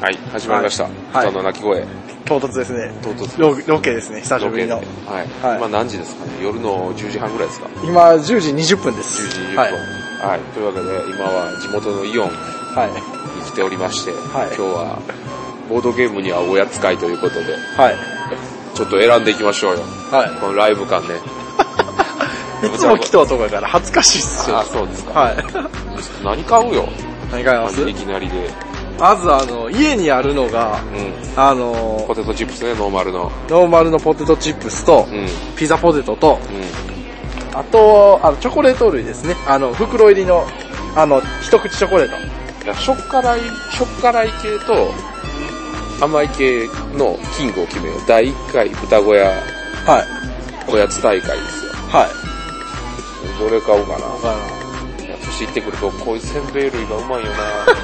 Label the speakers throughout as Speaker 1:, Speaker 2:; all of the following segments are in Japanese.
Speaker 1: はい、始まりました。
Speaker 2: はい
Speaker 1: 豚、の鳴き声。
Speaker 2: 唐突ですね。
Speaker 1: 唐突
Speaker 2: ロロケですね、久し
Speaker 1: ロ
Speaker 2: ぶり
Speaker 1: ケで。
Speaker 2: の
Speaker 1: はい。。
Speaker 2: はい
Speaker 1: 今何時ですかね夜の10時半ぐらいですか ?10
Speaker 2: 今、10時20分です。
Speaker 1: 時20分。
Speaker 2: はい。
Speaker 1: はい。というわけで、今は地元のイオンに
Speaker 2: はい。
Speaker 1: 来ておりまして、
Speaker 2: はい
Speaker 1: 今日はボードゲームにはおやつ会ということで、
Speaker 2: はい。
Speaker 1: ちょっと選んでいきましょうよ。
Speaker 2: は
Speaker 1: このライブ感ね。
Speaker 2: い。いつも来たとかから恥ずかしいっすよ
Speaker 1: あ、。そうですか。
Speaker 2: はい。
Speaker 1: 何買うよ。
Speaker 2: 何買います
Speaker 1: いきなりで。
Speaker 2: まず、あの、家にあるのが、
Speaker 1: うん。
Speaker 2: あの
Speaker 1: ポ、テトチップスね、ノーマルの。
Speaker 2: ノーマルのポテトチップスと
Speaker 1: う、ん。うん。
Speaker 2: ピザポテトと、あと、あの、チョコレート類ですね。あの、袋入りの、あの、一口チョコレート。
Speaker 1: いやしょっからい、しょっからい系と、甘い系のキングを決めよう。第1回豚小屋
Speaker 2: はい。
Speaker 1: おやつ大会ですよ。
Speaker 2: はい。
Speaker 1: どれ買おうかな。
Speaker 2: だから
Speaker 1: いや年いってくると、こういうせんべい類がうまいよ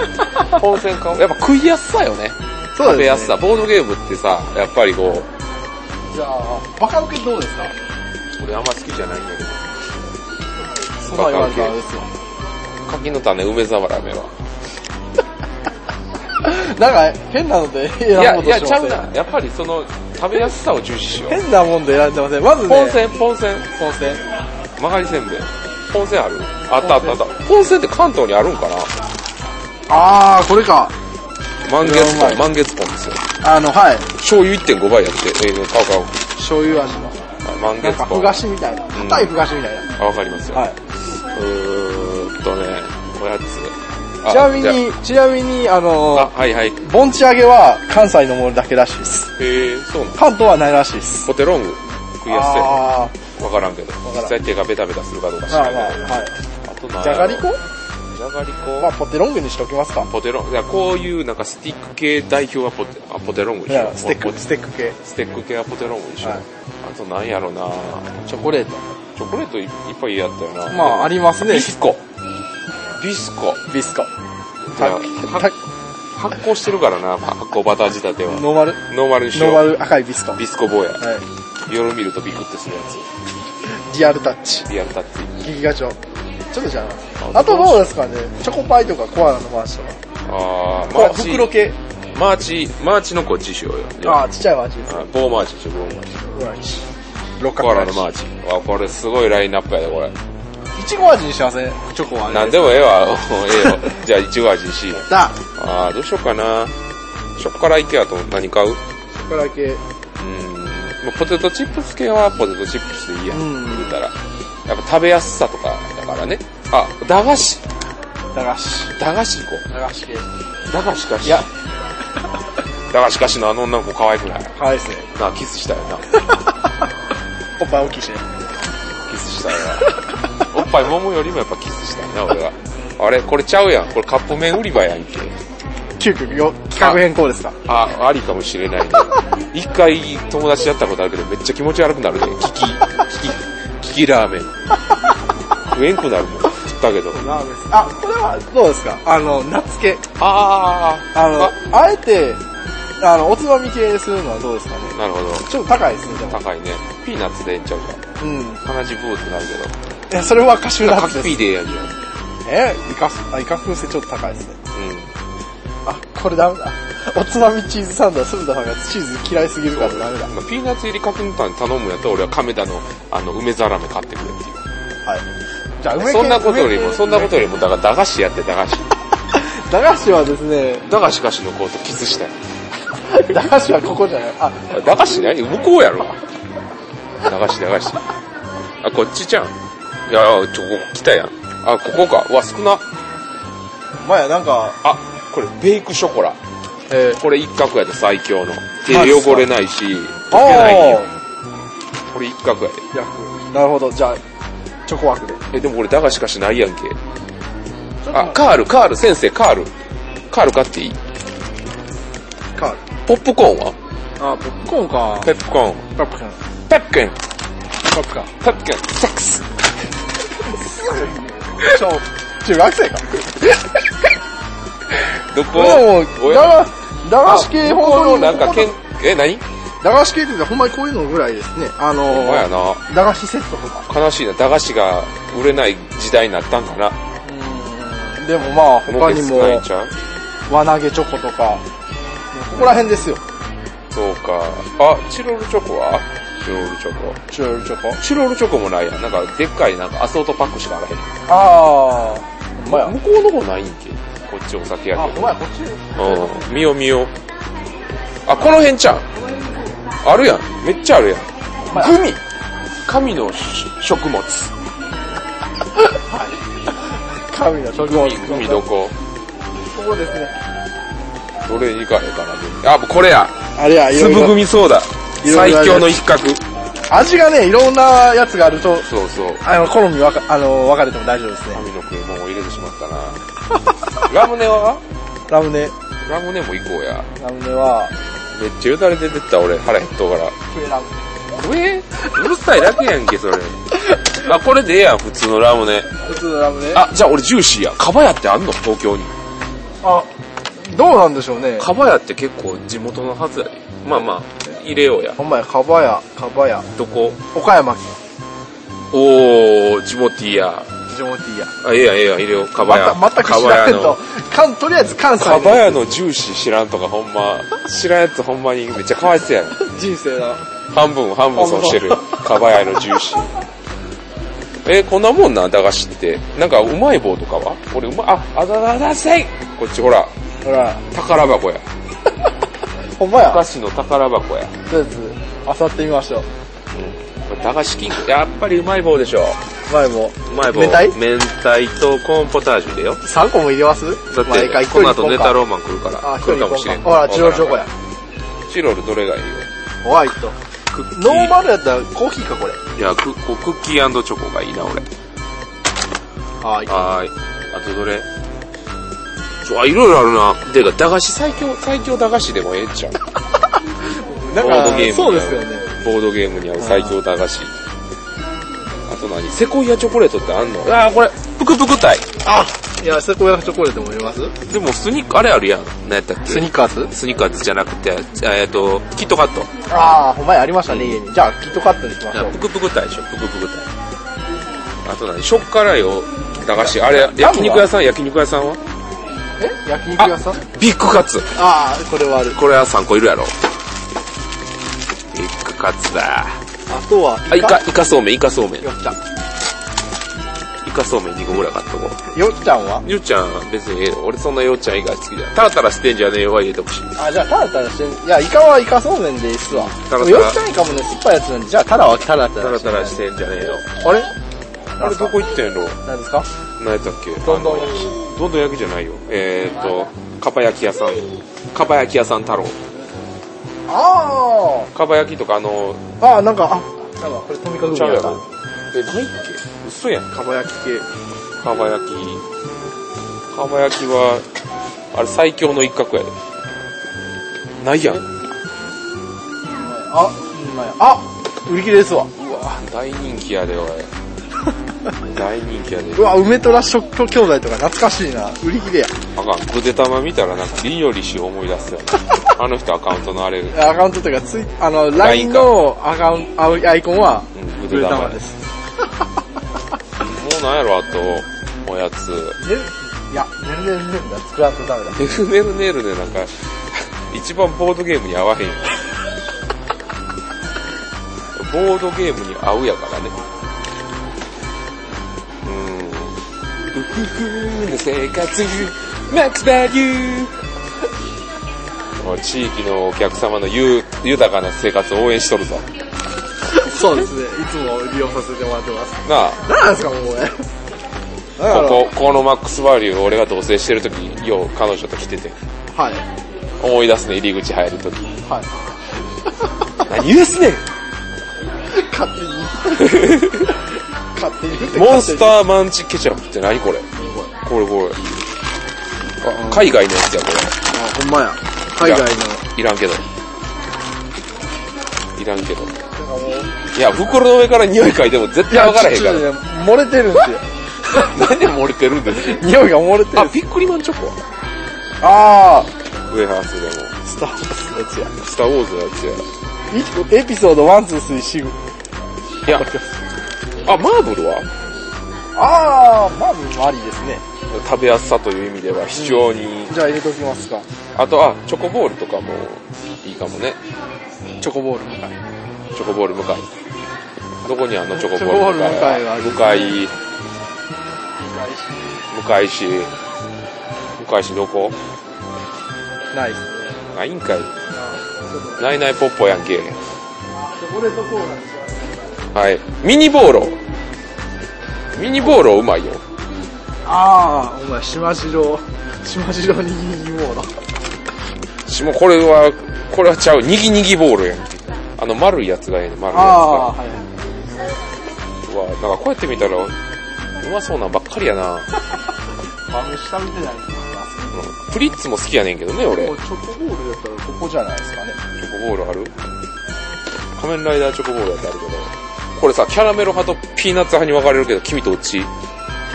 Speaker 1: な本戦買おう。やっぱ食いやすさよね。
Speaker 2: そうですね
Speaker 1: 食べやすさ。ボードゲームってさ、やっぱりこう、
Speaker 2: じゃあ、バカウケどうですか
Speaker 1: 俺あんま好きじゃないんだけど。
Speaker 2: そんなん言われたらあれですよ。
Speaker 1: 柿の種、梅沢ラメは。
Speaker 2: なんか変なので選
Speaker 1: いや、
Speaker 2: ぼう
Speaker 1: い
Speaker 2: と
Speaker 1: や、
Speaker 2: して
Speaker 1: ち
Speaker 2: ま
Speaker 1: ゃう
Speaker 2: せ
Speaker 1: んな。やっぱりその、食べやすさを重視しよう。
Speaker 2: 変なもんで選んでません。まずね、
Speaker 1: ポンセン、ポンセン。
Speaker 2: 本線。
Speaker 1: 曲がりせんべい。本線あるあったあったあった。本線って関東にあるんかな
Speaker 2: あー、これか。
Speaker 1: 満月
Speaker 2: いやうま
Speaker 1: ポ
Speaker 2: い
Speaker 1: ン、満月ポンですよ。
Speaker 2: あの、はい。
Speaker 1: 醤油1.5倍やって。えー、買う買う
Speaker 2: 醤油味の。
Speaker 1: あ。満
Speaker 2: なんか、
Speaker 1: 月ポ
Speaker 2: ふ
Speaker 1: ン
Speaker 2: が。しみたいな。硬いふがしみたいな。
Speaker 1: あ、わかりますよ。
Speaker 2: はい。
Speaker 1: うーんとね、おやつ。あ
Speaker 2: ちなみ
Speaker 1: じゃ
Speaker 2: に、ちなみに、あ
Speaker 1: あ、あ
Speaker 2: の、
Speaker 1: はいはい。へ
Speaker 2: 盆地揚げは関西のものだけらしいです。
Speaker 1: えー、そうなの。
Speaker 2: 関東はないらしいです。
Speaker 1: ポテロング。食いやすそうやね
Speaker 2: あ
Speaker 1: わからんけど。
Speaker 2: からん
Speaker 1: 実際手がベタベタするかどうか
Speaker 2: ー、
Speaker 1: 知
Speaker 2: ま
Speaker 1: ら
Speaker 2: あ
Speaker 1: ん
Speaker 2: まあ、
Speaker 1: けど。
Speaker 2: はい。
Speaker 1: あとな
Speaker 2: じゃがりこ
Speaker 1: じゃがり
Speaker 2: まあ、
Speaker 1: こ。
Speaker 2: ポテロングにしときますか。
Speaker 1: ポテロング。いや、こういうなんかスティック系代表はポテ、あ、ポテロング
Speaker 2: い
Speaker 1: でし
Speaker 2: や
Speaker 1: ょ。、
Speaker 2: ステッ
Speaker 1: ポ
Speaker 2: ク、ステック系。
Speaker 1: ステック系はポテロングでしょ。
Speaker 2: はい
Speaker 1: あとなんやろな
Speaker 2: チョコレート。
Speaker 1: チョコレートいいっぱいやったよな。
Speaker 2: まあ、ありますね
Speaker 1: ビ。スコ。ビスコ。
Speaker 2: ビスコ。
Speaker 1: はは発酵してるからな、発酵バター仕立ては。
Speaker 2: ノーマル、
Speaker 1: ノーマルにし
Speaker 2: ノー
Speaker 1: よ
Speaker 2: マ
Speaker 1: う。
Speaker 2: ル赤いビスコ。は
Speaker 1: ビスコ坊や。
Speaker 2: い。
Speaker 1: 夜見るとビクッとするやつ。
Speaker 2: リアルタッチ。
Speaker 1: リアルタッチ。
Speaker 2: ギガチョ。ちょっとじゃ
Speaker 1: あ
Speaker 2: あ、あとどうですかね、チョコパイとかコアラのマーチとか。
Speaker 1: あー、
Speaker 2: こ
Speaker 1: マー
Speaker 2: れ
Speaker 1: チ。
Speaker 2: 袋系。
Speaker 1: マーチ、マーチのこっちしようよ。じゃ
Speaker 2: あ
Speaker 1: あ
Speaker 2: あ、ちっちゃいマーチです。
Speaker 1: あ棒マーチでしょ、棒マーチ。
Speaker 2: マーチ。六
Speaker 1: コアラのマ
Speaker 2: ー
Speaker 1: ーチ。わ、これすごいラインナップやで、これ。
Speaker 2: チ。いちご味にしませんチョコは
Speaker 1: なんでもええわ、 ええよ。じゃあ、いちご味にしよう。
Speaker 2: だ
Speaker 1: あー、どうしようかな。ショップから行けやと何買うう
Speaker 2: チョコラ系。
Speaker 1: ーん。まあポテトチップス系はポテトチップスでいいやん。
Speaker 2: うん
Speaker 1: 言うたら。やっぱ食べやすさとかだからね。あ、駄菓子。
Speaker 2: 駄菓子。
Speaker 1: 駄菓子行こ。
Speaker 2: 駄菓子系。いう
Speaker 1: 駄菓子かし。
Speaker 2: や、
Speaker 1: 駄菓子かしのあの女の子可愛くない
Speaker 2: 可愛いですね。
Speaker 1: なあ、キスしたよな。
Speaker 2: おっぱい大きいしね。
Speaker 1: キスしたいな。おっぱいもむよりもやっぱキスしたいな、俺は。あれこれちゃうやん。これカップ麺売り場やんけ。
Speaker 2: 急遽よ、企画変更ですか
Speaker 1: あ、ありかもしれないね。一回友達やったことあるけど、めっちゃ気持ち悪くなるね。キキ、キキ、キキラーメン。食えんくなるもん。食ったけど。
Speaker 2: ラーメンあ、これはどうですかあの、夏系。
Speaker 1: あー。
Speaker 2: あの、あえて、あの、おつまみ系にするのはどうですかね
Speaker 1: なるほど。
Speaker 2: ちょっと高いですね、でも。
Speaker 1: 高いね。ピーナッツでええんちゃうか。
Speaker 2: うん。
Speaker 1: 鼻血ブーってなるけ
Speaker 2: いや、それはカシュー
Speaker 1: ど。
Speaker 2: ナッツ
Speaker 1: 柿
Speaker 2: で
Speaker 1: ピー。
Speaker 2: す
Speaker 1: でええやんじゃん。
Speaker 2: えイカス、あ、イカ風船ちょっと高いですね。
Speaker 1: うん。
Speaker 2: あ、これダメだ。おつまみチーズサンドは鈴田さんがチーズ嫌いすぎるからダメだ。
Speaker 1: まあ、ピーナッツ入り角煮パン頼むんやったら俺は亀田のあの梅ざらめ買ってくれっていう。
Speaker 2: はい。じゃあ、梅系
Speaker 1: そんなことより
Speaker 2: 梅
Speaker 1: も、
Speaker 2: 系
Speaker 1: そんなことよりも、だから駄菓子やって駄菓子。
Speaker 2: 駄菓子はですね、
Speaker 1: 駄菓子菓子の子とキスしたい。
Speaker 2: 駄菓子はここじゃない。あ、
Speaker 1: 駄菓子何向こうやろ。駄菓子駄菓子。あ、こっちじゃん。いや、ちょ、ここ来たやん。あ、ここか。うわ、少な。
Speaker 2: 前はなんか、
Speaker 1: あ、これベイクショコラ。
Speaker 2: えー、
Speaker 1: これ一角やで最強の。手
Speaker 2: マジっすか
Speaker 1: 汚れないし、溶けないよ。
Speaker 2: あ
Speaker 1: これ一角やで。
Speaker 2: ーなるほど、じゃあ、チョコ枠で。
Speaker 1: え、でもこれ駄菓子菓子ないやんけ。あ、カール、カール、先生、カール。カール買っていい
Speaker 2: カール。
Speaker 1: ポップコーンは
Speaker 2: あ、ポップコーンか。
Speaker 1: ペップコーン。
Speaker 2: ポップコーン。
Speaker 1: ペップン
Speaker 2: ポップコーン。
Speaker 1: ペップンセックス
Speaker 2: ちょ、中学生か。
Speaker 1: どこ
Speaker 2: もう、
Speaker 1: 親
Speaker 2: 駄菓駄菓子系
Speaker 1: あ
Speaker 2: 本当
Speaker 1: こ
Speaker 2: に
Speaker 1: のなんかけん、え、何
Speaker 2: 駄菓子系って言うとほんまにこういうのぐらいですね。あの
Speaker 1: ほんまやな。
Speaker 2: 駄菓子セットとか。
Speaker 1: 悲しいな。駄菓子が売れない時代になったんかな。
Speaker 2: でもまあ他
Speaker 1: 儲け
Speaker 2: に
Speaker 1: 少
Speaker 2: も
Speaker 1: ないんちゃう
Speaker 2: 輪投げチョコとか、ここら辺ですよ。
Speaker 1: そうか。あ、チロルチョコはチロルチョコ。
Speaker 2: チロルチョコ。
Speaker 1: チロルチョコもないやん。なんか、でっかいなんかアソートパックしかあらへん。
Speaker 2: あー。ほんまや
Speaker 1: 向。こうのもないんけ。こっちお酒や
Speaker 2: あ、
Speaker 1: け
Speaker 2: ほんまや、こっち。
Speaker 1: ど。うん。見よ見よ。あ、この辺ちゃん。あるやん。めっちゃあるやん。
Speaker 2: ほんまや
Speaker 1: グミ神の食物。
Speaker 2: 神の食
Speaker 1: グ
Speaker 2: 物
Speaker 1: ミ、グミどこ
Speaker 2: ここですね。
Speaker 1: どれに行かへんかなグミ。あ、もうこれや。
Speaker 2: あれや、いろい
Speaker 1: 粒
Speaker 2: ろ
Speaker 1: グ。ミソーダ。
Speaker 2: いろ
Speaker 1: 最
Speaker 2: いろあるやつ
Speaker 1: 強の一角。
Speaker 2: 味がね、いろんなやつがあると、
Speaker 1: そうそう。
Speaker 2: あの、好み分か、あの、分かれても大丈夫ですね。
Speaker 1: 神の食い物を入れてしまったな。 ラムネは
Speaker 2: ラムネ、
Speaker 1: ラムネも行こうや。
Speaker 2: ラムネは、
Speaker 1: めっちゃよだれ出てった俺、腹減っとうから。
Speaker 2: 笛ラムネ。
Speaker 1: えうるさいだけやんけ、そ れ。あ、これでええやん、普通のラムネ。
Speaker 2: 普通のラムネ。
Speaker 1: あ、じゃあ俺ジューシーや。カバヤってあんの東京に。
Speaker 2: あ、どうなんでしょうね。
Speaker 1: カバヤって結構地元のはずやで。まあまあ、入れようや。
Speaker 2: ほんまや、かばや、かばや、
Speaker 1: どこ
Speaker 2: 岡山県、
Speaker 1: おー、ジモティや。
Speaker 2: ジョーティーや。
Speaker 1: あ、ええやん、ええやん、入れよう。カバ
Speaker 2: ま
Speaker 1: ヤ。
Speaker 2: た、また
Speaker 1: カ
Speaker 2: 知
Speaker 1: バ
Speaker 2: ら
Speaker 1: ヤ
Speaker 2: んと
Speaker 1: の。。
Speaker 2: かん、とりあえず関西
Speaker 1: カバヤ
Speaker 2: の
Speaker 1: のジューシー知らんとかほんま、知らんやつほんまにめっちゃかわいそうやん。
Speaker 2: 人生だ。
Speaker 1: 半分、半分そうしてる
Speaker 2: 半。
Speaker 1: カバヤのジューシー。えこんなもんな、駄菓子って。なんか、うまい棒とかは俺、うま、あ、あだだだせいこっちほら、
Speaker 2: ほら、
Speaker 1: 宝箱や。
Speaker 2: ほんま
Speaker 1: お菓
Speaker 2: や。
Speaker 1: 子の宝箱や。
Speaker 2: とりあえず、あさってみましょう。
Speaker 1: うん。駄菓子キング、やっぱりうまい棒でしょ。
Speaker 2: 前も。
Speaker 1: うまい棒。
Speaker 2: 明太
Speaker 1: 明太とコーンポタージュでよ。
Speaker 2: 3個も入れます
Speaker 1: だっ
Speaker 2: 毎
Speaker 1: て、
Speaker 2: 回一
Speaker 1: こ
Speaker 2: 個
Speaker 1: の
Speaker 2: に
Speaker 1: 後
Speaker 2: 一
Speaker 1: ネ
Speaker 2: 本
Speaker 1: タ
Speaker 2: か。
Speaker 1: ローマン来るから、
Speaker 2: あ、一
Speaker 1: 来
Speaker 2: 人
Speaker 1: るかも
Speaker 2: 一本
Speaker 1: しれん。
Speaker 2: か。ほら、チロルチョコや。。
Speaker 1: チロルどれがいいよ。
Speaker 2: ホワイト。
Speaker 1: クッキー。
Speaker 2: ノーマルやったらコーヒーか、これ。
Speaker 1: いや、クこうクッキーチョコがいいな、俺。
Speaker 2: はい。
Speaker 1: はーい。あとどれそうあ、いろいろあるな。てか、駄菓子最強、最強駄菓子でもええんちゃう。
Speaker 2: な
Speaker 1: ボードゲーム
Speaker 2: そうですよね。
Speaker 1: ボードゲームに合う最強駄菓子。あと何セコイアチョコレートってあんのあー、これ、ぷくぷく体。
Speaker 2: あいや、セコヤチョコレートも入れます
Speaker 1: でも、スニッカー、あれあるやん。何やったっけ
Speaker 2: スニッカーズ
Speaker 1: スニッカーズじゃなくて、あえっと、キットカット。
Speaker 2: ああ、ほんまや、ありましたね、家に。じゃあ、キットカットにしましょう。
Speaker 1: ぷくぷく体でしょ、ぷくぷく体。あと何ショッカラよ、駄菓子。あれ、焼肉屋さん、焼肉屋さんは
Speaker 2: え焼肉屋さん
Speaker 1: ビッグカツ。
Speaker 2: ああ、これはある。
Speaker 1: これは3個いるやろ。ビッグカツだ。
Speaker 2: あとは、
Speaker 1: あ、イカ、イカそうめん、イカそうめん。イ
Speaker 2: よっちゃん。
Speaker 1: カそうめん2個ぐらい買っとこう。
Speaker 2: よっちゃんは
Speaker 1: よっちゃん、別にええよ。俺そんなよっちゃん以外好きじゃない。タラタラしてんじゃねえよは入れてほしい。
Speaker 2: あ、じゃあ、タラタラしてんいや、イカはイカそうめんでいいっすわ。
Speaker 1: タラタラ
Speaker 2: よっちゃんイカもね、酸っぱいやつなんで、じゃあ、タラはタラタ
Speaker 1: タ
Speaker 2: ラ
Speaker 1: ラ
Speaker 2: して
Speaker 1: タラしてんじゃねえよ。
Speaker 2: あれ
Speaker 1: あれどこ行ってんの
Speaker 2: なんですか
Speaker 1: 何やったっけ
Speaker 2: どんどん焼き
Speaker 1: あのどんどん焼きじゃないよ。えーっと、かば焼き屋さん。かば焼き屋さん太郎。
Speaker 2: あ
Speaker 1: かば焼きとかあの、
Speaker 2: あ。ああ、なんか、あ、なんか、これ、トミカグミ
Speaker 1: ちゃう
Speaker 2: や
Speaker 1: や
Speaker 2: った。
Speaker 1: ろ。え、ないっけ嘘やん。
Speaker 2: かば焼き系。
Speaker 1: かば焼き。かば焼きは、あれ最強の一角やで。ないやん。
Speaker 2: あ、うんまや。あ、売り切れですわ。
Speaker 1: うわ大人気やで おい大人気やで
Speaker 2: うわ、梅トラ食器兄弟とか懐かしいな。売り切れや。
Speaker 1: あかんぐでたま見たらなんかりんよりし思い出すよなあの人アカウントのあれ、うん、
Speaker 2: アカウントというか、ツイあの、
Speaker 1: LINE
Speaker 2: LINE
Speaker 1: か
Speaker 2: のアカウント、アイコンは、
Speaker 1: ぐ
Speaker 2: ぐ
Speaker 1: で
Speaker 2: れ
Speaker 1: た
Speaker 2: た
Speaker 1: ま
Speaker 2: ま
Speaker 1: で
Speaker 2: ですす。
Speaker 1: もうなんやろあとおやつ
Speaker 2: ねいや、年々年々作らんとダメだ。
Speaker 1: ネルネルネルでなんか一番ボードゲームに合わへんよボードゲームに合うやからねうんウフフの生活マックスバリュー地域のお客様のゆ豊かな生活を応援しとるぞ
Speaker 2: そうですね。いつも利用させてもらってます。
Speaker 1: なあ
Speaker 2: なんですか、もうこれ。なん
Speaker 1: こここのマックスバリューを俺が同棲してる時によう彼女と来てて
Speaker 2: こはい。
Speaker 1: 思い出すね入り口入る時
Speaker 2: はい。
Speaker 1: 何言うすねん
Speaker 2: 勝手に。勝手にって。
Speaker 1: モンスターマンチケチャップって何これこれこれ。あ海外のやつや、こ
Speaker 2: ー。あ、ほんまや。海外の。
Speaker 1: れ。いらんけど。いらんけど。いや、袋の上から匂い嗅いでも絶対分からへんから。
Speaker 2: いやちょっとね漏れてるんですよ。
Speaker 1: 何で漏れてるんです
Speaker 2: 匂いが漏れてる
Speaker 1: あ、。ビックリマンチョコ
Speaker 2: あ
Speaker 1: ウェハースでも。
Speaker 2: ー。スターウォーズのやつや。
Speaker 1: スターウォーズのやつや。
Speaker 2: いエピソード1、2、3、4。
Speaker 1: いや、あ、マーブルは
Speaker 2: あー、まあ、ありですね。
Speaker 1: 食べやすさという意味では非常に、
Speaker 2: じゃあ入れときますか。
Speaker 1: あとあチョコボールとかもいいかもね
Speaker 2: チョコボールみたいな。
Speaker 1: チョコボール向かいどこにあんのチョコボ
Speaker 2: チョコボ
Speaker 1: ール
Speaker 2: ール
Speaker 1: 向
Speaker 2: 向
Speaker 1: か
Speaker 2: か
Speaker 1: い
Speaker 2: いはある
Speaker 1: 向かい向かい市向かい市どこ
Speaker 2: ないですね。
Speaker 1: ないんかい
Speaker 2: ちょっと
Speaker 1: ないないポッポやんけ
Speaker 2: チョコレートコーラにします。
Speaker 1: はいミニボーロミニボーロうまいよ
Speaker 2: あー、お前、しまじろう、しまじろうにぎもうの。
Speaker 1: しもうこれはこれはちゃうにぎにぎボールやんけあの丸いやつがええね丸いやつが
Speaker 2: あー、はい。
Speaker 1: うわなんかこうやって見たらうまそうなんばっかりやな、うん
Speaker 2: 豆下見てないです
Speaker 1: プリッツも好きやねんけどね俺
Speaker 2: もうチョコボールだったらここじゃないですかね。
Speaker 1: チョコボールある仮面ライダーチョコボールだってあるけど。これさ、キャラメル派とピーナッツ派に分かれるけど、君とうち
Speaker 2: キ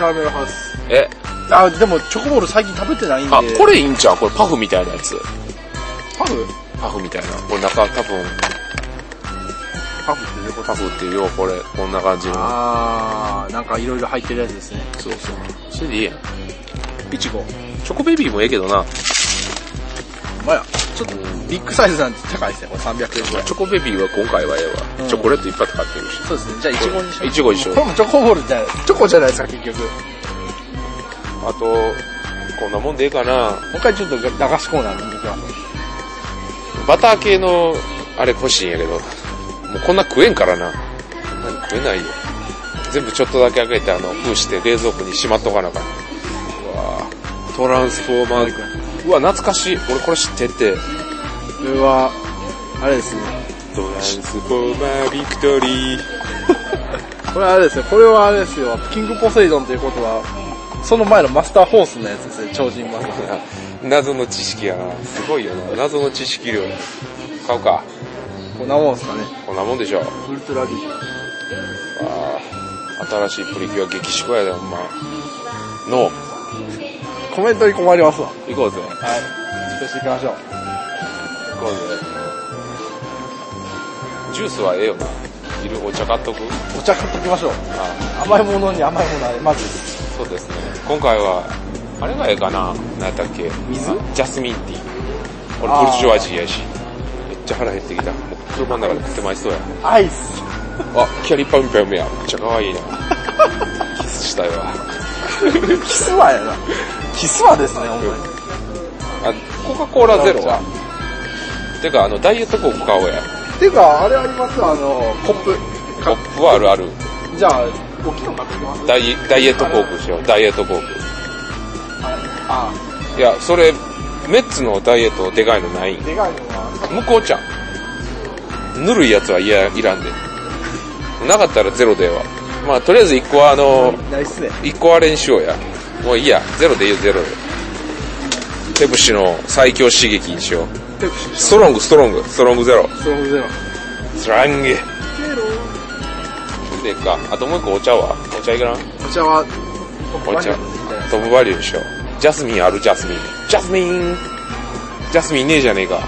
Speaker 2: ャラメルハウス。
Speaker 1: え
Speaker 2: あ、でもチョコボール最近食べてないんで。
Speaker 1: あ、これいいんちゃうこれパフみたいなやつ。
Speaker 2: パフ
Speaker 1: パフみたいな。これ中、多分、
Speaker 2: パフってどこ
Speaker 1: パフっていうよ、これ。こんな感じの。
Speaker 2: あー、なんかいろいろ入ってるやつですね。
Speaker 1: そうそう。それでいいやん。
Speaker 2: いちご。
Speaker 1: チョコベビーもええけどな。
Speaker 2: まあや、ちょっとビッグサイズなんて高いですね、これ300円ぐらい。
Speaker 1: チョコベビーは今回はええ
Speaker 2: う
Speaker 1: わ。
Speaker 2: ん
Speaker 1: チョコレートいっぱい買ってるし。
Speaker 2: そうですね、じゃあいちごにしましょう
Speaker 1: いちごにしよう
Speaker 2: これもチョコボールじゃない、チョコじゃないですか、結局。も
Speaker 1: あと、こんなもんでええかな。
Speaker 2: う一回ちょっと駄菓子コーナー見てきます。
Speaker 1: バター系の、あれ欲しいんやけど、もうこんな食えんからな。何食えないよ。全部ちょっとだけ開けて、あの、封して冷蔵庫にしまっとかなあかん。うわぁトランスフォーマー。うわ、懐かしい。俺これ知ってて。
Speaker 2: これは、あれですね。
Speaker 1: トランスフォーマービクトリー。
Speaker 2: これはあれですね、これはあれですよ、キングポセイドンということは、その前のマスターホースのやつですね、超人マスターホース。
Speaker 1: 謎の知識やな。すごいよな。謎の知識量や。買うか。
Speaker 2: こんなもんですかね。
Speaker 1: こんなもんでしょ。
Speaker 2: ウルトラビー。
Speaker 1: あー新しいプリキュア激しこやで、ほんま。の、
Speaker 2: コメントに困りますわ。は
Speaker 1: 行こうぜ。
Speaker 2: い。そして行きましょう。
Speaker 1: こうねジュースはええよな。いるお茶買っとく
Speaker 2: お茶買ってきましょう。
Speaker 1: あ
Speaker 2: 甘いものに甘いものあれ、まず。
Speaker 1: そうですね。今回は、あれがええかな何やったっけ
Speaker 2: 水
Speaker 1: あジャスミンティー。
Speaker 2: あ
Speaker 1: 俺
Speaker 2: ー
Speaker 1: ブルジョアジーやし。めっちゃ腹減ってきた。もう車の中で食ってまいそうや。
Speaker 2: アイス。
Speaker 1: あ、キャリーパンパンや。めっちゃ可愛いな。キスしたいわ。
Speaker 2: キスはやな。キスはですね、ほんまに。
Speaker 1: あ、コカ・コーラゼロはてか、あの、ダイエットコーク買おうや。
Speaker 2: ていうか、あれありますあの、コップ。
Speaker 1: コップはあるある。
Speaker 2: じゃあ、大きいの買ってきます
Speaker 1: ダイダイエットコークしよう。ダイエットコーク。
Speaker 2: あ、
Speaker 1: いや、それ、メッツのダイエットでかいのないん
Speaker 2: でかいのは、
Speaker 1: 向こうちゃん。ぬるいやつはいや、いらんで。なかったらゼロでええわ。まあ、とりあえず一個はあの、
Speaker 2: ないっすね。
Speaker 1: 一個あれにしようや。もういいや。ゼロでいいよ、ゼロで。手プシの最強刺激にしよう。
Speaker 2: テープしま
Speaker 1: ストロング、ストロング、ストロングゼロ。
Speaker 2: す。そうゼロ。
Speaker 1: ストラング。
Speaker 2: ゼ
Speaker 1: で
Speaker 2: ロ。
Speaker 1: か。あともう一個お茶はお茶いらん
Speaker 2: お茶は、
Speaker 1: お茶。トップバリューにしよう。ジャスミンある、ジャスミン。ジャスミンジャスミンねえじゃねえか。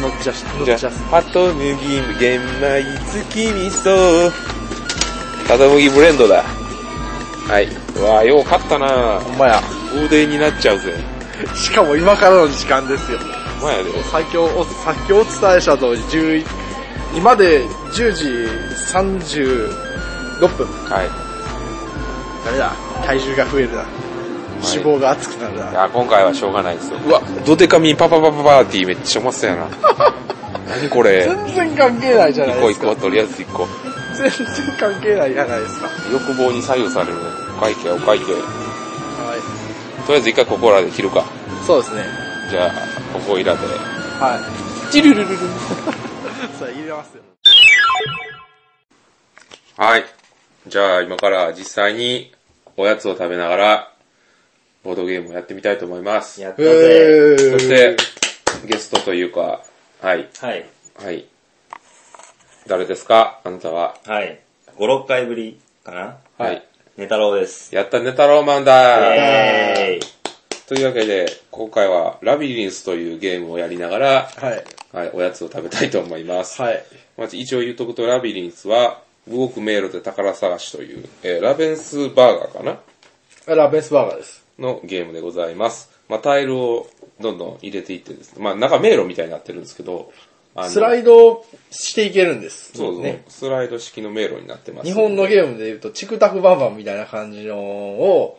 Speaker 2: 乗っちゃし、乗っ
Speaker 1: じ
Speaker 2: ち
Speaker 1: ゃ
Speaker 2: ゃし。
Speaker 1: ハトムギ玄米月味噌。ハトムギブレンドだ。はい。うわあよう勝ったな
Speaker 2: ほんまや。
Speaker 1: 大手になっちゃうぜ。
Speaker 2: しかも今からの時間ですよ。
Speaker 1: まあやで。
Speaker 2: 最強お、先お伝えした通り、11、今で10時36分。
Speaker 1: はい。
Speaker 2: ダメだ。体重が増えるな。脂肪が熱くなる
Speaker 1: い
Speaker 2: な。
Speaker 1: や、今回はしょうがないですよ。うわ、ドデカミンパパパパパーティーめっちゃうまそうや な。何これ。
Speaker 2: 全然関係ないじゃ
Speaker 1: 一
Speaker 2: ない
Speaker 1: 個
Speaker 2: で
Speaker 1: 一
Speaker 2: すか
Speaker 1: 個、。とりあえず一個。
Speaker 2: 全然関係ないじゃないですか。
Speaker 1: 欲望に左右されるね。お会計、お会計。と
Speaker 2: はい。
Speaker 1: りあえず一回ここらで切るか。
Speaker 2: そうですね。
Speaker 1: じゃあ、ここいらで。
Speaker 2: はい。
Speaker 1: チルル ルルル。
Speaker 2: それ入れますよ。
Speaker 1: はい。じゃあ今から実際におやつを食べながら、ボードゲームをやってみたいと思います。
Speaker 3: やったぜ。
Speaker 1: そして、ゲストというか、はい、
Speaker 3: はい。
Speaker 1: はい。誰ですかあなたは。
Speaker 3: はい。5、6回ぶりかな
Speaker 1: はい。
Speaker 3: ネタロウです。
Speaker 1: やったネタローマンだ
Speaker 3: えー
Speaker 1: というわけで、今回はラビリンスというゲームをやりながら、
Speaker 2: はい。
Speaker 1: はい、おやつを食べたいと思います。
Speaker 2: はい。
Speaker 1: まず一応言うとくとラビリンスは、動く迷路で宝探しという、えーラベンスバーガーかな
Speaker 2: ラベンスバーガーです。
Speaker 1: のゲームでございます。まあ、タイルをどんどん入れていってですね、まあ、中迷路みたいになってるんですけど、あの
Speaker 2: スライドしていけるんです。
Speaker 1: そうそう、
Speaker 2: ね。
Speaker 1: スライド式の迷路になってます、
Speaker 2: 日本のゲームで言うと、チクタクバンバンみたいな感じのを、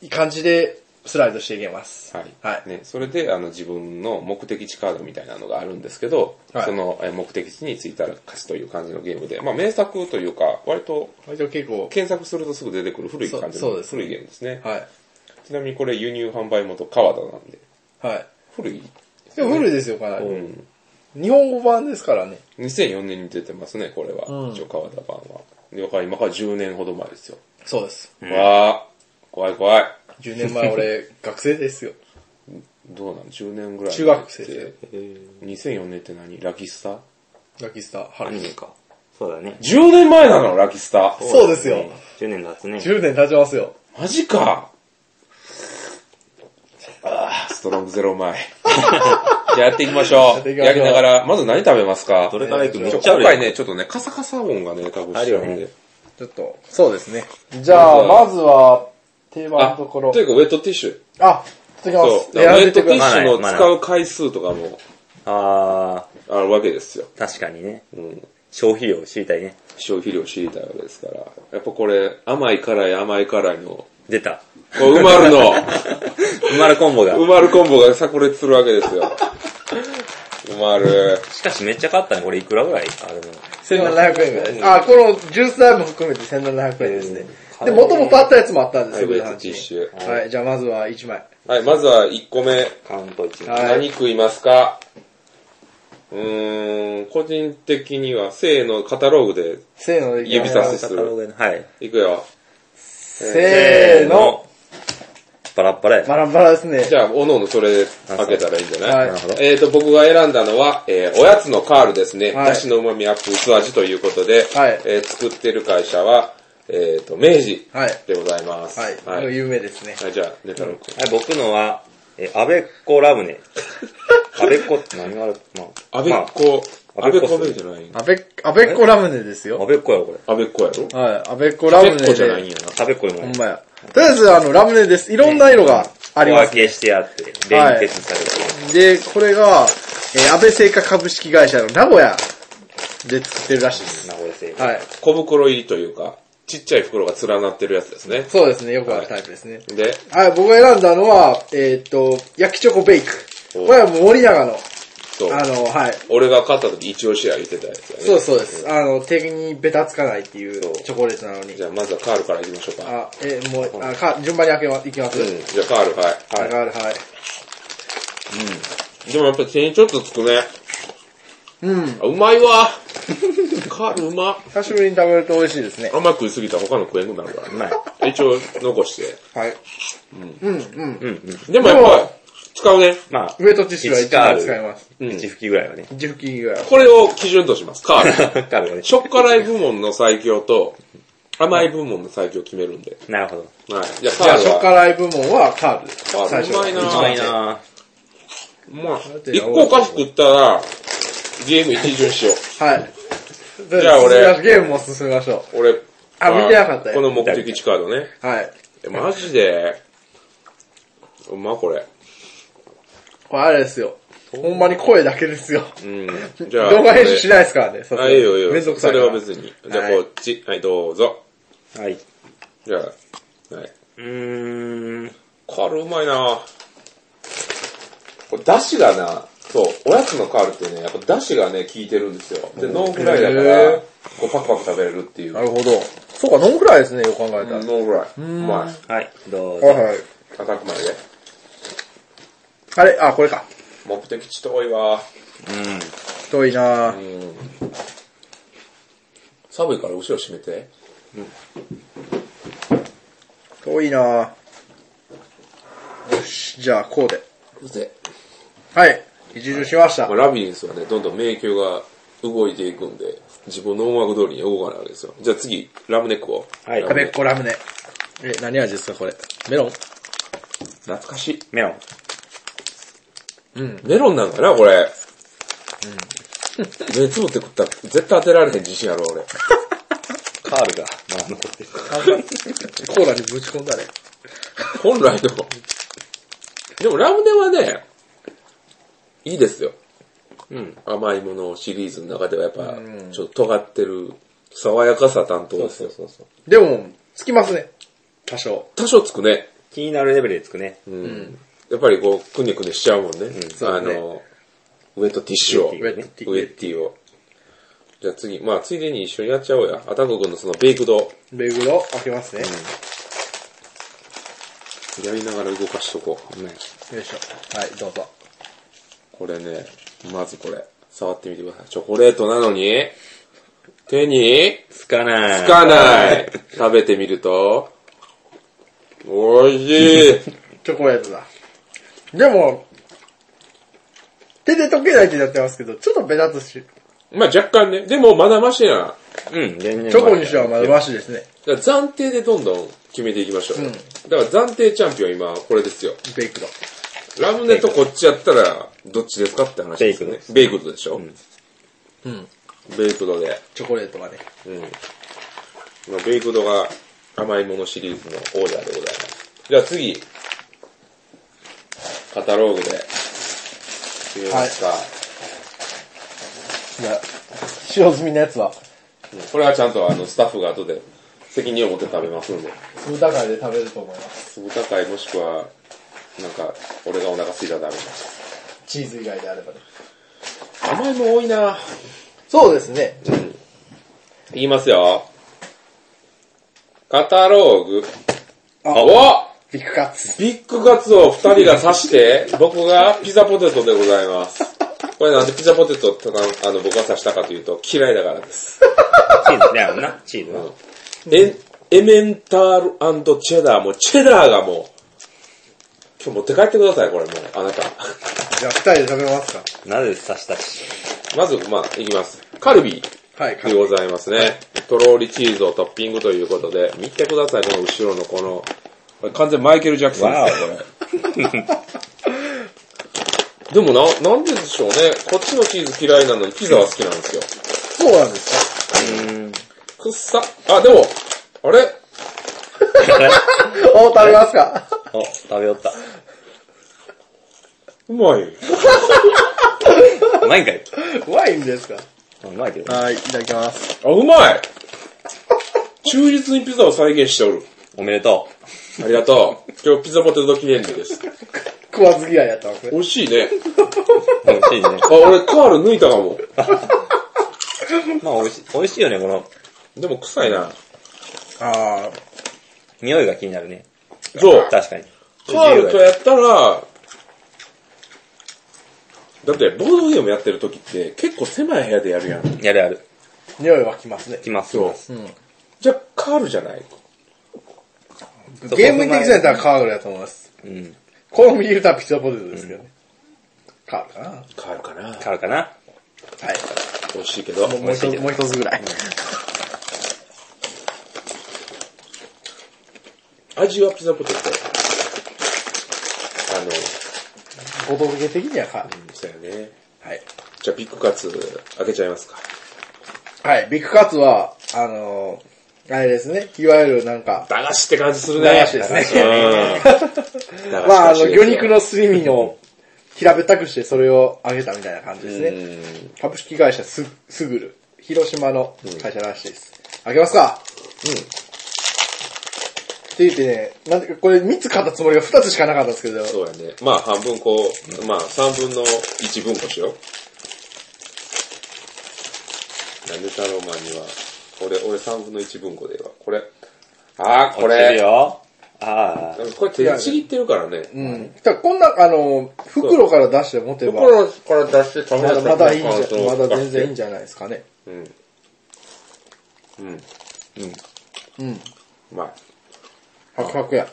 Speaker 2: いい感じでスライドしていけます。
Speaker 1: はい。
Speaker 2: はい。
Speaker 1: ね、それで、あの、自分の目的地カードみたいなのがあるんですけど、
Speaker 2: はい
Speaker 1: そのえー目的地に着いたら勝ちという感じのゲームで、まあ、名作というか、割と
Speaker 2: 割と結構、
Speaker 1: 検索するとすぐ出てくる古い感じ
Speaker 2: そうそう
Speaker 1: の、
Speaker 2: ですね
Speaker 1: 古いゲームですね。
Speaker 2: はい。
Speaker 1: ちなみにこれ輸入販売元川田なんで、
Speaker 2: はい。
Speaker 1: 古い。
Speaker 2: でも古いですよ、かな
Speaker 1: う
Speaker 2: り。
Speaker 1: ん。
Speaker 2: 日本語版ですからね。
Speaker 1: 2004年に出てますね、これは。
Speaker 2: うん
Speaker 1: 一応川田版は。だから今から10年ほど前ですよ。
Speaker 2: そうです。
Speaker 1: わー、怖い怖い。
Speaker 2: 10年前俺、学生 ですよ。
Speaker 1: どうなん ?10 年ぐらい。
Speaker 2: 中学生で。
Speaker 1: 2004年って何ラキスタ
Speaker 2: ラキスタ、は
Speaker 3: アニメ
Speaker 2: い。
Speaker 3: か。そうだね。
Speaker 1: 10年前なのラキスタ。
Speaker 2: そうですよ。
Speaker 3: 10年経つね。
Speaker 2: 10年経ちますよ。
Speaker 1: マジか。あーストロングゼロ前。 じゃあやっていきましょ
Speaker 2: やっ
Speaker 1: う。
Speaker 2: ていきまし
Speaker 1: や
Speaker 2: ょう
Speaker 1: りながら、まず何食べますか
Speaker 3: どれから行く
Speaker 1: ち
Speaker 3: め
Speaker 1: ょ
Speaker 3: っちゃあ
Speaker 1: 今
Speaker 3: るやん
Speaker 1: 回ね、ちょっとね、カサカサ音がね、多分してるん
Speaker 3: ある
Speaker 1: で
Speaker 3: よね。
Speaker 2: ちょっと、そうですね。じゃあ、まずは、定番のところ。
Speaker 1: いうかウェットティッシュ。
Speaker 2: あ、いきま
Speaker 1: そう
Speaker 2: す。。
Speaker 1: ウェット
Speaker 2: く
Speaker 1: ティッ
Speaker 2: ださ
Speaker 1: シ
Speaker 2: い。
Speaker 1: ュの使う回数とかも
Speaker 3: あ
Speaker 1: あるわけですよ。
Speaker 3: ー、確かにね。
Speaker 1: うん。
Speaker 3: 消費量を知りたいね。
Speaker 1: 消費量知りたいわけですから。やっぱこれ、甘い辛い甘い辛いの、
Speaker 3: 出た。
Speaker 1: こう埋まる の、
Speaker 3: 埋まるコンボが。
Speaker 1: 埋まるコンボが炸裂するわけですよ。埋まる。
Speaker 3: しかしめっちゃ買ったね。これいくらぐらいあれも。
Speaker 2: 1700円ぐらいです。あ、このジュース代も含めて1700円ですね。で、もともとあったやつもあったんですよ、
Speaker 1: はい
Speaker 2: こういう話
Speaker 1: ウェットティッシュ
Speaker 2: はい、じゃあまずは1枚。
Speaker 1: はい、まずは1個目。
Speaker 3: カウント1。
Speaker 2: はい
Speaker 1: 何食いますかうーん、個人的には、せーのカタログで
Speaker 2: せーのでいきま
Speaker 1: 指
Speaker 2: す
Speaker 1: さす
Speaker 3: はい。
Speaker 1: いくよ。
Speaker 2: せーの。。
Speaker 3: バラッバラや。
Speaker 2: バラバラですね
Speaker 1: じ。ゃあ、おのおのそれ開けたらいいんじゃない
Speaker 2: はい
Speaker 3: なるほど。
Speaker 1: えー、と、僕が選んだのは、えーおやつのカールですね。
Speaker 2: はい
Speaker 1: だしの旨味アップ薄味ということで、
Speaker 2: はい
Speaker 1: えー作ってる会社は、えー、と、明治
Speaker 2: はい。
Speaker 1: でございます。
Speaker 2: はい。こ
Speaker 1: はい。
Speaker 2: れ有名ですね。
Speaker 1: はいじゃあ、ネタロウ君。
Speaker 3: はい、僕のは、え、アベッコラム ネ。アベッコって何があるまあ、
Speaker 1: あべっこ、
Speaker 3: まあ
Speaker 1: あべっこ
Speaker 3: 安倍っ子
Speaker 1: じゃない
Speaker 2: アベッ、アベッコラムネです
Speaker 3: まあア
Speaker 2: よ。
Speaker 3: ベッコやろ、これ。
Speaker 1: あべっこやろ
Speaker 2: はい、アベッコラ
Speaker 1: あべ
Speaker 2: ムネ
Speaker 1: っこじゃないん
Speaker 2: で。
Speaker 1: やな。
Speaker 3: アベッコでも
Speaker 2: ほ
Speaker 3: な
Speaker 2: ん。
Speaker 3: い
Speaker 2: まや。とりあえず、あの、ラムネです。いろんな色がありま
Speaker 3: 分
Speaker 2: す。
Speaker 3: けしてあって、連結されてる。
Speaker 2: で、これが、えー、安倍製菓株式会社の名古屋で作ってるらしいです。
Speaker 3: 名古屋製菓。
Speaker 2: はい。
Speaker 1: 小袋入りというか、ちっちゃい袋が連なってるやつですね。
Speaker 2: そうですね、よくあるタイプですね。
Speaker 1: で、
Speaker 2: はい、僕が選んだのは、えーっと、焼きチョコベイク。
Speaker 1: お
Speaker 2: これはもう森永の、
Speaker 1: そう。
Speaker 2: あの、はい。
Speaker 1: 俺が買った時一押しや言ってたやつやね。
Speaker 2: そうそうです。あの、手にベタつかないっていう
Speaker 1: そう
Speaker 2: チョコレートなのに
Speaker 1: じ。ゃあ、まずはカールから行きましょうか。
Speaker 2: あ、えーもう、あか、順番に開けま、いきます。
Speaker 1: うん。じゃあ、カール、はい。
Speaker 2: はい、はい、はい。
Speaker 1: でもやっぱ手にちょっとつくね。
Speaker 2: うん。
Speaker 1: あうまいわ。 カールうま。
Speaker 2: 久しぶりに食べると美味しいですね。
Speaker 1: 甘く食いすぎたら他の食えんくなるか
Speaker 3: うまい。
Speaker 1: ら。一応残して。
Speaker 2: はい。うん、うん。
Speaker 3: うんうん。
Speaker 1: でもやっ
Speaker 2: で
Speaker 1: ぱ
Speaker 2: も
Speaker 1: 使うね。
Speaker 3: まあ、
Speaker 2: ウェットティッシュは一番使います。
Speaker 1: うん
Speaker 3: 一吹きぐらいはね。
Speaker 2: 自腹金ぐらいは。
Speaker 1: これを基準とします。カール。
Speaker 3: カール がね。
Speaker 1: しょっ辛い部門の最強と、甘い部門の最強決めるんで。
Speaker 3: なるほど。
Speaker 1: はい。じゃあ、
Speaker 2: じゃ
Speaker 1: カ
Speaker 2: あ、
Speaker 1: ー
Speaker 2: シ
Speaker 1: ル
Speaker 2: ョッ
Speaker 1: は。
Speaker 2: カライ部門はカール。
Speaker 1: カール
Speaker 2: 最初は。
Speaker 1: うまいな
Speaker 3: 一
Speaker 1: ぁ
Speaker 3: 番いいな
Speaker 1: まあ、
Speaker 2: て
Speaker 1: 一個お菓子食ったら、ゲーム一巡しよう。
Speaker 2: はい。
Speaker 1: じゃあ俺
Speaker 2: 進みましょうゲームも進めましょ
Speaker 1: 俺、
Speaker 2: あ見てなかったよ
Speaker 1: この目的地カードね。
Speaker 2: う。はい。
Speaker 1: えマジで、うま、これ。
Speaker 2: これあれですよ。ほんまに声だけですよ。
Speaker 1: うん。じゃあ、
Speaker 2: 動画編集し
Speaker 1: い
Speaker 2: ないですからね。さすが
Speaker 1: あ、
Speaker 2: に
Speaker 1: いいよいいよ。
Speaker 2: めんどくさ
Speaker 1: そ
Speaker 2: いか
Speaker 1: れ
Speaker 2: ら。
Speaker 1: は別に。じゃあ、
Speaker 2: はい
Speaker 1: こっち。はい、どうぞ。
Speaker 3: はい。う
Speaker 1: じゃあ、はい。
Speaker 3: ーん。
Speaker 1: カールうまいなこれ、だしがな、そう、おやつのカールってね、やっぱだしがね、効いてるんですよ。で、ノンフライだか
Speaker 2: へ
Speaker 1: ら
Speaker 2: ー、
Speaker 1: こう、パクパク食べれるっていう。
Speaker 2: なるほど。そうか、ノンフライですね、よく考えたら。
Speaker 1: ノンフライ。うまい。
Speaker 3: はい、どうぞ。
Speaker 2: はいはい。
Speaker 1: アタックまでね。
Speaker 2: あれあ、これか。
Speaker 1: 目的地遠いわ。
Speaker 3: うん。
Speaker 2: 遠いな
Speaker 1: う
Speaker 2: ぁ。
Speaker 1: ん。寒いから後ろ閉めて。
Speaker 2: 遠いなぁ。よし、じゃあ、こうで。
Speaker 1: うぜ。
Speaker 2: はい。一巡しました
Speaker 1: まあ、。ラビリンスはね、どんどん迷宮が動いていくんで、自分の音楽通りに動かないわけですよ。じゃあ次、ラムネックを。
Speaker 3: はい
Speaker 1: ラ
Speaker 2: 食
Speaker 1: ム
Speaker 2: べ
Speaker 1: ネ
Speaker 2: っこラムネ。え、何味ですか、これ。メ ロン
Speaker 1: 懐かしい。
Speaker 3: メロン。
Speaker 2: うん。
Speaker 1: メロンなんかな、これ。目つぶって食ったら絶対当てられへん自信ある、俺。
Speaker 3: カールがまだ残ってる。
Speaker 2: コーラにぶち込んだね。
Speaker 1: 本来の。でもラムネはね、いいですよ。
Speaker 3: うん。
Speaker 1: 甘いものシリーズの中ではやっぱ
Speaker 2: うん、
Speaker 1: ちょっと尖ってる、爽やかさ担当
Speaker 3: そう
Speaker 1: です
Speaker 3: そう
Speaker 1: よ。
Speaker 3: そうそう。
Speaker 2: でも、つきますね。多少。
Speaker 1: 多少つくね。
Speaker 3: 気になるレベルでつくね。
Speaker 1: うん。やっぱりこう、くねくねしちゃうもんね。
Speaker 2: そう
Speaker 1: あ
Speaker 2: だね
Speaker 1: の、ウェットティッシュを。
Speaker 3: ウ
Speaker 2: ウ
Speaker 3: ェ
Speaker 2: ェ
Speaker 3: ッ
Speaker 2: ット
Speaker 3: ト
Speaker 2: テ
Speaker 3: テ
Speaker 1: ウェ
Speaker 2: ィ
Speaker 1: ッティを。じゃあ次、まあついでに一緒にやっちゃおうや。アタコ君のそのベイクド、
Speaker 2: レグロ開けますね。
Speaker 1: やりながら動かしとこう。
Speaker 2: よいしょ。はい、どうぞ。
Speaker 1: これね、まずこれ、触ってみてください。チョコレートなのに、手に、
Speaker 3: つかない。
Speaker 1: つかない。食べてみると、おいしい。
Speaker 2: チョコレートだ。でも、手で溶けないってなってますけど、ちょっとベタつし、
Speaker 1: まあ若干ね、でもまだマシや
Speaker 3: うん、全然。
Speaker 2: チョコにしてはまだマシですね。
Speaker 1: な。だから暫定でどんどん決めていきましょうよ。
Speaker 2: うん
Speaker 1: だから暫定チャンピオン今これですよ。
Speaker 2: ベイクド。
Speaker 1: ラムネとこっちやったらどっちですかって話ですね。ベイクドでしょ、
Speaker 3: ん
Speaker 2: うん。
Speaker 1: ベイクドで。
Speaker 2: チョコレートがね。
Speaker 1: うん。まあベイクドが甘いものシリーズのオーダーでございます。じゃあ次。カタローグで。決めますか。
Speaker 2: じゃあ使用済みのやつは、
Speaker 1: これはちゃんとあのスタッフが後で責任を持って食べますんで。
Speaker 2: 酢高いで食べると思います。
Speaker 1: 粒高いもしくは、なんか、俺がお腹すいたらダメ
Speaker 2: チーズ以外であればね。
Speaker 1: だ。甘いも多いな
Speaker 2: そうですね。
Speaker 1: 言いますよ。カタローグ。
Speaker 2: あ
Speaker 1: お
Speaker 2: ビッグカツ。
Speaker 1: ビッグカツを二人が刺して、僕がピザポテトでございます。これなんでピザポテトをただあの、僕が刺したかというと、嫌いだからです。
Speaker 3: チーズだよな、チーズな。
Speaker 1: エエメンタールチェダーも、チェダーがもう、今日持って帰ってください、これもう、あなた。
Speaker 2: じゃあ二人で食べますか。
Speaker 3: なぜ刺したし。
Speaker 1: まず、まあ、いきます。カルビー。
Speaker 2: はい、
Speaker 1: でございますね。とろーりチーズをトッピングということで、見てください、この後ろのこの、これ完全マイケル・ジャクソン
Speaker 3: わ
Speaker 1: ですよ、こ れ。でもな、なんででしょうね。こっちのチーズ嫌いなのにピザは好きなんですよ。
Speaker 2: そうなんです
Speaker 3: うん。
Speaker 1: くっさ。あ、でも、あれ
Speaker 2: か。お、食べますか。
Speaker 3: お、食べよった。
Speaker 1: うまい。
Speaker 3: うまいんかい。
Speaker 2: ワインですか。
Speaker 3: うまいけど。
Speaker 2: はい、いただきます。
Speaker 1: あ、うまい忠実にピザを再現しておる。
Speaker 3: おめでと
Speaker 1: ありがとう。今日ピザポテト記念日です。
Speaker 2: 食わず嫌いやったわ、これ。
Speaker 1: 美味しいね。
Speaker 3: う。美味しいね。
Speaker 1: あ、俺カール抜いたかも。
Speaker 3: まあ美味しい、美味しいよね、この
Speaker 1: でも臭いな。
Speaker 2: あ
Speaker 3: 匂いが気になるね。
Speaker 1: そう。
Speaker 3: 確かに。
Speaker 1: カールとやったら、だってボードゲームやってる時って結構狭い部屋でやるやん。
Speaker 3: やるやる。
Speaker 2: ー、匂いはきますね。
Speaker 3: きます。
Speaker 1: そう。じゃあカールじゃない
Speaker 3: そう
Speaker 2: ゲームにできそうやったらカールやと思います。
Speaker 3: うん。
Speaker 2: この右言うたらピザポテトですけどね。カールかな。は
Speaker 1: カールかな
Speaker 3: 買うかな。
Speaker 1: 美味しいけど。
Speaker 2: い。もう一つ、もう一つぐらい。
Speaker 1: 味はピザポテト。あの、
Speaker 2: お届け的にはカール。
Speaker 1: そうやね。
Speaker 2: はい。
Speaker 1: じゃあビッグカツ開けちゃいますか。
Speaker 2: はい、ビッグカツは、あのー、あれですね。いわゆるなんか、
Speaker 1: 駄菓子って感じするね。
Speaker 2: 駄菓子ですね
Speaker 1: う ん。駄菓子
Speaker 2: まあ、あ
Speaker 1: 美味しいで
Speaker 2: の、
Speaker 1: すよ
Speaker 2: 魚肉のすり身の平べったくしてそれを揚げたみたいな感じですね。
Speaker 1: うん
Speaker 2: 株式会社す、すぐる。広島の会社らしいです。揚げますかうん。って言ってね、なんで、これ3つ買ったつもりが2つしかなかったんですけど、
Speaker 1: そうやね。まあ半分こう、まあ三分の一分こしよう。なんで太郎マンには、俺、俺三分の一分こでは。これ、あーこ
Speaker 3: 落ちる
Speaker 1: れ、
Speaker 3: よ。ああ。
Speaker 1: これ手ちぎってるからね。
Speaker 2: うん。だからこんな、あの、袋から出して持てば、
Speaker 1: 袋から出して食べ
Speaker 2: ま
Speaker 1: た
Speaker 2: だまだいいんじゃ、まだ全然いい
Speaker 1: じ
Speaker 2: んじゃないですかね。
Speaker 1: ゃん。うん。うん。
Speaker 2: うん。
Speaker 1: まあ、
Speaker 2: パクパクや。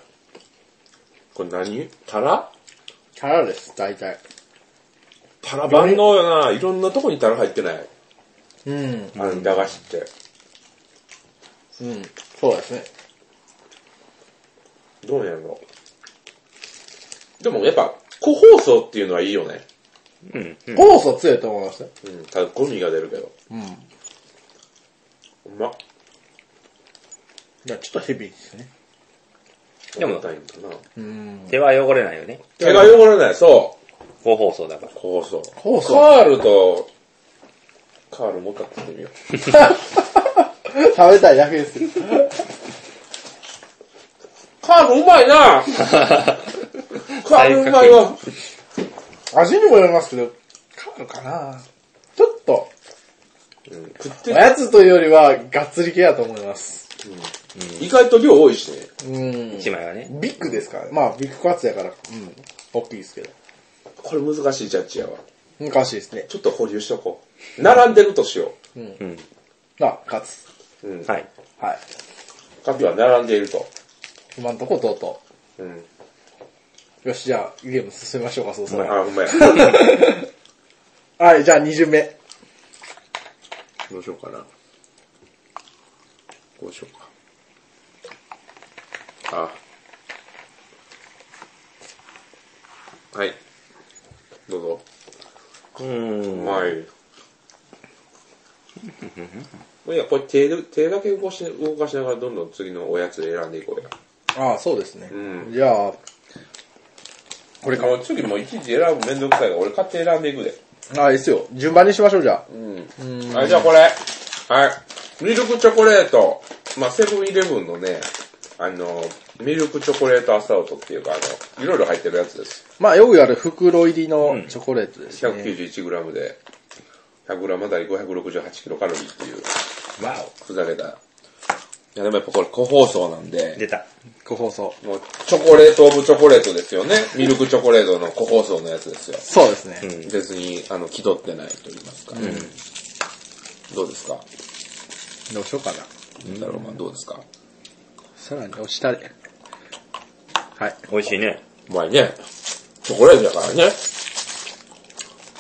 Speaker 1: これ何タラ
Speaker 2: キャラです、大体。
Speaker 1: タラ万能よな。いろんなとこにタラ入ってない。
Speaker 2: うん。
Speaker 1: あの、駄菓子って。
Speaker 2: うん。そうですね。
Speaker 1: どうやろう。でもやっぱ、個包装っていうのはいいよね。
Speaker 3: うん。うん
Speaker 2: 酵素強いと思いますよ。
Speaker 1: うん。ただゴミが出るけど。
Speaker 2: うん。
Speaker 1: うまっ。
Speaker 4: だからちょっとヘビーですね。
Speaker 3: でも、
Speaker 1: 硬いんだな。
Speaker 4: うん。
Speaker 3: 手は汚れないよね。
Speaker 1: 手が汚れない、そ
Speaker 3: 高放送だから
Speaker 1: う。。こうそう。
Speaker 4: 放
Speaker 1: カ
Speaker 4: 送。
Speaker 1: ールと、カールもう一回食ってみよう。
Speaker 2: 食べたいだけですよ。
Speaker 1: カールうまい なカールうまいわ。
Speaker 2: 味にもよりますけど、変わるかなちょっと、
Speaker 1: 食っ
Speaker 2: お
Speaker 1: て、
Speaker 2: やつというよりは、がっつり系だと思います。
Speaker 1: 意外と量多いしね。
Speaker 2: うん。
Speaker 3: 一枚はね。
Speaker 2: ビッグですから、まあ、ビッグカツやから、うん。大きいですけど。
Speaker 1: これ難しいジャッジやわ。
Speaker 2: 難しいですね。
Speaker 1: ちょっと保留しとこう。並んでるとしよ
Speaker 3: うん。
Speaker 2: まあ、カツ。
Speaker 1: う。うん。
Speaker 3: はい。
Speaker 2: はい。
Speaker 1: カツは並んでいると。
Speaker 2: 今んとこ、とうと
Speaker 1: うん。
Speaker 2: う。よし、じゃあ、ゲーム進めましょうか、そうそう。
Speaker 1: あ、ほん まや。
Speaker 2: はい、じゃあ、2巡目。
Speaker 4: どうしようかな。こうしようか。
Speaker 1: あ。はい。どうぞ。
Speaker 3: うーん。
Speaker 1: はい。 もういや、これ手で、手だけ動かし、動かしながらどんどん次のおやつ選んでいこうや。
Speaker 2: ああ、そうですね。
Speaker 1: うん
Speaker 2: じゃあ、これか。
Speaker 1: もう次もいちいち選ぶめんどくさいから、俺勝手に選んでいくで。
Speaker 2: ああ、いいっすよ。順番にしましょう、じゃ
Speaker 1: うん。はい、じゃあこれ。はい。ミルクチョコレート。まあ、セブンイレブンのね、あの、ミルクチョコレートアサウトっていうか、あの、いろいろ入ってるやつです。
Speaker 2: あ。まあ、よくある袋入りのチョコレートですね。
Speaker 1: 191g で、100g あたり 568kcal ロリーっていう、
Speaker 2: わお。
Speaker 1: ふざけた。いや、でもやっぱこれ、個包装なんで。
Speaker 3: 出た。
Speaker 2: 個包装。
Speaker 1: もう、チョコレートオブチョコレートですよね。ミルクチョコレートの個包装のやつですよ。
Speaker 2: そうですね。
Speaker 1: 別に、あの、気取ってないと言いますか。どうですか
Speaker 2: どうしようかな。
Speaker 1: 太郎マンどうですか
Speaker 2: さらに押したで。はい。
Speaker 3: 美味しいね。
Speaker 1: うまいね。チョコレートだからね。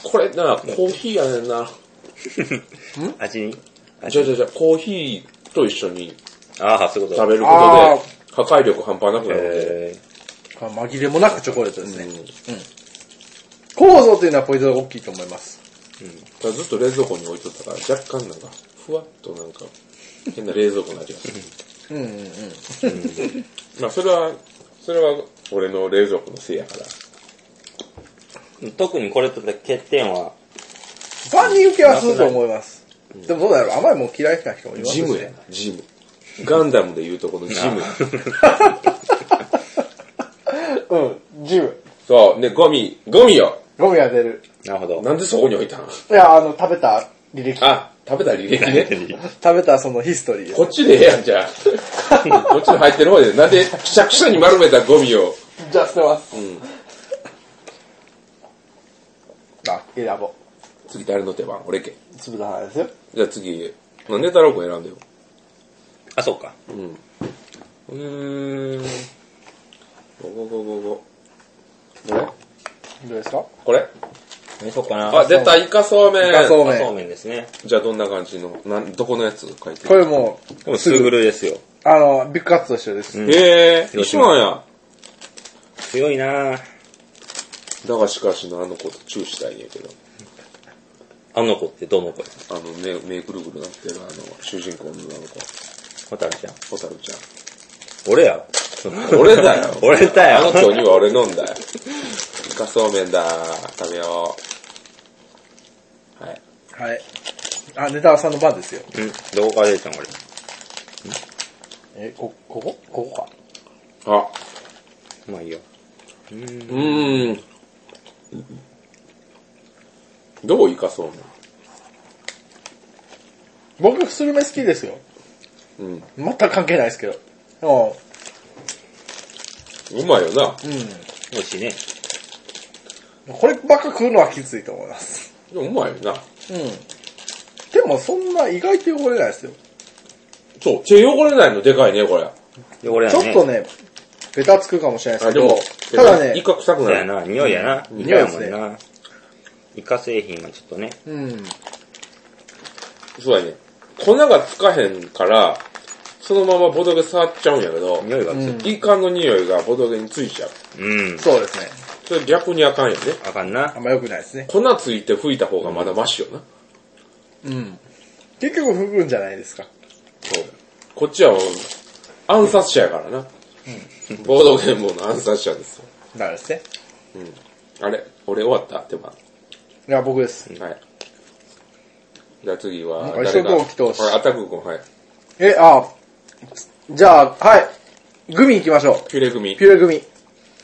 Speaker 1: これな、コーヒーやねんな。
Speaker 3: 味に。
Speaker 1: じゃじゃじゃ、コーヒーと一緒に
Speaker 3: ああ、そういうこと。
Speaker 1: 食べる
Speaker 2: あ
Speaker 1: ことで、破壊力半端なくなるので。
Speaker 3: え
Speaker 2: まあ紛れもなくチョコレートですね。うん。個包装というのはポイントが大きいと思います。
Speaker 1: ただずっと冷蔵庫に置いとったから、若干なんか、ふわっとなんか、変な冷蔵庫の味がする。
Speaker 2: うんうんうん。
Speaker 1: まあ、それは、それは俺の冷蔵庫のせいやから。
Speaker 3: ー特にこれと欠点は、
Speaker 2: 万人受けはすると思います。でもどうだろう甘いもん嫌いな人もいますし
Speaker 1: ジムやな、ジム。ガンダムで言うとこのジム。
Speaker 2: うん、ジム。
Speaker 1: そう、ね、ゴミ、ゴミよ
Speaker 2: ゴミが出る。
Speaker 3: なるほど。
Speaker 1: なんでそこに置いたん
Speaker 2: いや、あの、食べた履歴。
Speaker 1: あ、食べた履歴ね。
Speaker 2: 食べたそのヒストリーです
Speaker 1: こ。っちでええやん、じゃあ。こっちの入ってる方で、なんで、くしゃくしゃに丸めたゴミを。
Speaker 2: じゃあ捨てます。あ、選ぼ
Speaker 1: 次誰の手番俺け。
Speaker 2: う。つぶた花ですよ。
Speaker 1: じゃあ次、なんで太郎くん選んでよ。
Speaker 3: あ、そうか。
Speaker 1: うーん。ごごごごご。これ
Speaker 2: どうですか
Speaker 1: これ
Speaker 3: 何そうかな。
Speaker 1: あ、出た、イカそうめん。
Speaker 2: イカそうめん
Speaker 3: そうめんですね。
Speaker 1: じゃあどんな感じの、なん、どこのやつ書いて
Speaker 2: これも
Speaker 3: でも、すぐるいですよ。
Speaker 2: う、あの、ビッグカッツと一緒です。
Speaker 1: ええー、
Speaker 3: 広
Speaker 1: 一
Speaker 3: 島
Speaker 1: 番や。
Speaker 3: 強いなぁ。
Speaker 1: だがしかしのあの子とチューしたいんやけど。
Speaker 3: あの子ってどの子ですか
Speaker 1: あの、目、目ぐるぐるなってるあの、主人公の女の子、
Speaker 3: ホタルちゃん。
Speaker 1: ホタルちゃん。
Speaker 3: 俺やろ。
Speaker 1: 俺だよ
Speaker 3: 俺だ
Speaker 1: あ
Speaker 3: よ
Speaker 1: の。子には俺飲んだよ。 イカそうめんだ食べよう。はい。
Speaker 2: はい。あ、ネタさんの番ですよ。
Speaker 3: うん。どこから出たん俺。
Speaker 2: え、こ、ここここか。
Speaker 1: あ、
Speaker 3: まあいいよ。
Speaker 1: うーん。どうイカそう
Speaker 2: 僕、スルメ好きですよ。
Speaker 1: めん。うん。
Speaker 2: 全く関係ないですけど。でも、
Speaker 1: うまいよな。
Speaker 2: う
Speaker 3: 美味しいね。
Speaker 2: ん。こればっか食うのはきついと思います。
Speaker 1: でもうまいよな。
Speaker 2: うん。でも、そんな意外と汚れないですよ。
Speaker 1: そう、手汚れないのでかいね、これ。
Speaker 3: で、俺や
Speaker 2: ちょ
Speaker 3: ね。
Speaker 2: っと。ね、ベタつくかもしれないですけど、た
Speaker 1: た
Speaker 2: だ
Speaker 1: だね、イ
Speaker 2: ね、
Speaker 1: カ臭く
Speaker 3: そう
Speaker 1: な
Speaker 3: や
Speaker 1: い。
Speaker 3: な。匂いやな。イカやもんな。イカ製品はちょっとね。
Speaker 2: うん。
Speaker 1: そうやね。粉がつかへんから、そのままボトゲ触っちゃうんやけど、
Speaker 3: 匂いが強い。
Speaker 1: イカの匂いがボトゲについちゃう。
Speaker 3: うん。
Speaker 2: そうですね。
Speaker 1: それ逆にあかんよね。
Speaker 3: あかんな
Speaker 2: あ。んま良くないですね。
Speaker 1: 粉ついて吹いた方がまだマシよな。
Speaker 2: うん。結局、ふぐんじゃないですか。
Speaker 1: そうこっちはもう、暗殺者やからな。ボードゲームの暗殺者ですよ。
Speaker 2: なるですね。
Speaker 1: あれ俺終わった手間。
Speaker 2: いや、僕です。
Speaker 1: はい。じゃあ次は
Speaker 2: あ
Speaker 1: 誰が、
Speaker 2: 一言起きてほしい
Speaker 1: これアタック君、はい。
Speaker 2: え、あ、じゃあ、はい。グミ行きましょ
Speaker 1: ピュレ組
Speaker 2: う。。ピュレグミ。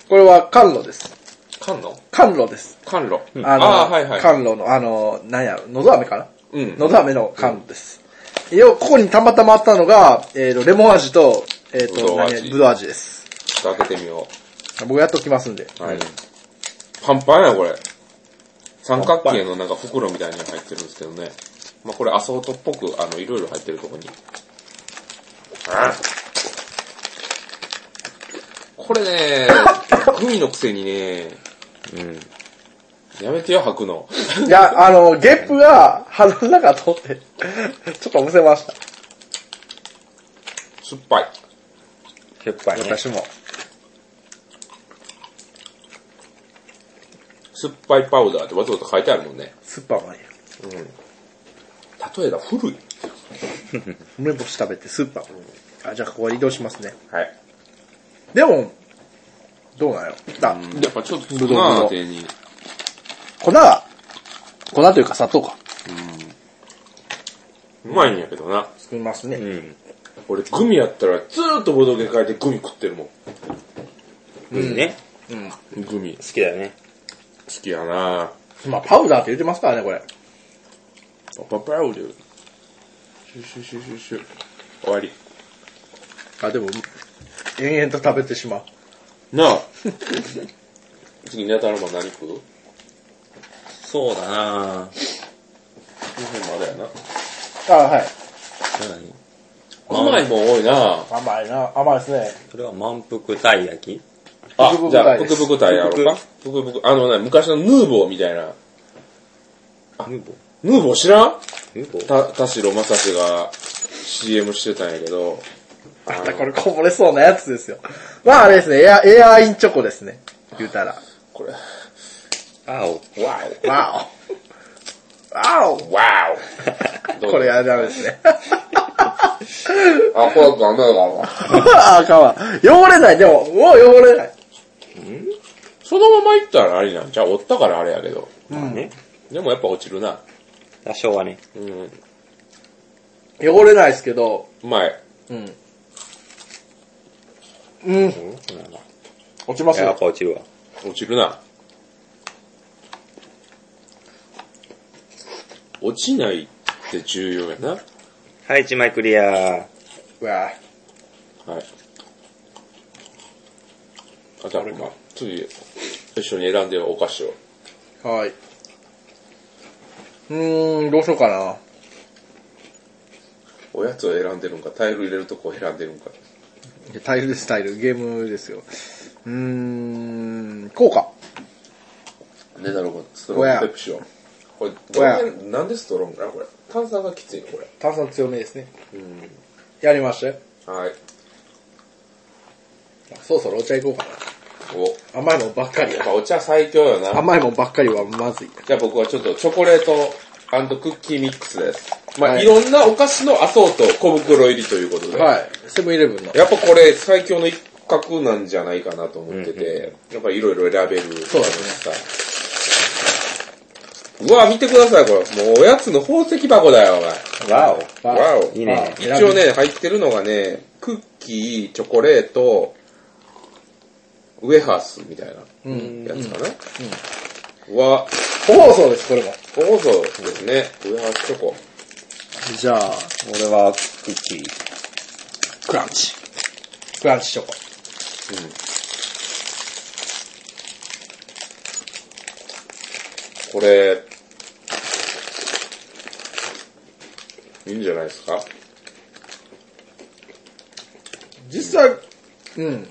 Speaker 2: これは、甘露です。
Speaker 1: 缶の
Speaker 2: 甘露です。
Speaker 1: 缶路。
Speaker 2: あの、
Speaker 1: あーはいはい。
Speaker 2: 甘露の、あの、なんやろ、のど飴かな
Speaker 1: うん
Speaker 2: のど飴の甘露です。要は、ここにたまたまあったのが、えっ、と、レモン味と、えっ、
Speaker 1: ぶど
Speaker 2: と、
Speaker 1: う味
Speaker 2: 何ぶどう味です。
Speaker 1: ちょっと開けてみよ
Speaker 2: 僕やっときますんで。
Speaker 1: う。はい。パンパンや、これ。三角形のなんか袋みたいに入ってるんですけどね。まあこれアソートっぽく、あの、いろいろ入ってるとこに。あこれ ね、グミのくせにね、うん。やめてよ、吐くの。
Speaker 2: いや、あの、ゲップが鼻の中通って、ちょっとむせました。
Speaker 1: 酸っぱい。
Speaker 3: 酸っぱいね。
Speaker 2: 私も。
Speaker 1: 酸っぱいパウダーってわざわざ書いてあるもんね。
Speaker 2: スーパーマンや。
Speaker 1: 例えば古い。
Speaker 2: 梅干し食べてスーパーマン。あ、じゃあここは移動しますね。
Speaker 1: はい。
Speaker 2: でも、どうなんやろ。あ、
Speaker 1: やっぱちょっと
Speaker 2: ぶどうぶど
Speaker 1: な
Speaker 2: う
Speaker 1: 手に。
Speaker 2: 粉が、粉というか砂糖か。
Speaker 1: うまいんやけどな。
Speaker 2: 作りますね。
Speaker 1: 俺、グミやったらずーっとボドゲ変えてグミ食ってるも
Speaker 3: グミね。
Speaker 1: ん。グミ。好
Speaker 3: 好きだよね。
Speaker 1: きやな
Speaker 2: まあパウダーって言ってますからね、これ。
Speaker 1: パパパウダー。シュシュシュシュシュ。終わり。
Speaker 2: あ、でも、延々と食べてしまう。
Speaker 1: なあ 次、ネタロマン何食うこ
Speaker 3: そうだな
Speaker 1: の辺もあれやな。
Speaker 2: あ、はい。
Speaker 3: 何
Speaker 1: 甘いもん多いな
Speaker 2: 甘いな、甘いですね。
Speaker 3: それは満腹たい焼き
Speaker 1: あ
Speaker 2: ブクブ、ク
Speaker 1: じゃあ、
Speaker 2: タイ
Speaker 1: ブ
Speaker 2: です
Speaker 1: クブクタイやろうか。ブクブク、あのね、昔のヌーボーみたいな。
Speaker 3: ヌーボー
Speaker 1: ヌーボー知らん
Speaker 3: ヌーボー
Speaker 1: た、田代正史が CM してたんやけど、
Speaker 2: またこれこぼれそうなやつですよ。まああれですね、エア、エアインチョコですね。言うたら。
Speaker 1: これ、
Speaker 3: あお。
Speaker 1: ワ
Speaker 2: わお。わお。
Speaker 1: オワオ
Speaker 2: これやダメです ね。
Speaker 1: あ、これダメだわ。
Speaker 2: あかんわ。汚れない、でも、もう汚れない。
Speaker 1: そのままいったらありなんちゃう折ったからあれやけど。
Speaker 3: まあね。
Speaker 1: でもやっぱ落ちるな。
Speaker 3: 多少はね。
Speaker 1: うん。
Speaker 2: 汚れないですけど、
Speaker 1: うまい。
Speaker 2: うん。うん。
Speaker 3: そうなんだ
Speaker 2: 落ちま
Speaker 3: やっ。ぱ落ちるわ。
Speaker 1: 落ちるな。落ちないって重要やな。は
Speaker 3: はい、1枚クリア。
Speaker 2: うわ
Speaker 1: い。あ、じゃあ、まあ、次、一緒に選んでよお菓子を。
Speaker 2: はい。うーん、どうしようかな。
Speaker 1: おやつを選んでるんか、タイル入れるとこを選んでるんか。
Speaker 2: いやタイルです、タイル。ゲームですよ。うーん、こうか。
Speaker 1: ねだろうストロングペプシを。これ、どうやなんでストロングなのこれ。炭酸がきついのこれ。
Speaker 2: 炭酸強めですね。やりましたよ。
Speaker 1: はい。
Speaker 2: そろそろお茶行こうかな。
Speaker 1: お、
Speaker 2: 甘いもんばっかり
Speaker 1: やっ
Speaker 2: や。
Speaker 1: ぱお茶最強よな。
Speaker 2: 甘いもんばっかりはまずい。
Speaker 1: じゃあ僕はちょっとチョコレートクッキーミックスです。まあ、
Speaker 2: はい
Speaker 1: い、ろんなお菓子のアソート小袋入りということで。
Speaker 2: はい。セブンイレブンの。
Speaker 1: やっぱこれ最強の一角なんじゃないかなと思ってて、やっぱいろいろ選べる。そう
Speaker 2: だね
Speaker 1: うわ、見てください、これ。もうおやつの宝石箱だよ、お前。
Speaker 3: わ
Speaker 2: わ
Speaker 1: わお。
Speaker 3: いいね
Speaker 2: あ
Speaker 1: 一応ね、入ってるのがね、クッキー、チョコレート、ウェハースみたいなやつかな。は、
Speaker 2: 個包装です、これも。
Speaker 1: そうですね。ウェハースチョコ。
Speaker 2: じゃあ、
Speaker 3: お。俺はクッキー。
Speaker 2: クランチ。クランチチョコ。
Speaker 1: これ、いいんじゃないですか
Speaker 2: 実際、うん。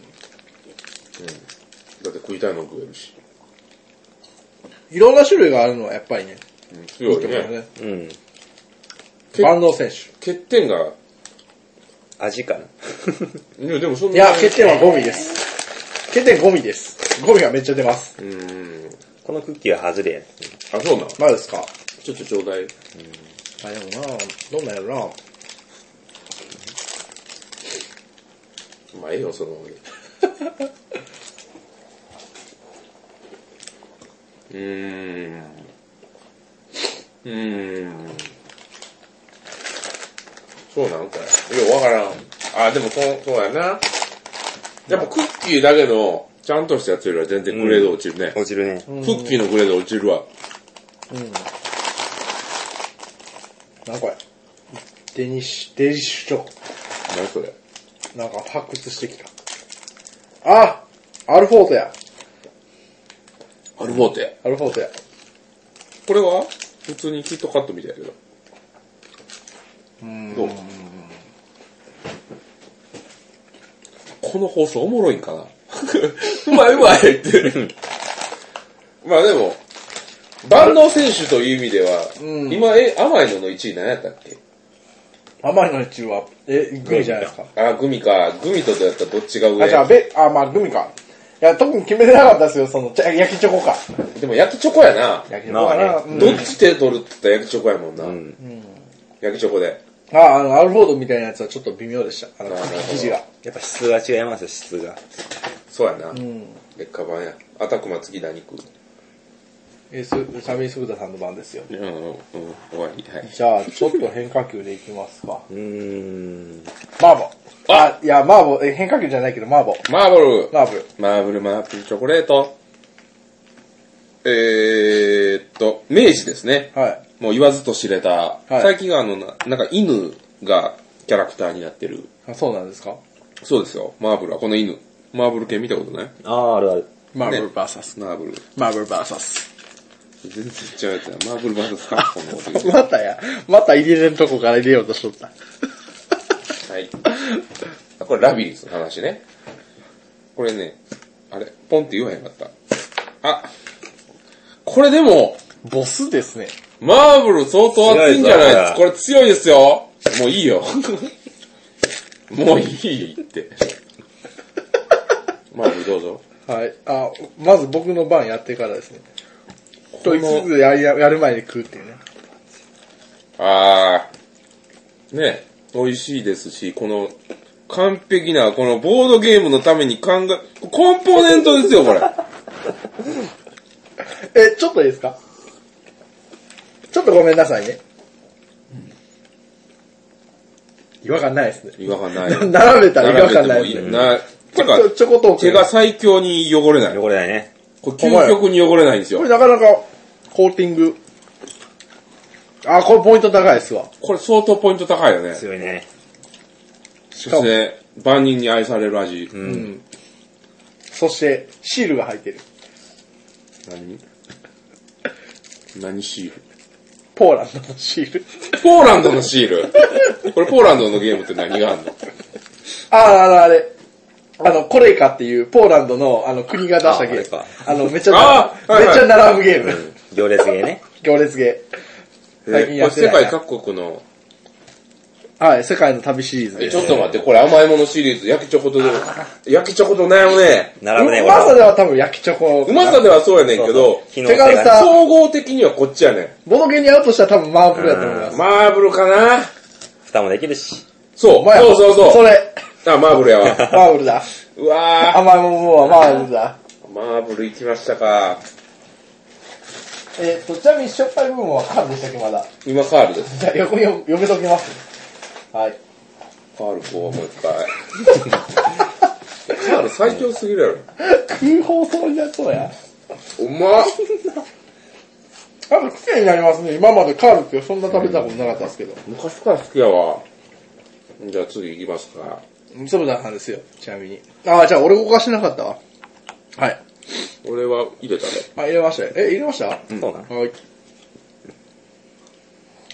Speaker 1: だって食いたいの食えるし。
Speaker 2: いろんな種類があるのはやっぱりね、
Speaker 1: うん、
Speaker 2: いい
Speaker 1: 強
Speaker 2: と
Speaker 1: い
Speaker 2: ころ
Speaker 1: ね。
Speaker 2: ね。
Speaker 3: うん。
Speaker 2: 万能選手。
Speaker 1: 欠点が、
Speaker 3: 味かな。
Speaker 1: いやでもそんない
Speaker 2: や、欠点はゴミです。欠点ゴミです。ゴミがめっちゃ出ます。
Speaker 1: うん。
Speaker 3: このクッキーは外れや。
Speaker 1: あ、そうなん。
Speaker 2: まだですか
Speaker 1: ちょっとちょうだい。
Speaker 2: あ、でもなどんなんやろな
Speaker 1: まあええよ、そのまま で。うーん。うーん。そうなんかようわからん。あ、でもそう、そうやな。やっぱクッキーだけの、ちゃんとしたやつよりは全然グレード落ちるね。
Speaker 3: 落ちるね。
Speaker 2: ん
Speaker 1: クッキーのグレード落ちるわ。
Speaker 2: なんこれ。デニッシュ、デニッシュ
Speaker 1: 何それ。
Speaker 2: 長。なんか発掘してきた。あアルフォートや。
Speaker 1: アルフォーテ。
Speaker 2: アルフォートや。
Speaker 1: これは普通にキットカットみたいだけど。どうこの放送おもろいんかな うまいうまいって。まあでも、万能選手という意味では、
Speaker 2: うん
Speaker 1: 今、え、甘いのの1位何やったっけ
Speaker 2: 甘いの一は、え、グミじゃないですか。
Speaker 1: あ、グミか。グミとどうやったらどっちが上
Speaker 2: あ、じゃあ、べ、あ、まあ、グミか。いや、特に決めてなかったですよ、その、ちゃ焼きチョコか。
Speaker 1: でも焼きチョコやな。
Speaker 2: 焼きチョコかな。
Speaker 3: まあ
Speaker 2: うん
Speaker 1: どっち手取るって言ったら焼きチョコやもんな。
Speaker 3: うん。
Speaker 1: 焼きチョコで。
Speaker 2: あ、あの、アルフォードみたいなやつはちょっと微妙でした。あの
Speaker 1: なるほど、
Speaker 2: 生地が。
Speaker 3: やっぱ質が違いますよ、質が。
Speaker 1: そうやな。
Speaker 2: うん。
Speaker 1: 劣化版や。アタックマ次何食う
Speaker 2: え、す、サミースグダさんの番ですよ。
Speaker 1: うんうんうん。終わり。はい。
Speaker 2: じゃあ、ちょっと変化球でいきますか。
Speaker 3: うーん。
Speaker 2: マーボー。あ、いや、マーボー、え変化球じゃないけど、マーボー。
Speaker 1: マーブル。
Speaker 2: マーブル。
Speaker 1: マーブルマープルチョコレート。えーっと、明治ですね。
Speaker 2: はい。
Speaker 1: もう言わずと知れた。
Speaker 2: はい
Speaker 1: 最近はあの、ななんか犬がキャラクターになってる。
Speaker 2: あそうなんですか
Speaker 1: そうですよ。マーブルはこの犬。マーブル系見たことない
Speaker 3: ああ、あるある。
Speaker 2: マ
Speaker 1: ブ
Speaker 2: ー
Speaker 1: ル
Speaker 2: バーサス。
Speaker 1: マーブル。
Speaker 2: マーブルバーサス。
Speaker 1: 全然違うやつや。マーブルバーサスカッコのこと言う
Speaker 2: またや、また入れれるとこから入れようとしとった。
Speaker 1: はい。あこれラビリンスの話ね。これね、あれ、ポンって言わへんかった。あ、これでも、
Speaker 2: ボスですね。
Speaker 1: マーブル相当熱いんじゃない
Speaker 3: 強いぞ
Speaker 1: これ強いですよ。もういいよ。もういい って。マーブルどうぞ。
Speaker 2: はい。あ、まず僕の番やってからですね。
Speaker 1: こ
Speaker 2: と
Speaker 1: の
Speaker 2: 言いつつやりややる前に食うっていうね。
Speaker 1: あー。ね、美味しいですし、この、完璧な、このボードゲームのために考え、コンポーネントですよ、これ。
Speaker 2: え、ちょっといいですかちょっとごめんなさいね。違和感ないですね。
Speaker 1: 違和感ない。
Speaker 2: 並べたら違和感な
Speaker 1: 並べ
Speaker 2: いです
Speaker 1: ても
Speaker 2: ね。
Speaker 1: いいな。てか
Speaker 2: ちょ、ちょこっと
Speaker 1: 手が最強に汚れない。
Speaker 3: 汚れないね。
Speaker 1: これ究極に汚れないんです
Speaker 2: こ
Speaker 1: よ
Speaker 2: れ。なかなかコーティング。あ、これポイント高いですわ。
Speaker 1: これ相当ポイント高いよね。
Speaker 3: 強いね。
Speaker 1: そして、万人に愛される味。
Speaker 2: うん。そして、シールが入ってる。
Speaker 1: 何 何シール
Speaker 2: ポーランドのシール。
Speaker 1: ポーランドのシールこれポーランドのゲームって何があんの
Speaker 2: ああ、あの、あれ。あの、コレイカっていうポーランドのあの国が出したゲーム
Speaker 3: ああ
Speaker 2: あ
Speaker 3: れ。
Speaker 2: の、めっちゃ
Speaker 1: ああはい
Speaker 2: 並
Speaker 1: は
Speaker 2: ぶ、めっ
Speaker 1: い
Speaker 2: ちゃ並ぶゲーム。
Speaker 3: 行列芸ね。
Speaker 2: 行列ゲー。
Speaker 1: え
Speaker 2: 最
Speaker 1: こ
Speaker 2: 近
Speaker 1: れ
Speaker 2: やって
Speaker 1: 世
Speaker 2: ない
Speaker 1: 界
Speaker 2: な。
Speaker 1: 各国の、
Speaker 2: はい、世界の旅シリーズ
Speaker 1: え、
Speaker 2: で
Speaker 1: ち
Speaker 2: す。
Speaker 1: ょっと待って、これ甘いものシリーズ、焼きチョコと、焼きチョコと悩むね。
Speaker 3: 並ぶね、
Speaker 2: う
Speaker 3: これ
Speaker 2: まさ
Speaker 3: は。
Speaker 2: では多分焼きチョコ。
Speaker 1: うまさではそうやねんけど、
Speaker 3: 機能性が
Speaker 2: 手軽さ
Speaker 1: 総合的にはこっちやね
Speaker 2: ボドゲに合うとしたら多分マーブルだと思います
Speaker 1: ん。。マーブルかな
Speaker 3: 蓋もできるし。
Speaker 1: そう、
Speaker 2: お前
Speaker 1: そうそうそう。
Speaker 2: それ、
Speaker 1: あ、マーブルや わ。
Speaker 2: マーブルだ。
Speaker 1: うわー。
Speaker 2: 甘いものはマーブルだ。
Speaker 1: マーブル行きましたか。
Speaker 2: えっと、ちなみにしょっぱい部分は缶でしたっけ、まだ。
Speaker 1: 今カールです。
Speaker 2: じゃあ横によ読めときます。はい。
Speaker 1: カール4もう一回。カール最強すぎるやろ。
Speaker 2: 空放送になりそうや。
Speaker 1: うまっ。
Speaker 2: なんか癖になりますね。今までカールってそんな食べたことなかったですけど。
Speaker 1: 昔から好きやわ。じゃあ次行きますか。
Speaker 2: みそぶださんですよ、ちなみに。ああ、じゃあ俺動かしてなかったわ。はい。
Speaker 1: 俺は入れたね。
Speaker 2: あ、入れましたよ。え、入れました、
Speaker 3: そうなの。
Speaker 2: はい。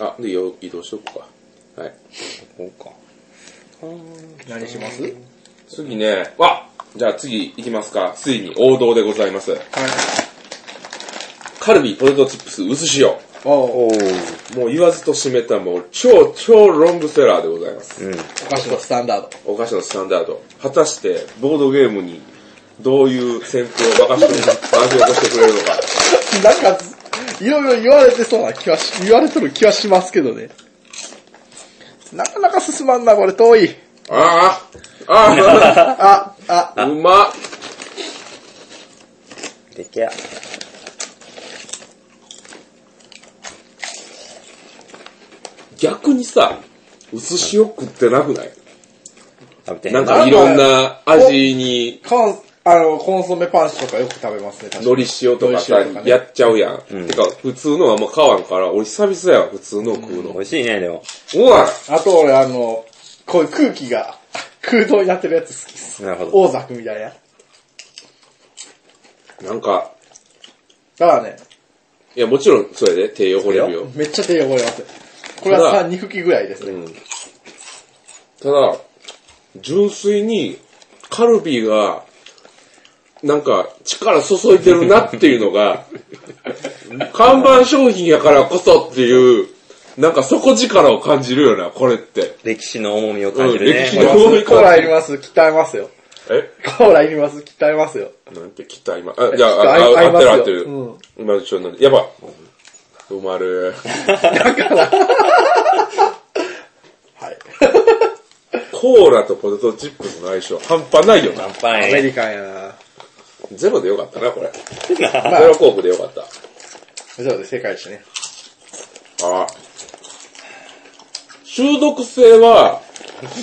Speaker 1: あ、で、よ移動しとくか。はい。
Speaker 3: そうか。
Speaker 2: 何しますはい。
Speaker 1: 次ね、わじゃあ次行きますか。ついに王道でございます。カルビーポテトチップス薄塩。
Speaker 2: おう
Speaker 3: おー。
Speaker 1: もう言わずとしめたもう超超ロングセラーでございます。
Speaker 3: うん。
Speaker 2: お菓子のスタンダード。
Speaker 1: お菓子のスタンダード。果たして、ボードゲームに、どういう戦法を任せて、巻き起こしてくれるのか。
Speaker 2: なんか、いろいろ言われてそうな気はし、言われてる気はしますけどね。なかなか進まんな、これ遠い。
Speaker 1: あああ
Speaker 2: あ、あ、
Speaker 1: あうまっ
Speaker 3: でけや。
Speaker 1: 逆にさ、薄塩食ってなくない
Speaker 3: 食べてへん
Speaker 1: なんかいろんな味に、
Speaker 2: コン、あの、コンソメパンチとかよく食べますね、確か
Speaker 1: 海苔塩とかさ
Speaker 2: 海苔塩とか、ね
Speaker 1: やっちゃうやん。
Speaker 3: ん
Speaker 1: てか、普通のはあんま買わんから、俺久々やわ、普通の食う
Speaker 3: 美
Speaker 1: の。
Speaker 3: 味しいね、でも。
Speaker 1: うわ
Speaker 2: に。あと俺、あの、こういう空気が空洞になってるやつ好きっす。
Speaker 3: なるほど。
Speaker 2: 大ザクみたいな。だ
Speaker 1: なんか、
Speaker 2: からね、
Speaker 1: いや、もちろん、それで手汚れるよ。
Speaker 2: めっちゃ手汚れます。これ
Speaker 1: た
Speaker 2: は
Speaker 1: だ
Speaker 2: 3、2吹きぐらいですね。
Speaker 1: うん。ただ、純粋に、カルビーが、なんか、力注いでるなっていうの が、看板商品やからこそっていう、なんか底力を感じるよな、これって。
Speaker 3: 歴史の重みを感じる
Speaker 1: うん
Speaker 3: ね。
Speaker 1: 歴史
Speaker 2: コ
Speaker 1: の重み
Speaker 2: ーラいります、鍛えますよ。
Speaker 1: え
Speaker 2: コーラいります、鍛えますよ。
Speaker 1: なんてきた今。あ、じゃあ、あ
Speaker 2: ちょっと合い
Speaker 1: あ合ってる合
Speaker 2: 合いますよ
Speaker 1: ってる
Speaker 2: うん。
Speaker 1: 今一緒になる。やばい。埋まる。
Speaker 2: はい。
Speaker 1: コーラとポテトチップスの相性半端ないよな。
Speaker 3: 乾杯
Speaker 2: アメリカンやな
Speaker 1: ゼロでよかったな、 これ。ゼロコークでよかった。
Speaker 2: 以上で正解でしたね。
Speaker 1: ああ。中毒性は、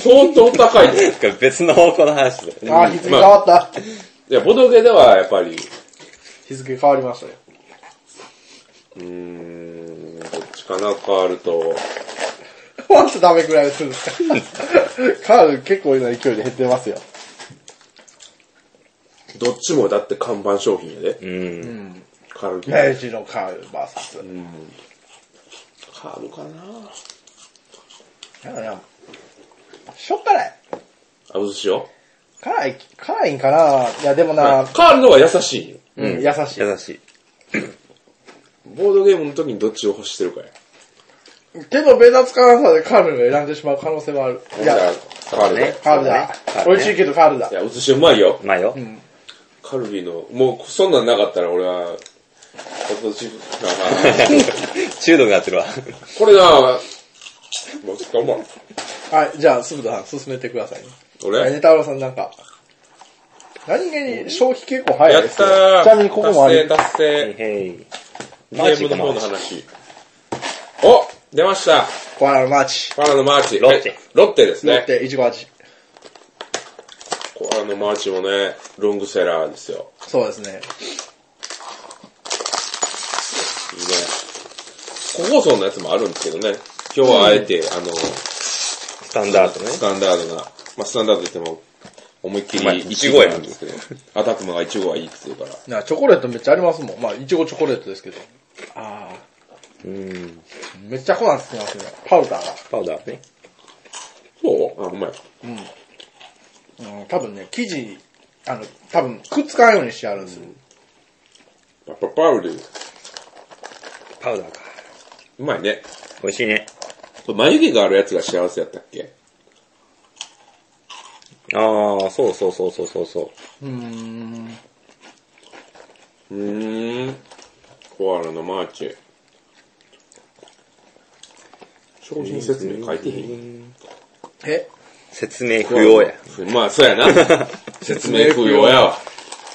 Speaker 1: 相当高いね。
Speaker 3: なんか別の方向の話で。
Speaker 2: あー、日付変わった。
Speaker 1: いや、ボドゲではやっぱり、
Speaker 2: 日付変わりましたね。
Speaker 1: うーん、どっちかな、変わると。
Speaker 2: ワンとダメくらいするんですかカール結構な勢いで減ってますよ。
Speaker 1: どっちもだって看板商品やで。
Speaker 3: うん。
Speaker 1: カルビ。
Speaker 2: 明治のカール VS。
Speaker 1: カールかな
Speaker 2: なんかね、しょっからい。
Speaker 1: あ、うずしよ。
Speaker 2: 辛い、辛いんかないやでも
Speaker 1: カ
Speaker 2: な、
Speaker 1: ールの方が優しいんよ。
Speaker 2: うん、優しい。
Speaker 3: 優しい。
Speaker 1: ボードゲームの時にどっちを欲してるかや。
Speaker 2: けど、ベタつかなさでカールを選んでしまう可能性もある。い
Speaker 1: じゃあ
Speaker 2: や、
Speaker 1: カール
Speaker 3: ね
Speaker 1: ね。
Speaker 2: カールだ
Speaker 3: カー。ルね
Speaker 2: 美味しいけどカールだ
Speaker 1: い。や、うずしうまいよ
Speaker 3: う。まいよ。
Speaker 1: カルビの、もう、そんなんなかったら俺は、ポテトチップスなんか、
Speaker 3: 中毒になってるわ。
Speaker 1: これなもうちょっと思う。
Speaker 2: はい、じゃあ、鈴田さん進めてくださいね。
Speaker 1: 俺
Speaker 2: ネタウロさんなんか、何気に消費結構早
Speaker 1: や
Speaker 2: い
Speaker 1: っ
Speaker 2: です
Speaker 1: た
Speaker 2: よ。
Speaker 1: ー
Speaker 2: ちなみにここもあり
Speaker 1: 達成、達
Speaker 3: へい
Speaker 1: 成。
Speaker 3: へい。
Speaker 1: ゲ
Speaker 3: マーチ
Speaker 1: ームの方の話。お出ました
Speaker 2: コアラのマーチ。
Speaker 1: コアラのマーチ。
Speaker 3: ロッテ
Speaker 1: え。ロッテです
Speaker 2: 乗っ
Speaker 1: ね。
Speaker 2: て、いちご味。
Speaker 1: コアラのマーチもね、ロングセラーですよ。
Speaker 2: そうですね。
Speaker 1: いいね。個包装のやつもあるんですけどね。今日はあえて、あの、
Speaker 3: スタンダードね
Speaker 1: ス。タンダードな、まあ、スタンダードって言っても、思いっき
Speaker 3: まあ
Speaker 1: り
Speaker 3: いちごや
Speaker 1: なんですけど、アタックマンがイチゴはいいって言うから。
Speaker 2: なチョコレートめっちゃありますもん。まあ、いちごチョコレートですけど。ああ。
Speaker 3: うん。
Speaker 2: めっちゃ粉つきますね。パウダー
Speaker 3: パウダーね。
Speaker 1: そうあ、うまい。
Speaker 2: が。うん、多分ね、生地、あの、多分くっつかないようにしてあるんですよ。
Speaker 1: パパパウリー。
Speaker 3: パウダーか。
Speaker 1: うまいね。
Speaker 3: 美味しいね。
Speaker 1: これ眉毛があるやつが幸せやったっけ
Speaker 3: ああ、そうそうそうそうそうそう。
Speaker 2: うーん。
Speaker 1: うーん。コアラのマーチ。商品説明書いてへん。
Speaker 2: え
Speaker 3: 説明不要や。
Speaker 1: まあ、そう やな。説明不要やわ。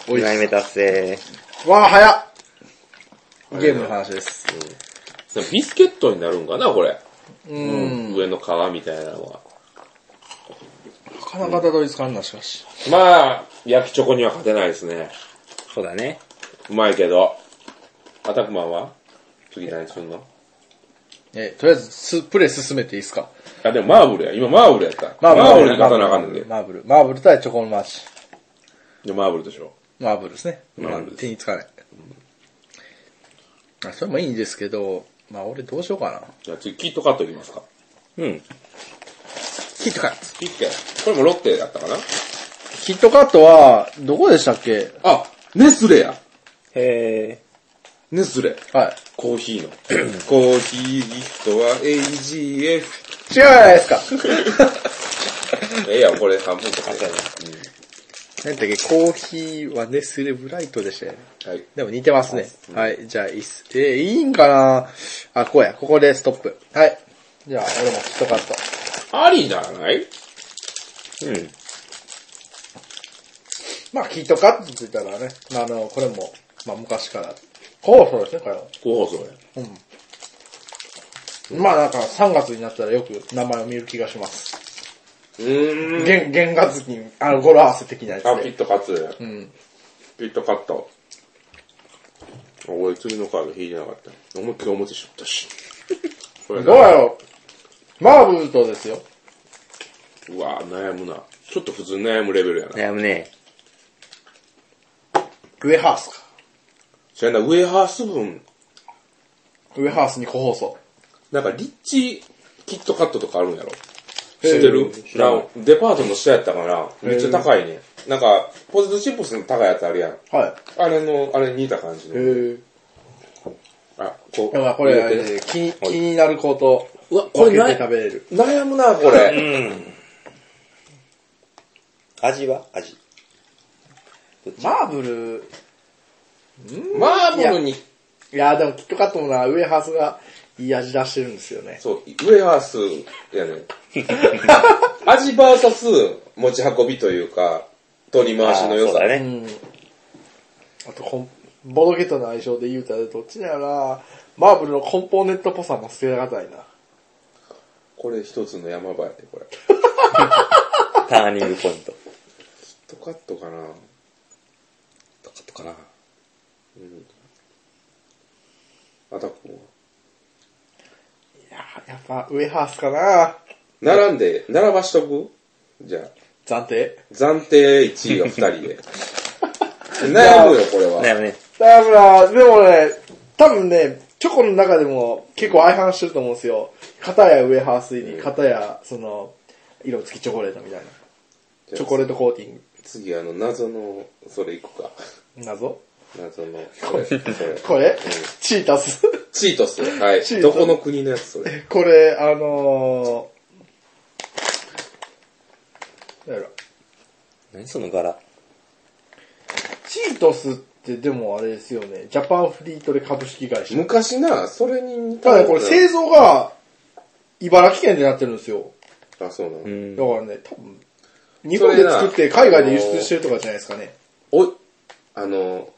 Speaker 3: 2枚目達成。
Speaker 2: わあ、早っゲームの話です。
Speaker 1: ビスケットになるんかな、これ。
Speaker 2: うん。
Speaker 1: 上の皮みたいなのは。
Speaker 2: なかなかたどり着かんな、しかし。
Speaker 1: まあ、焼きチョコには勝てないですね。
Speaker 3: そうだね。
Speaker 1: うまいけど。アタックマンは次何すんの
Speaker 2: え、とりあえず、すプレイ進めていいですか
Speaker 1: あ、でもマーブルや。今マーブルやった。マーブルに勝たなあかんねんで。
Speaker 2: マーブル。マーブル対チョコのマーチ。
Speaker 1: で、マーブルでしょ。
Speaker 2: マーブルですね。
Speaker 1: マーブル
Speaker 2: ま
Speaker 1: で
Speaker 2: あ
Speaker 1: す
Speaker 2: 手につかない。あそれもいいんですけど、まあ俺どうしようかな。
Speaker 1: じゃあ次、キットカットいきますか。
Speaker 3: うん。
Speaker 2: キットカット。
Speaker 1: キットこれもロッテだったかな
Speaker 2: キットカットは、どこでしたっけ
Speaker 1: あ、ネスレや。
Speaker 3: へ
Speaker 1: ネスレ。
Speaker 2: はい。
Speaker 1: コーヒーの。 コーヒーギフトは AGF。
Speaker 2: 違うじゃないですか。
Speaker 1: ええやん、これ半分とかね。
Speaker 2: なんだっけ、コーヒーはネスレブライトでしたよね。
Speaker 1: うんはい。
Speaker 2: でも似てますね。はい。じゃあ、いいっす。えー、いいんかなあ、こうや。ここでストップ。はい。じゃあ、俺もキットカット。
Speaker 1: ありじゃない
Speaker 3: うん。
Speaker 2: まあ、キートカットって言ったらね、あの、これも、まあ、昔から、こうそうですね、これは。
Speaker 1: 高放送や。
Speaker 2: まあ、なんか、3月になったらよく名前を見る気がします。
Speaker 1: うーん。
Speaker 2: 原、原画月に、あの、語呂合わせ的なやつ
Speaker 1: あ、ピ
Speaker 2: で。
Speaker 1: ットカツ。
Speaker 2: うん。
Speaker 1: ピットカット。あ俺、次のカード引いてなかった。思いっきり表しとったし。これ
Speaker 2: どうやろうマーブルとですよ。
Speaker 1: うわぁ、悩むな。ちょっと普通に悩むレベルやな。
Speaker 3: 悩むね。
Speaker 2: ウェハースか。
Speaker 1: そやな、ウェハース分、
Speaker 2: ウェハースに個包装。
Speaker 1: なんかリッチキットカットとかあるんやろ知ってる
Speaker 3: 知らん
Speaker 1: なんかデパートの下やったから、めっちゃ高いね。なんか、ポテトチップスの高いやつあるやん。
Speaker 2: は
Speaker 1: あれの、あれに似た感じ
Speaker 2: い。へ
Speaker 1: の。
Speaker 2: え。
Speaker 1: あ、こう。
Speaker 2: だからこれ、
Speaker 1: 入てね
Speaker 2: えー気に気になること、
Speaker 1: うわ、こ
Speaker 2: 分
Speaker 1: れ
Speaker 2: けて
Speaker 1: な
Speaker 2: 食べれる。
Speaker 1: 悩むな、これ。
Speaker 3: うん。味は味。
Speaker 2: マーブル、
Speaker 1: マーブルに、
Speaker 2: いやでもキットカットもな、ウェハースがいい味出してるんですよね。
Speaker 1: そう、ウェハースや ね。味バーサス持ち運びというか、取り回しの良
Speaker 3: あ
Speaker 1: さ
Speaker 3: そう。だ
Speaker 2: う
Speaker 3: ね。
Speaker 2: ん。あとこん、ボドゲとの相性で言うたらどっちだよな。マーブルのコンポーネントっぽさも捨てがたいな。
Speaker 1: これ一つの山場やで、これ。
Speaker 3: ターニングポイン ト。
Speaker 1: トカットかなトカットかなうん。アタックも。
Speaker 2: いややっぱウェハースかな。
Speaker 1: 並んで、並ばしとくじゃあ、
Speaker 2: 暫定。
Speaker 1: 暫定1位が2人 で。悩むよ、これは。
Speaker 3: 悩むね。
Speaker 2: だから、でもね、多分ね、チョコの中でも結構相反してると思うんですよ。片やウェハース入り、片やその、色付きチョコレートみたいな。チョコレートコーティング。
Speaker 1: 次、あの、謎の、それいくか。
Speaker 2: 謎
Speaker 1: 謎の、こ れ、それ。
Speaker 2: これチータス。
Speaker 1: チート ス。は
Speaker 2: チー
Speaker 1: い。
Speaker 2: ト
Speaker 1: ど
Speaker 2: ス
Speaker 1: この国のやつ、それ。
Speaker 2: これ、あのー、なんやろ
Speaker 3: 何その柄。
Speaker 2: チートスってでもあれですよね、ジャパンフリートレ株式会社。
Speaker 1: 昔な、それに似
Speaker 2: ただね、
Speaker 1: た。
Speaker 2: これ製造が茨城県でなってるんですよ。
Speaker 1: あ、そうなの、
Speaker 3: うん
Speaker 2: だ。からね、多分、日本で作って海外で輸出してるとかじゃないですかね。
Speaker 1: おい、あの、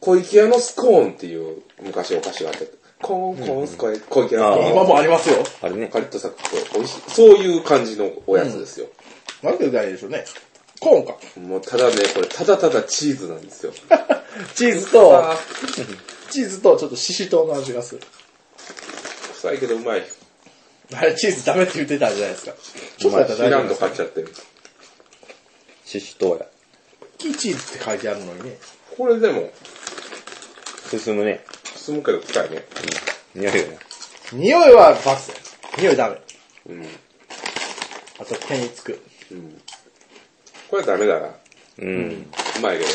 Speaker 1: 小池屋のスコーンっていう昔お菓子があって、コーン、コーン、スコーン、小池屋のス
Speaker 3: あ
Speaker 1: コ
Speaker 3: ー
Speaker 1: ーン
Speaker 2: 今もありますよ。
Speaker 3: あるね。
Speaker 1: カリッとサクッと美味しい。そういう感じのおやつですよ。
Speaker 2: なんでないでしょうね。コーンか。
Speaker 1: もうただね、これただただチーズなんですよ。
Speaker 2: チーズと、
Speaker 1: あ
Speaker 2: チーズとちょっとシシトウの味がする。
Speaker 1: ー臭いけどうまい。
Speaker 2: あれ、チーズダメって言ってたんじゃないですか。ちょっとやったら
Speaker 1: シ
Speaker 2: 大丈
Speaker 1: ラン
Speaker 2: 夫で
Speaker 1: ド
Speaker 2: すか
Speaker 1: 買っちゃってる。
Speaker 3: シシトウや。
Speaker 2: キーチーズって書いてあるのにね。
Speaker 1: これでも、
Speaker 3: 進むね。
Speaker 1: 進むけど臭いね。
Speaker 3: 匂いよね。
Speaker 2: 匂いはバス。匂いダメ。
Speaker 1: うん。
Speaker 2: あと手につく。
Speaker 1: うん。これはダメだな。う
Speaker 3: うん。
Speaker 1: まいけど。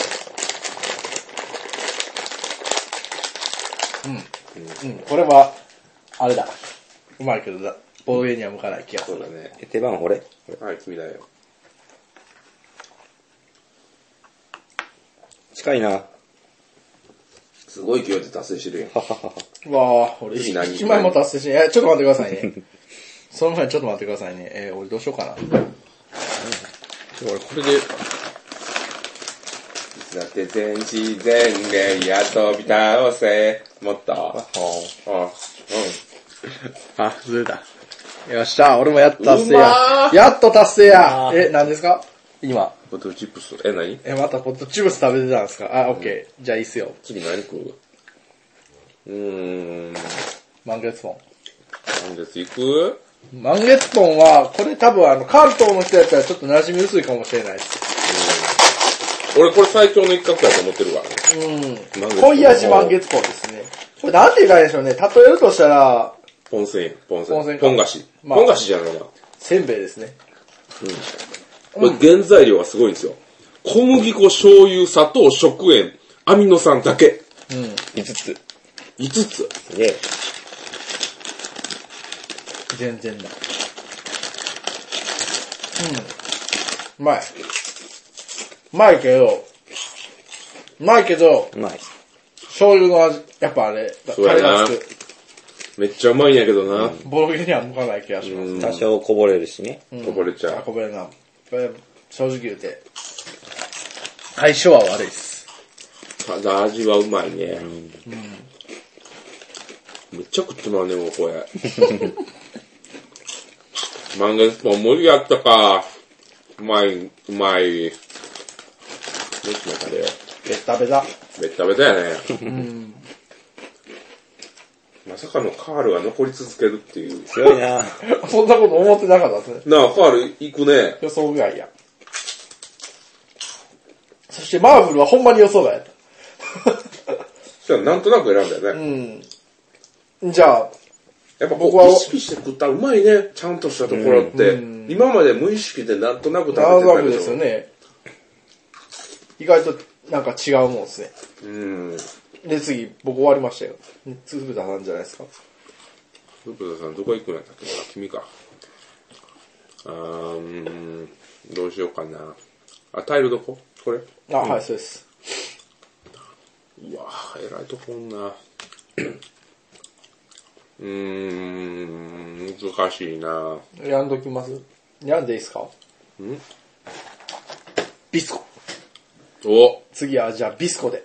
Speaker 2: うん、これは、あれだ。うまいけどだ。ボードゲーには向かない気がす
Speaker 1: そ
Speaker 2: る。
Speaker 1: うだね。
Speaker 3: え、手番俺これ
Speaker 1: はい、君だよ。
Speaker 3: 近いな。は
Speaker 1: すごい勢いで達成してるやん。
Speaker 3: ははは。
Speaker 2: うわぁ、俺、
Speaker 1: 次何
Speaker 2: 1枚も達成しない。え、ちょっと待ってください ね。その前にちょっと待ってくださいね。えー俺どうしようかな。
Speaker 1: 俺これで。いつだって全知全霊や飛び倒せ。もっと。あ、う
Speaker 2: あ、ずれた。よっしゃ、俺もやっと達成や
Speaker 1: うま。ー
Speaker 2: やっと達成や
Speaker 3: あ。ー
Speaker 2: え、何ですか今。
Speaker 1: ん。ポテトチップス。え、何
Speaker 2: え、またポットチュース食べてたんですかあ、オッケー。じゃあいいっすよ。
Speaker 1: 次何食ううーん。
Speaker 2: 満月ポ
Speaker 1: 今月行く
Speaker 2: ン。満月ポンは、これ多分あの、関東の人やったらちょっと馴染み薄いかもしれないです。
Speaker 1: 俺これ最強の一角やと思ってるわ。
Speaker 2: うん。
Speaker 1: 満月ポン
Speaker 2: 濃い味満月ポンですね。これなんて言うかでしょうね。例えるとしたら、
Speaker 1: ポンセン、ポン
Speaker 2: ポン
Speaker 1: セ
Speaker 2: セン
Speaker 1: ン。
Speaker 2: か
Speaker 1: ポン菓子。
Speaker 2: まあ
Speaker 1: ポン菓子じゃないな。こ
Speaker 2: せんべいですね。
Speaker 1: れ原材料がすごいんですよ。小麦粉、醤油、砂糖、食塩、アミノ酸だけ。
Speaker 3: 5つ。
Speaker 1: 5つ。
Speaker 3: すげえ。
Speaker 2: 全然だ。うん。うまい。うまいけど、うまいけど、
Speaker 3: うまい。
Speaker 2: 醤油の味、やっぱあれ、
Speaker 1: そうやな
Speaker 2: 体がつく
Speaker 1: めっちゃうまいんやけどな。
Speaker 2: ボロゲには向かない気がします。
Speaker 1: うん
Speaker 3: 多少こぼれるしね。
Speaker 1: こぼれちゃ
Speaker 2: あ、
Speaker 1: う。
Speaker 2: こぼれな。これ正直言うて、相性は悪いです。
Speaker 1: ただ味はうまいね。めっちゃ食ってまうね、もうこれ。 満月も無理やったか。うまい、うまい。どっちのカレー
Speaker 2: ベタベタ。
Speaker 1: ベッタベタやね。まさかのカールが残り続けるっていう。
Speaker 3: 強いな
Speaker 2: そんなこと思ってなかったですね。
Speaker 1: なあ、カール行くね。
Speaker 2: 予想外や。そしてマーブルはほんまに予想外やった。
Speaker 1: そしたらなんとなく選んだよね。
Speaker 2: うん。じゃあ、
Speaker 1: やっぱ
Speaker 2: 僕
Speaker 1: 僕
Speaker 2: は
Speaker 1: は意識して食ったらうまいね。ちゃんとしたところって。今まで無意識でなんとなく食べて
Speaker 2: ナーザ
Speaker 1: た
Speaker 2: ブ
Speaker 1: け
Speaker 2: ル
Speaker 1: ど。
Speaker 2: ですよね。意外となんか違うもんですね。
Speaker 1: うん。
Speaker 2: で、次、僕終わりましたよ。つぶたさんじゃないですか。
Speaker 1: ルクザさんどこ行くんやったっけ君か。あーうーん、どうしようかな。あ、タイルどここれ
Speaker 2: あ、はい、そうです。
Speaker 1: うわぁ、えらいとこおんな。うーん、難しいな
Speaker 2: やんどきますやんでいいですかビスコ。
Speaker 1: お
Speaker 2: 次は、じゃあビスコで。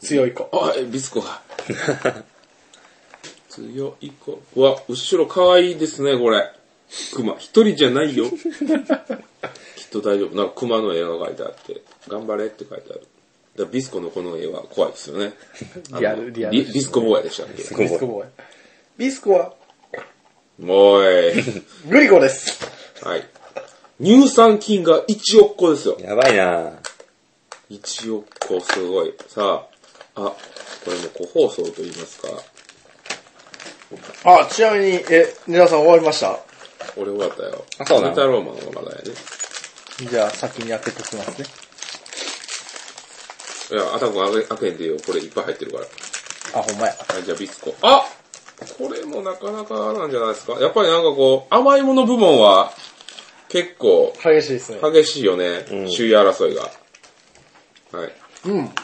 Speaker 2: 強い子。
Speaker 1: あ、えビスコが。 強い子。うわ、後ろ可愛いですね、これ。熊。一人じゃないよ。 きっと大丈夫。なんか熊の絵が描いてあって、頑張れって書いてある。だからビスコのこの絵は怖いですよね。
Speaker 2: リアルリアル
Speaker 1: ビビスコボーイでしたっけ
Speaker 2: ビスコボーイ。ビスコは、
Speaker 1: おーい。
Speaker 2: グリコです。
Speaker 1: はい。乳酸菌が1億個ですよ。
Speaker 3: やばいな
Speaker 1: 1億個すごい。さあ、あ、これも個包装と言いますか。
Speaker 2: あ、ちなみに、え、皆さん終わりました
Speaker 1: 俺終わったよ。
Speaker 3: あそうなの
Speaker 1: メタローマンはまだやね。
Speaker 2: じゃあ先にやってときますね。
Speaker 1: いや、アタック開け開けんでいいよ。これいっぱい入ってるから。
Speaker 2: あ、ほんまや。
Speaker 1: はい、じゃあビスコ。あこれもなかなかなんじゃないですか。やっぱりなんかこう、甘いもの部門は結構
Speaker 2: 激しいですね。
Speaker 1: 激しいよね。首位争いが。はい。
Speaker 2: うん。
Speaker 3: あ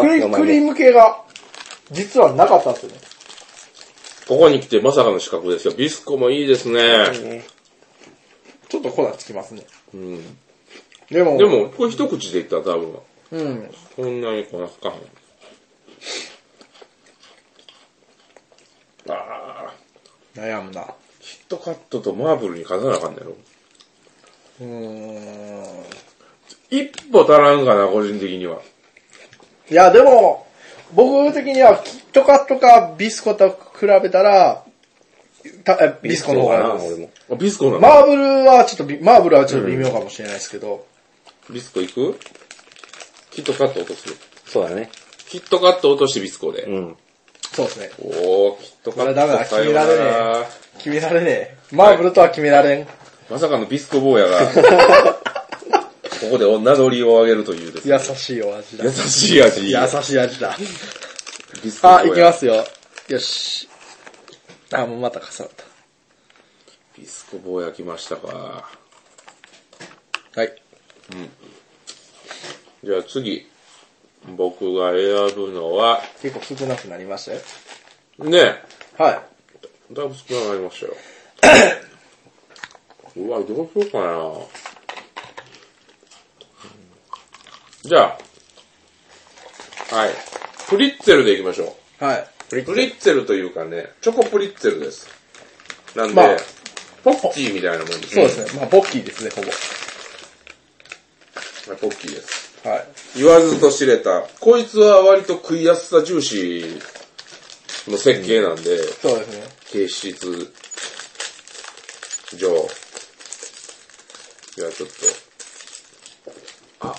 Speaker 2: クリ
Speaker 3: 名前
Speaker 2: ク
Speaker 3: ね
Speaker 2: リーム系が、実はなかったんですよね。
Speaker 1: ここに来てまさかの資格ですよ。ビスコもいいですね。
Speaker 2: ちょっと粉つきますね。
Speaker 1: うん。
Speaker 2: でも、
Speaker 1: でも、これ一口でいったら多分、
Speaker 2: うん。
Speaker 1: こんなにこなすかも。ああ、
Speaker 2: 悩むな。
Speaker 1: キットカットとマーブルに勝たなあかんねやろ。
Speaker 2: うーん。
Speaker 1: 一歩足らんかな、個人的には。
Speaker 2: いや、でも、僕的にはキットカットかビスコと比べたら、たえビスコの方が
Speaker 3: な
Speaker 2: 良いです
Speaker 3: 俺も。
Speaker 1: あ、ビスコなの、
Speaker 2: マーブルはちょっとび、マーブルはちょっと微妙かもしれないですけど、
Speaker 1: ビスコ行くキットカット落とす。
Speaker 3: そうだね。
Speaker 1: キットカット落としてビスコで。
Speaker 3: うん。
Speaker 2: そうですね。
Speaker 1: おー、キットカッ
Speaker 2: これ
Speaker 1: ト
Speaker 2: ダメだ
Speaker 1: さよ
Speaker 2: 決められ
Speaker 1: なら
Speaker 2: 決められねえ。マーブルとは決められん。
Speaker 1: まさかのビスコ坊 やが、ここで女取りをあげるというですね。
Speaker 2: 優しいお味だ
Speaker 1: 優。しい味。
Speaker 2: 優しい味だ。
Speaker 1: ビスコ坊や
Speaker 2: あ、いきますよ。よし。あ、もうまた重なっ
Speaker 1: ビスコ坊や来ましたか。
Speaker 2: た。はい。
Speaker 1: じゃあ次、僕が選ぶのは、
Speaker 2: 結構少なくなりましたよ。
Speaker 1: ね
Speaker 2: はい。
Speaker 1: だいぶ少なくなりましたよ。 うわ、どうしようかな。じゃあ、はい。プリッツェルでいきましょ
Speaker 2: はい。
Speaker 1: う。プリッツェルというかね、チョコプリッツェルです。なんで、
Speaker 2: まあ
Speaker 1: ポッキーみたいなもんです、
Speaker 2: そうですね。まあ、ボッキーですね、ほぼ。
Speaker 1: はいポッキーです。
Speaker 2: はい。
Speaker 1: 言わずと知れた。こいつは割と食いやすさ重視の設計なんで、
Speaker 2: そうですね。
Speaker 1: 形質上。いや、ちょっと。あ、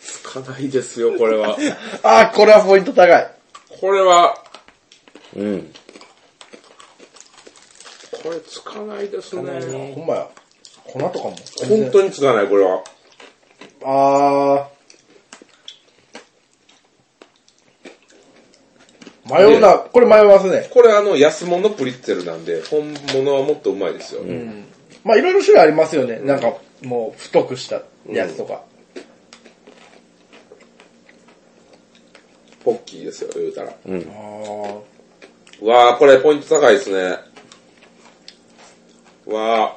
Speaker 1: つかないですよ、これ は。
Speaker 2: あー、これはポイント高い。
Speaker 1: これは、
Speaker 3: うん。
Speaker 1: これつかないですね。
Speaker 2: ほんまや。粉とかも。
Speaker 1: 本当につかない、これは。
Speaker 2: あー。迷うな。これ迷いますね。
Speaker 1: これあの、安物プリッツェルなんで、本物はもっとうまいですよ。
Speaker 2: まあ、いろいろ種類ありますよね。なんか、もう、太くしたやつとか。
Speaker 1: ポッキーですよ、言うたら。
Speaker 2: あー。
Speaker 1: うわあこれポイント高いですね。うわあ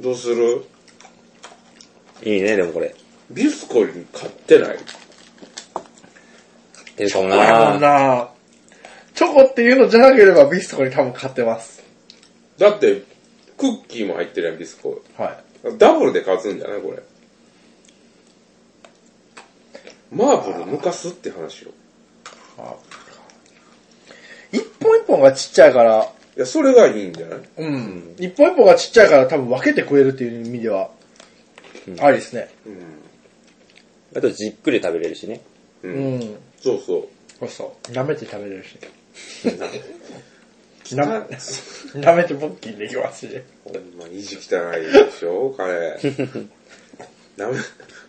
Speaker 1: どうする
Speaker 3: いいね、でもこれ。
Speaker 1: ビスコに買ってない
Speaker 3: でしょ
Speaker 2: こ
Speaker 3: う
Speaker 2: れも
Speaker 3: な
Speaker 2: なチョコっていうのじゃなければビスとかに多分買ってます。
Speaker 1: だって、クッキーも入ってるやん、ビスコ。
Speaker 2: は
Speaker 1: ダブルで勝つんじゃないこれ。マーブル抜かすって話よ。
Speaker 2: い。一本一本がちっちゃいから、
Speaker 1: いや、それがいいんじゃない
Speaker 2: うん。一本一本がちっちゃいから多分分けて食えるっていう意味では、ありですね。
Speaker 3: あとじっくり食べれるしね。
Speaker 2: うん。
Speaker 1: そうそう。
Speaker 2: そうそう。舐めて食べれるしね。 舐め、舐めてポッキンできますしね。
Speaker 1: ほんま、意地汚いでしょ 彼。なめ、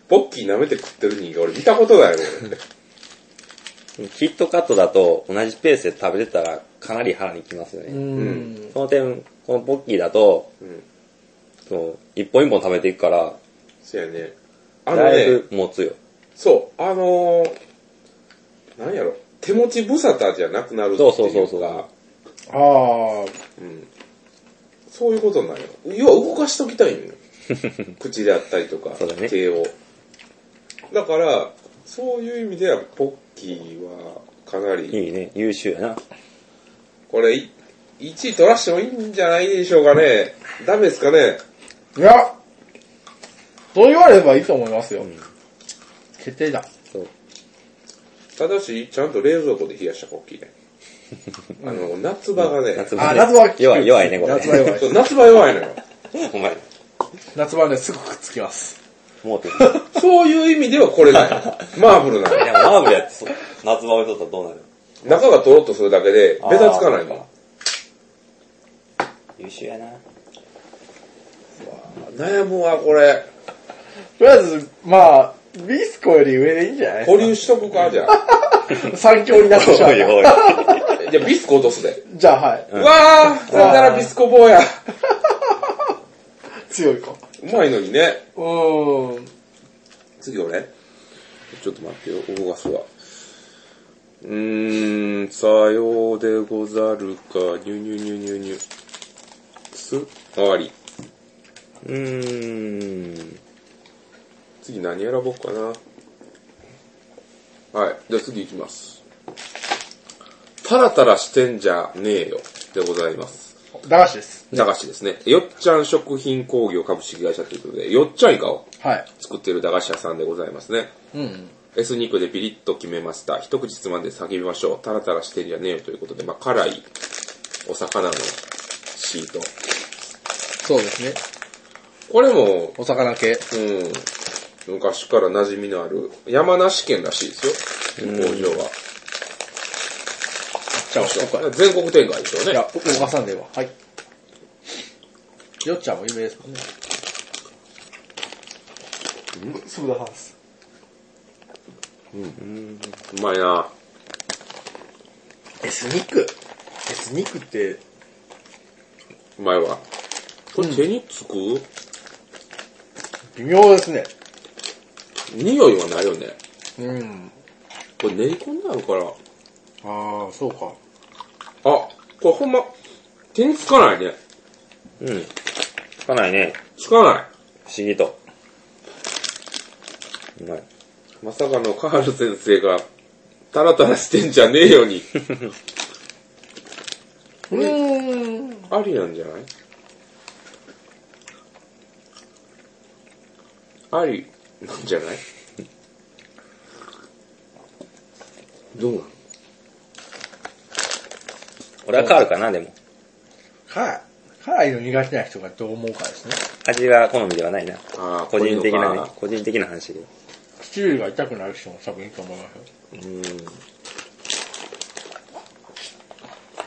Speaker 1: ポッキー舐めて食ってる人間俺見たことないもん。
Speaker 3: キットカットだと同じペースで食べてたらかなり腹にきますよ
Speaker 2: う
Speaker 3: ね。
Speaker 2: ん。
Speaker 3: その点、このポッキーだと、
Speaker 1: うん
Speaker 3: その一本一本食べていくから、
Speaker 1: そうやね。あの
Speaker 3: だい
Speaker 1: ね、
Speaker 3: ぶ持つよ。
Speaker 1: そう、あのー、なんやろ、手持ち無沙汰じゃなくなるっていうか、
Speaker 3: そうそうそうそう
Speaker 2: ああ、
Speaker 1: うん、そういうことになるよ。要は動かしときたい んよ。口であったりとか、
Speaker 3: そうだね
Speaker 1: 手を。だから、そういう意味では、ポッキーはかなり、
Speaker 3: いいね、優秀やな。
Speaker 1: これ、い1位取らしてもいいんじゃないでしょうかね。ダメですかね。
Speaker 2: いや、そう言われればいいと思いますよ。決定だ。
Speaker 3: そう。
Speaker 1: ただし、ちゃんと冷蔵庫で冷やしたポッキ ーね。あの、夏場がね、
Speaker 3: 夏
Speaker 2: あ
Speaker 3: 場ね
Speaker 2: 夏場は効く
Speaker 3: 弱い、弱いね、これ。
Speaker 2: 夏場 弱い
Speaker 1: そう夏場弱いのよ。
Speaker 3: お前、
Speaker 2: 夏場はね、すぐくっつきます。
Speaker 3: もうてる。い
Speaker 1: そういう意味ではこれだ よ。マーブルなの。
Speaker 3: や、マーブルやってそう、夏場をとったらどうなる
Speaker 1: 中がトロッとするだけで、ベタつかないの。
Speaker 3: 優秀やな。
Speaker 1: 悩むわ、これ。
Speaker 2: とりあえず、まあ、ビスコより上でいいんじゃない
Speaker 1: 保留しとくか、じゃあ。
Speaker 2: 三強になってしま
Speaker 3: お
Speaker 2: う
Speaker 3: い
Speaker 2: から。
Speaker 3: お い。
Speaker 1: じゃあ、ビスコ落とすで。
Speaker 2: じゃあ、はい。
Speaker 1: うわー、それならビスコ棒や。
Speaker 2: 強いか。
Speaker 1: うまいのにね。
Speaker 2: うーん。
Speaker 1: 次俺ちょっと待ってよ、動かすわ。うーん、さようでござるか、ニュニュニュニュニュ。す、終わり。
Speaker 3: うーん。
Speaker 1: 次何選ぼうかな。はい。じゃあ次行きます。タラタラしてんじゃねえよ。でございます。
Speaker 2: 駄菓子です。
Speaker 1: 駄菓子ですね。よっちゃん食品工業株式会社ということで、よっちゃんイカを
Speaker 2: はい。
Speaker 1: 作っている駄菓子屋さんでございますね。
Speaker 2: うん。
Speaker 1: S 肉でピリッと決めました。一口つまんで叫びましょう。タラタラしてんじゃねえよということで、まあ、辛いお魚のシート。
Speaker 2: そうですね。
Speaker 1: これも、
Speaker 2: お魚系。
Speaker 1: うん。昔から馴染みのある、山梨県らしいですよ。工場は。
Speaker 2: じゃあ、僕は。
Speaker 1: 全国展開でしょう
Speaker 2: い
Speaker 1: ね。
Speaker 2: や、僕動かさんでいいわ。はい。よっちゃんも有名ですもんね。すぐ出さんす。
Speaker 1: うまいな
Speaker 2: エスニック。エスニックって、
Speaker 1: うまいわ。これ手につく、
Speaker 2: 微妙ですね。
Speaker 1: 匂いはないよね。
Speaker 2: うん。
Speaker 1: これ練り込んであるから。あ、
Speaker 2: ああ、そうか。
Speaker 1: これほんま、手につかないね。
Speaker 3: うん。つかないね。
Speaker 1: つかない。
Speaker 3: 不思議と。うまい。
Speaker 1: まさかのカール先生が、タラタラしてんじゃねえよ に。
Speaker 2: うーん。
Speaker 1: ありなんじゃないありなんじゃないどうなの
Speaker 3: 俺はカールかな、でも。
Speaker 2: 辛い。辛いの苦手な人がどう思うかですね。
Speaker 3: 味は好みではないな。
Speaker 1: あー
Speaker 3: 個人的な
Speaker 1: こういうの
Speaker 3: ね
Speaker 1: か。
Speaker 3: 個人的な話だけど。
Speaker 2: 唇が痛くなる人も多分いいと思いますよ。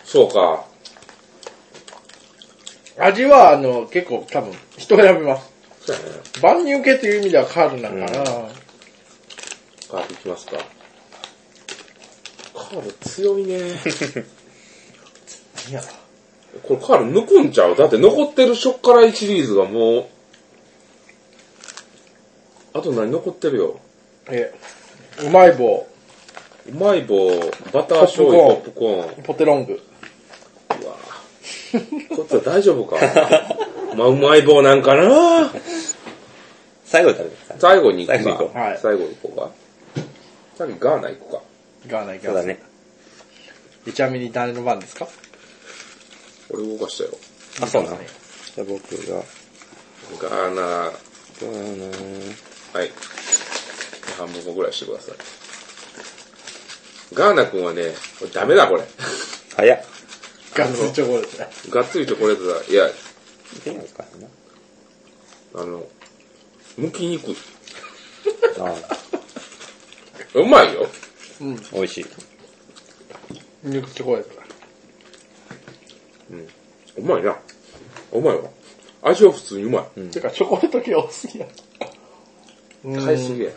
Speaker 1: そうか。
Speaker 2: 味は、あの、結構多分、人選びます。
Speaker 1: そうやね。
Speaker 2: 万人受けという意味ではカールなのかな、
Speaker 1: カールいきますか。カール強いね。
Speaker 2: いや、
Speaker 1: これカール抜くんちゃうだって残ってる食辛いシリーズがもう、あと何残ってるよ。
Speaker 2: え、うまい棒、
Speaker 1: うまい棒、バター醤油、ポップコーン。
Speaker 2: ポテロング。
Speaker 1: うわぁこいつは大丈夫か まあ、うまい棒なんかな
Speaker 3: 最後に食べてくださ
Speaker 1: 最後に行くか。
Speaker 3: 最後に行
Speaker 2: こうはい
Speaker 1: 最後に行こうか。さっきガーナ行こうか。
Speaker 2: ガーナ行
Speaker 3: い。
Speaker 2: き
Speaker 3: そう
Speaker 2: ま
Speaker 3: だ
Speaker 2: す。
Speaker 3: ね。
Speaker 2: でちなみに誰の番ですか
Speaker 1: 俺動かしたよ。
Speaker 3: あ、そうなの。じゃあ僕が、
Speaker 1: ガーナ、は
Speaker 3: どうなの
Speaker 1: い。半分こぐらいしてください。ガーナ君はね、これダメだこれ。
Speaker 3: 早っ。
Speaker 2: ガッツリチョコレートね。
Speaker 1: がっつりチョコレートだ。いや、
Speaker 3: いけないですかね。
Speaker 1: あの、剥きにくい。
Speaker 3: あ
Speaker 1: うまいよ。
Speaker 3: ー美味しい。
Speaker 2: ミルクチョコレートだ。
Speaker 1: うまいな。うまいわ。味は普通にうまい。
Speaker 2: てか、チョコレート系多すぎや。
Speaker 1: 買いすぎや。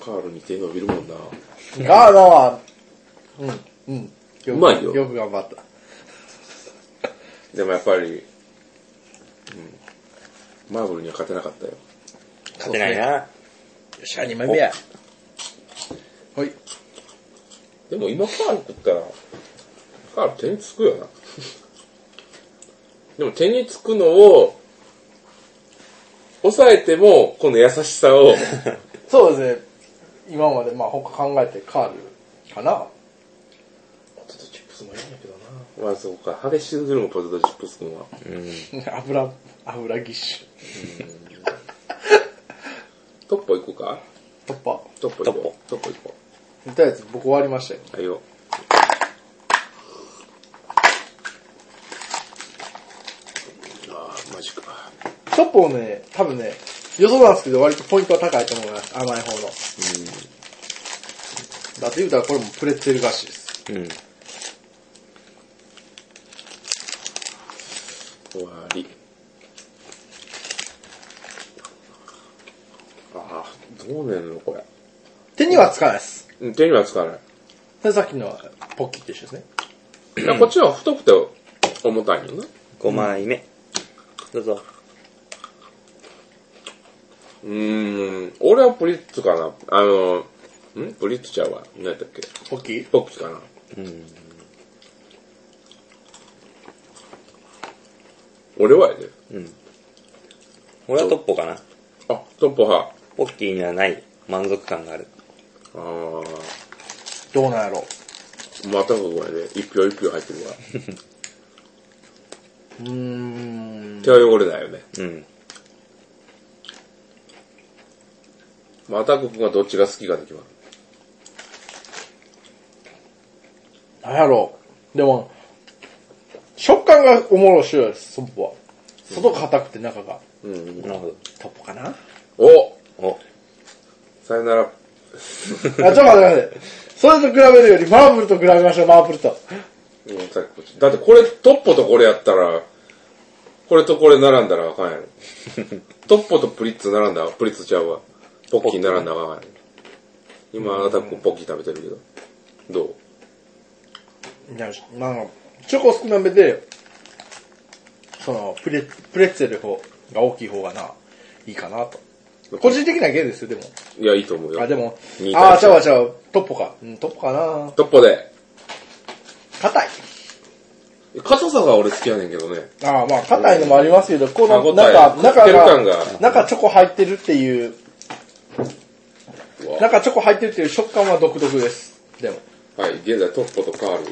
Speaker 1: カールに手伸びるもんな。
Speaker 2: ガーナは、うん、うん。よく
Speaker 1: うまいよ
Speaker 2: よく頑張った。
Speaker 1: でもやっぱり、うん、マーブルには勝てなかったよ。
Speaker 3: 勝てないな。
Speaker 4: っしゃ、2枚目や。
Speaker 2: はい。
Speaker 1: でも今カール食ったら、カール手につくよな。でも手につくのを、抑えても、この優しさを、
Speaker 2: そうですね。今まで、まあ他考えてカールかな。
Speaker 1: ポテトチップスもいいんだけどな。まあそうか、激しすぎるもん、ポテトチップス君は。
Speaker 2: 油、油ぎっし
Speaker 1: トッポ行こうか
Speaker 2: ゅ。突破。
Speaker 1: トッポ行こう。トッポ行こ
Speaker 2: とりあえず僕終わりまし
Speaker 1: う。
Speaker 2: たよ。
Speaker 1: はいよ。ああ、マジか。
Speaker 2: チョコね、多分ね、予想なんですけど割とポイントは高いと思います。甘い方の。だって言うたらこれもプレッツェル菓子です。
Speaker 3: うん。
Speaker 1: 終わり。ああ、どうねんの、これ。
Speaker 2: 手にはつかないです。
Speaker 1: うん手にはつかない。
Speaker 2: それさっきのポッキーと一緒ですね。
Speaker 1: いやこっちは太くて重たいよな。
Speaker 3: 5枚目。どうぞ。
Speaker 1: うーん、俺はプリッツかな。あの、んプリッツちゃうわ。何やったっけ
Speaker 2: ポッキー
Speaker 1: ポッキーかな。
Speaker 3: うん。
Speaker 1: 俺はやで。
Speaker 3: 俺はトッポかな。
Speaker 1: あ、トッポ派。
Speaker 3: ポッキーにはない満足感がある。
Speaker 1: あー。
Speaker 2: どうなんやろ
Speaker 1: またここやで、一票一票入ってるわ。
Speaker 2: う。うーん。
Speaker 1: 手は汚れないよね。
Speaker 3: うん。
Speaker 1: またここがどっちが好きかで決まる。
Speaker 2: なんやろう。でも、食感がおもろいしよです、そぽは。外硬くて中が。
Speaker 1: うん。
Speaker 3: なるほ
Speaker 2: トッポ かなあ、
Speaker 1: お
Speaker 3: ど。お、
Speaker 1: さよなら。
Speaker 2: ちょっと待って待って。それと比べるより、マーブルと比べましょう、マーブルと。
Speaker 1: うんさっきこっちだってこれ、トッポとこれやったら、これとこれ並んだらあかん やろ。トッポとプリッツ並んだら、プリッツちゃうわ。ポッキー並んだらあかんやろ。今、あなたこうポッキー食べてるけど。どう
Speaker 2: いや、なんか、チョコ少なめで、その、プレ、プレッツェル方が大きい方がな、いいかなと。個人的なゲーですよ、でも。
Speaker 1: いや、いいと思うよ。
Speaker 2: あ、でも
Speaker 1: いい、か
Speaker 2: あー、ちゃうわちゃうわ、トッポか。うん、トッポかな
Speaker 1: トッポで。
Speaker 2: 硬い。
Speaker 1: 硬さが俺好きやねんけどね。
Speaker 2: あー、まあ、硬いのもありますけど、こ
Speaker 1: 歯応
Speaker 2: の
Speaker 1: え
Speaker 2: 中、
Speaker 1: 食っ
Speaker 2: 中
Speaker 1: てる感
Speaker 2: が、
Speaker 1: が。
Speaker 2: 中チョコ入ってるっていう、
Speaker 1: うわ
Speaker 2: 中チョコ入ってるっていう食感は独特です。でも。
Speaker 1: はい、現在トッポとカール、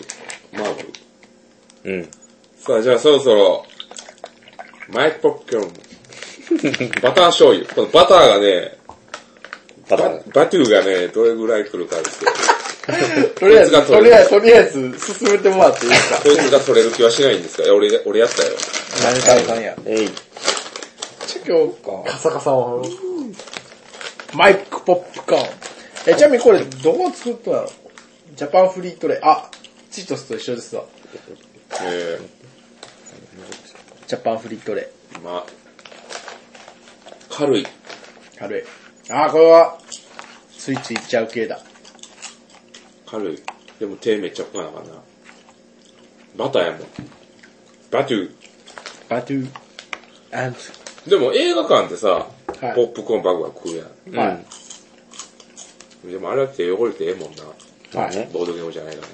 Speaker 1: マーブル。
Speaker 3: うん。
Speaker 1: さあ、じゃあそろそろ、マイクポッキョ ン。バター醤油。このバターがね、
Speaker 3: バタ
Speaker 1: バ
Speaker 3: ー。
Speaker 1: バテューがね、どれぐらい来るかですけど、
Speaker 2: とりあえ
Speaker 1: こい
Speaker 2: ず、
Speaker 1: つが
Speaker 2: と
Speaker 1: 取れ
Speaker 2: りあ
Speaker 1: る
Speaker 2: えず、とりあえず、進めてもらっていいですか。
Speaker 1: こいつが取れる気はしないんですが、いや俺、俺やったよ。
Speaker 2: 何食べたんや。
Speaker 3: えい。
Speaker 2: ちょっと今日、カサカサを。マイクポップコーン。え、ちなみにこれ、どこ作ったのジャパンフリートレイ。あ、チートスと一緒ですわ。
Speaker 1: え
Speaker 2: ジャパンフリートレ
Speaker 1: ー、まあ、軽い。
Speaker 2: イ。軽い。あ、これは、スイッチいっちゃう系だ。
Speaker 1: 軽い。でも手めっちゃ食わなあかんな。バターやもん。バテュー。
Speaker 2: バトゥー。アン
Speaker 1: でも映画館ってさ、
Speaker 2: はい
Speaker 1: ポップコーンバグは食うやん。
Speaker 2: はい。
Speaker 1: でもあれだって汚れてええもんな。
Speaker 2: はい。
Speaker 1: ボードゲームじゃないか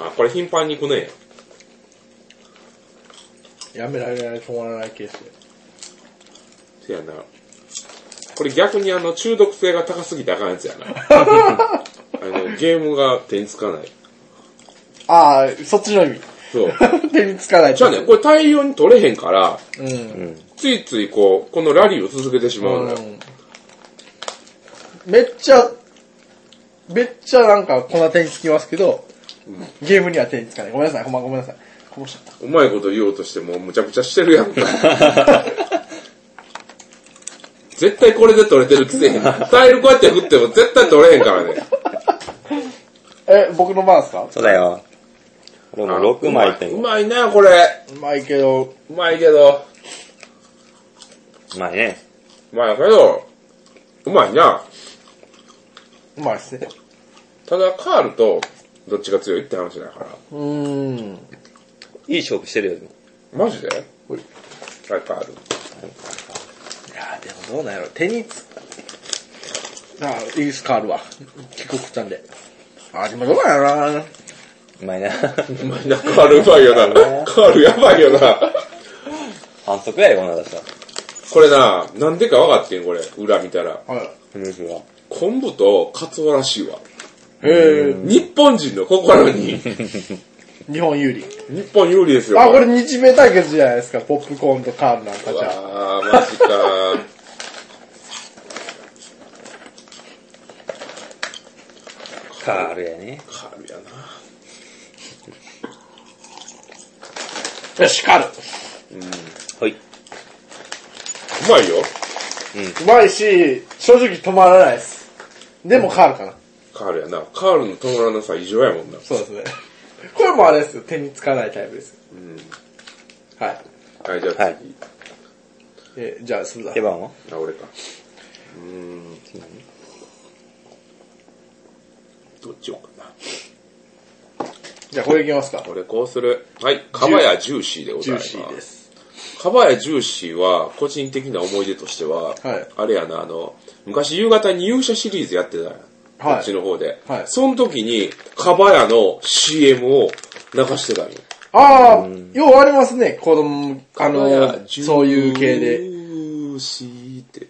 Speaker 1: ら。あ、これ頻繁に行くね。
Speaker 2: やめられない、止まらないケースで。
Speaker 1: せやな。これ逆にあの、中毒性が高すぎてあかんやつ やな。あの、ゲームが手につかない。
Speaker 2: ああ、そっちの意味。
Speaker 1: そう。
Speaker 2: 手につかない。
Speaker 1: じゃあね、これ大量に取れへんから、
Speaker 2: うん。
Speaker 1: ついついこう、このラリーを続けてしまうのよ。
Speaker 2: めっちゃ、めっちゃなんかこんな手につきますけど、ゲームには手につかない。ごめんなさい、ほんまごめんなさい。こぼしちゃっ
Speaker 1: うまいこと言おうとしても、むちゃくちゃしてるやん。 絶対これで取れてるっつってへん。タイルこうやって振っても絶対取れへんからね。
Speaker 2: た。え、僕の番ですか
Speaker 3: そうだよ。俺も6枚って
Speaker 1: うまいうまいな、これ。
Speaker 2: うまいけど、
Speaker 1: うまいけど。
Speaker 3: うまいね。
Speaker 1: うまいけど、うまいな。
Speaker 2: うまいですね。
Speaker 1: ただ、カールと、どっちが強いって話だから。
Speaker 2: うーん。
Speaker 3: いい勝負してるよ、でも
Speaker 1: マジではい、カール。
Speaker 2: いやーでもどうなんやろ。手につ、ああ、いいっすか、あるわ。結構食ったんで。ああ、でもどうなんやろな。
Speaker 3: うまいな。
Speaker 1: うまいな、カールうまいよな。カールやばいよな。
Speaker 3: 反則やよ、こんなだしたら。
Speaker 1: これな、なんでか分かってん、これ。裏見たら。
Speaker 2: はい。
Speaker 3: ムフは。
Speaker 1: 昆布とカツオらしいわ。
Speaker 2: え
Speaker 1: 日本人の心に、日
Speaker 2: ー、日本有利。
Speaker 1: 本有利ですよ。
Speaker 2: あ、これ日米対決じゃないですか。ポップコーンとカールなんか
Speaker 1: う
Speaker 2: じゃ。
Speaker 1: わーマジか。
Speaker 3: カールやね。
Speaker 1: カールやな。
Speaker 2: よし、カール。
Speaker 3: はい。
Speaker 1: うまいよ。
Speaker 2: うまいし、正直止まらないです。でもカールかな。
Speaker 1: カールやな。カールの止まらなさ異常やもんな。
Speaker 2: そうですね。 これもあれですよ。手につかないタイプです。はい。
Speaker 1: はい、じゃあ次。
Speaker 3: はい
Speaker 2: えーじゃあ、するだ
Speaker 3: 手。番は
Speaker 1: あ、俺か。うーん。どっちをかな。
Speaker 2: じゃあ、これいきますか。
Speaker 1: 俺こうする。はい、かばやジューシーでござ
Speaker 2: ジ
Speaker 1: い
Speaker 2: ュー
Speaker 1: ま
Speaker 2: シ
Speaker 1: す
Speaker 2: ー。です。
Speaker 1: かばやジューシーは、個人的な思い出としては、
Speaker 2: はい
Speaker 1: あれやな、あの、昔夕方に勇者シリーズやってたやん。
Speaker 2: はい
Speaker 1: こっちの方で。
Speaker 2: はい
Speaker 1: その時に、かばやの CM を流してたんよ。
Speaker 2: ああ、ようありますね。子供、あ
Speaker 1: かばや
Speaker 2: の、そういう系
Speaker 1: ジ
Speaker 2: で。
Speaker 1: ューシーって。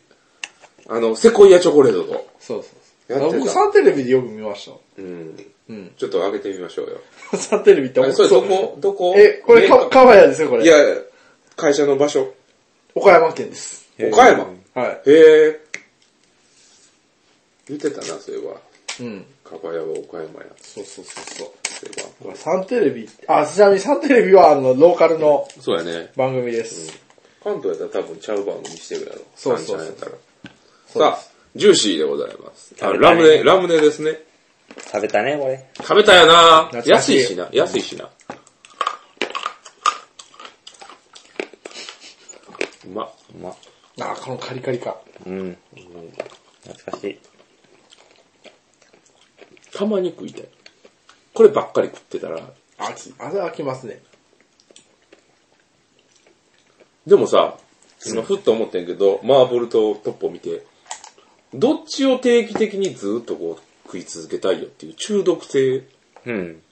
Speaker 1: あの、セコイアチョコレートと。
Speaker 2: そうそう
Speaker 1: やって
Speaker 2: そう。
Speaker 1: た
Speaker 2: 僕、サンテレビでよく見まし
Speaker 1: うん。
Speaker 2: うん
Speaker 1: ちょっと上げてみましょうよ。
Speaker 2: た。サンテレビって
Speaker 1: あれそれどこ、どこ
Speaker 2: え、これ
Speaker 1: メー
Speaker 2: か、
Speaker 1: カ
Speaker 2: かばやですよ、こ
Speaker 1: ー
Speaker 2: れ。
Speaker 1: いや、会社の場所。
Speaker 2: 岡山県です。
Speaker 1: 岡山。
Speaker 2: は
Speaker 1: へえ。言ってたな、そういえば。
Speaker 2: い。うん。
Speaker 1: かばやは岡山や。
Speaker 2: そうそうそうそう。
Speaker 1: そういえば。
Speaker 2: これサンテレビ、あ、ちなみにサンテレビはあの、ローカルの
Speaker 1: そうやね。
Speaker 2: 番組です。
Speaker 1: 関東やったら多分ちゃう番組してるやろ。
Speaker 2: そうそうそ
Speaker 1: 三
Speaker 2: う
Speaker 1: 茶やっ
Speaker 2: そ
Speaker 1: たら。
Speaker 2: う
Speaker 1: さあ、ジューシーでございます。あ
Speaker 3: 食べた
Speaker 1: ラ
Speaker 3: い
Speaker 1: ムネ、ラムネですね。
Speaker 3: 食べたね、これ。
Speaker 1: 食べたよな
Speaker 2: 懐か
Speaker 1: 安
Speaker 2: しい
Speaker 1: いしな、安いしな。うまっ。
Speaker 3: うま。
Speaker 2: ですあ、このカリカリか。
Speaker 3: うん。懐かしい。
Speaker 1: たまに食いたい。こればっかり食ってたら、
Speaker 2: あ、き、あれは飽きますね。
Speaker 1: でもさ、今ふっと思ってんけど、マーブルとトッポ見て、どっちを定期的にずっとこう食い続けたいよっていう中毒性っ
Speaker 3: うん。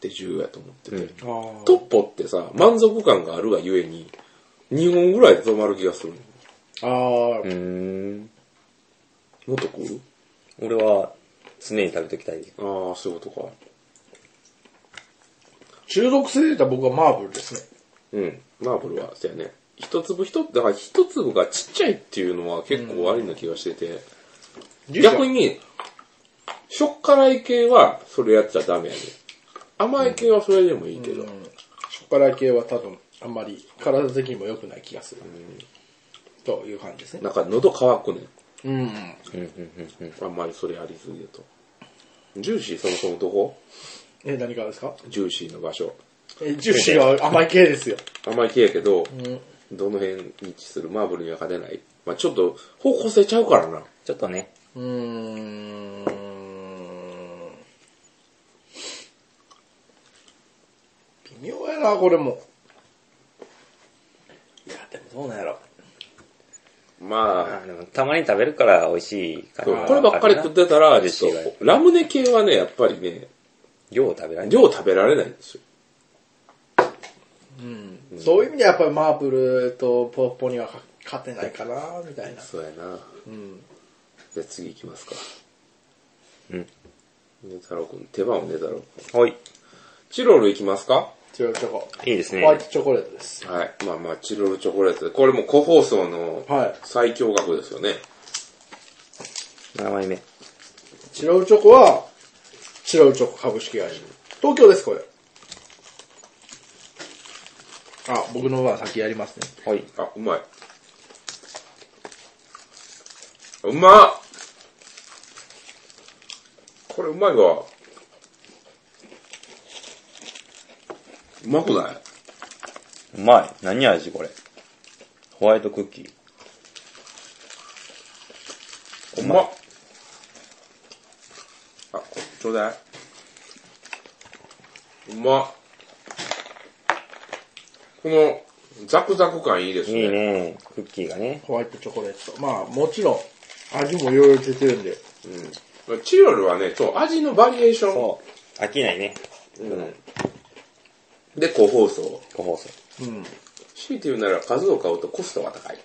Speaker 1: て重要やと思ってて、
Speaker 2: あー
Speaker 1: トッポってさ、満足感があるがゆえに、2本ぐらいで止まる気がする。
Speaker 2: あ
Speaker 3: う
Speaker 2: ー、
Speaker 3: ーん。
Speaker 1: もっと食う
Speaker 3: 俺は、常に食べときたい。
Speaker 1: ああ、そういうことか。
Speaker 2: 中毒性で言ったら僕はマーブルですね。
Speaker 1: うん。マーブルは、そうやね。一粒一粒、だから一粒がちっちゃいっていうのは結構悪いな気がしてて、逆に、しょっ辛い系はそれやっちゃダメやね。甘い系はそれでもいいけど。
Speaker 2: しょっぱら系は多分、あんまり体的にも良くない気がする。という感じですね。
Speaker 1: なんか喉乾くねん。
Speaker 2: うん。
Speaker 1: あんまりそれやりすぎると。ジューシーそもそもどこ
Speaker 2: え、何からですか
Speaker 1: ジューシーの場所。
Speaker 2: え、ジューシーは甘い系ですよ。
Speaker 1: 甘い系やけど、どの辺に位置するマーブルには勝てない。まあちょっと方向性ちゃうからな。
Speaker 3: ちょっとね。
Speaker 2: うーん。微妙やな、これも。いや、でもどうなんやろ。
Speaker 1: ま
Speaker 3: あでもたまに食べるから美味しいか
Speaker 1: あ、そう
Speaker 3: ら。
Speaker 1: こればっかり食ってたら、
Speaker 3: 嬉し
Speaker 1: ち
Speaker 3: い
Speaker 1: ょ
Speaker 3: わ
Speaker 1: っとラムネ系はね、やっぱりね、
Speaker 3: 量食べられない。
Speaker 1: 量食べられないんですよ。
Speaker 2: そういう意味ではやっぱりマーブルとポッポにはか勝てないかなみたいな。
Speaker 1: そうやな。じゃあ次行きますか。
Speaker 3: うん。
Speaker 1: ネタロウ君、手番をネタロウ君。
Speaker 3: はい。
Speaker 1: チロル行きますか
Speaker 2: チロルチョコ。
Speaker 3: いいですね
Speaker 2: ホ。ワイトチョコレートです。
Speaker 1: はい。まあまあ、チロルチョコレートで。これも個包装の
Speaker 2: はい
Speaker 1: 最強額ですよね。
Speaker 3: 7枚目。
Speaker 2: チロルチョコは、チロルチョコ株式会社。東京です、これ。あ、僕の番先やりますね。
Speaker 3: はい。
Speaker 1: あ、うまい。うまっこれうまいわ。うまくないう
Speaker 3: まい。何味これ。ホワイトクッキー。
Speaker 1: うまっあ、こちょうだい。うまっこの、ザクザク感いいですね。
Speaker 3: いいね。クッキーがね。
Speaker 2: ホワイトチョコレート。まあ、もちろん、味もいろいろ出てるんで。
Speaker 1: うん。チロルはね、そう、味のバリエーショ
Speaker 3: そう。飽きないね。
Speaker 1: ン。で、個包装。
Speaker 3: 個包装。
Speaker 2: うん。
Speaker 1: 強いて言うなら数を買うとコストが高い。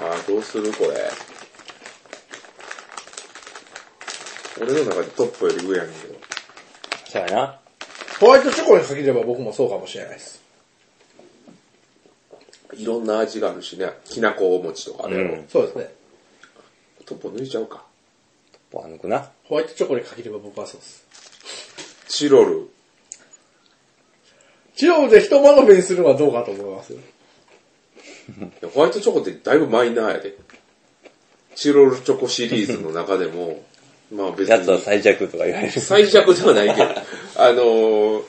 Speaker 1: ああ、どうするこれ。俺の中でトップより上やねんけど。
Speaker 3: そうやな。
Speaker 2: ホワイトチョコに限れば僕もそうかもしれないです。
Speaker 1: いろんな味があるしね。きなこお餅とか
Speaker 3: う
Speaker 1: ね。
Speaker 3: ん。
Speaker 2: そうですね。
Speaker 1: トップ抜いちゃうか。
Speaker 3: あ抜くな。
Speaker 2: ホワイトチョコに限れば僕はそうです。
Speaker 1: チロル。
Speaker 2: チロルで一まとめにするのはどうかと思いますよ。
Speaker 1: いやホワイトチョコってだいぶマイナーやで。チロルチョコシリーズの中でも、まあ別
Speaker 3: やつは
Speaker 1: に
Speaker 3: 最弱とか言われる。
Speaker 1: 最弱ではないけど、あのー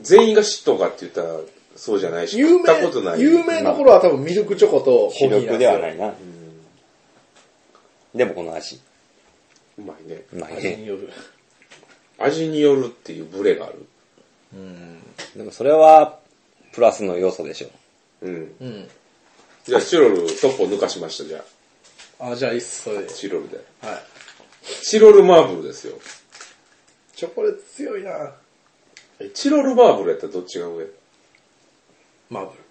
Speaker 1: 全員が知っとうかって言ったらそうじゃないし、
Speaker 2: 有
Speaker 1: 食ったことな
Speaker 2: 名、
Speaker 1: い。
Speaker 2: 有名の頃は多分ミルクチョコとコ
Speaker 3: 主
Speaker 2: ーヒー。
Speaker 3: 力ではないいな。でもこの味。
Speaker 1: うまいね。
Speaker 3: うまい
Speaker 2: 味
Speaker 3: ね。
Speaker 2: による。
Speaker 1: 味によるっていうブレがある。
Speaker 3: でもそれは、プラスの要素でしょ。
Speaker 1: うん。
Speaker 2: うん。
Speaker 1: じゃあチロルトップを抜かしました、じゃあ。
Speaker 2: あ、じゃあいいっす、それで。
Speaker 1: チロルで。
Speaker 2: はい。
Speaker 1: チロルマーブルですよ。
Speaker 2: チョコレート強いな
Speaker 1: えチロルマーブルやったらどっちが上
Speaker 2: マーブル。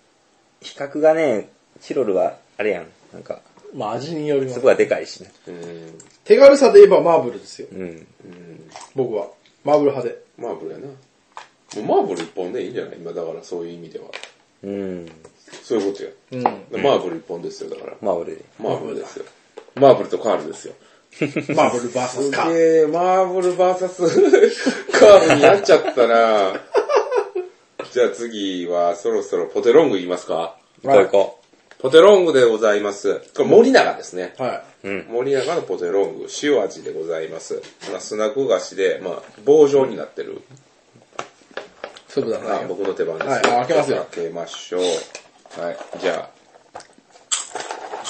Speaker 3: 比較がね、チロルは、あれやん。なんか、
Speaker 2: まあ味によります
Speaker 3: そこ。はでかいしね。
Speaker 1: うん。
Speaker 2: 手軽さで言えばマーブルですよ。
Speaker 3: うん。
Speaker 2: 僕は。マーブル派で。
Speaker 1: マーブルやな。もうマーブル一本でいいんじゃない今だからそういう意味では。
Speaker 3: うん。
Speaker 1: そういうことや。
Speaker 2: うん。
Speaker 1: マーブル一本ですよ、だから。
Speaker 3: まあ俺で。
Speaker 1: マーブルですよ。マーブルとカールですよ。
Speaker 2: マーブルバーサス
Speaker 1: す
Speaker 2: か。
Speaker 1: げえ、マーブルバーサスカールになっちゃったな じゃあ次はそろそろポテロング言いますか
Speaker 3: 行こう行こ
Speaker 1: ポテロングでございます。これ森永ですね。
Speaker 2: は
Speaker 1: 森永のポテロング、塩味でございます。まあ、スナック菓子で、まあ、棒状になってる。
Speaker 2: い。そうだ
Speaker 1: あ
Speaker 2: な。
Speaker 1: 僕の手番です。
Speaker 2: はいあ開けますよ
Speaker 1: 開けましょう。はい、じゃあ、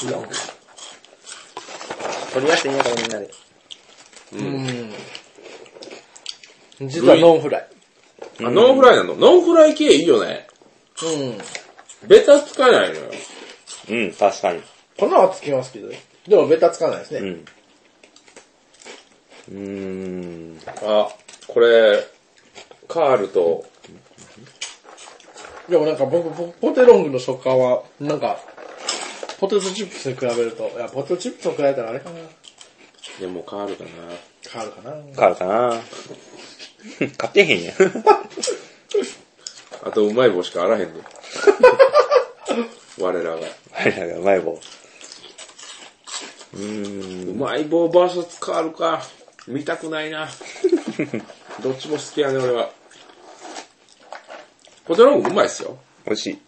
Speaker 3: う。取りやすいね、これみんなで。
Speaker 2: うん。実はノンフライ。
Speaker 1: あノンフライなの。ノンフライ系いいよね。
Speaker 2: うん。
Speaker 1: ベタつかないのよ。
Speaker 3: うん、確かに。
Speaker 2: 粉はつきますけどね。でもベタつかないです
Speaker 3: う
Speaker 2: ね。
Speaker 3: ん。うーん。
Speaker 1: あ、これ、カールと、
Speaker 2: でもなんか僕、ポポテロングの食感は、なんか、ポテトチップスに比べると、いや、ポテトチップスに比べたらあれかな。
Speaker 1: でもカールかな。
Speaker 2: 変わるかな。
Speaker 3: 変わるかな 買ってへん やん。
Speaker 1: あと、うまい棒しかあらへ んね我らが。
Speaker 3: 我らがうまい棒。うーん。
Speaker 1: うまい棒バーサスカールか。見たくない な。どっちも好きやね、俺は。ポテロングうまいっすよ。
Speaker 3: 美味しい。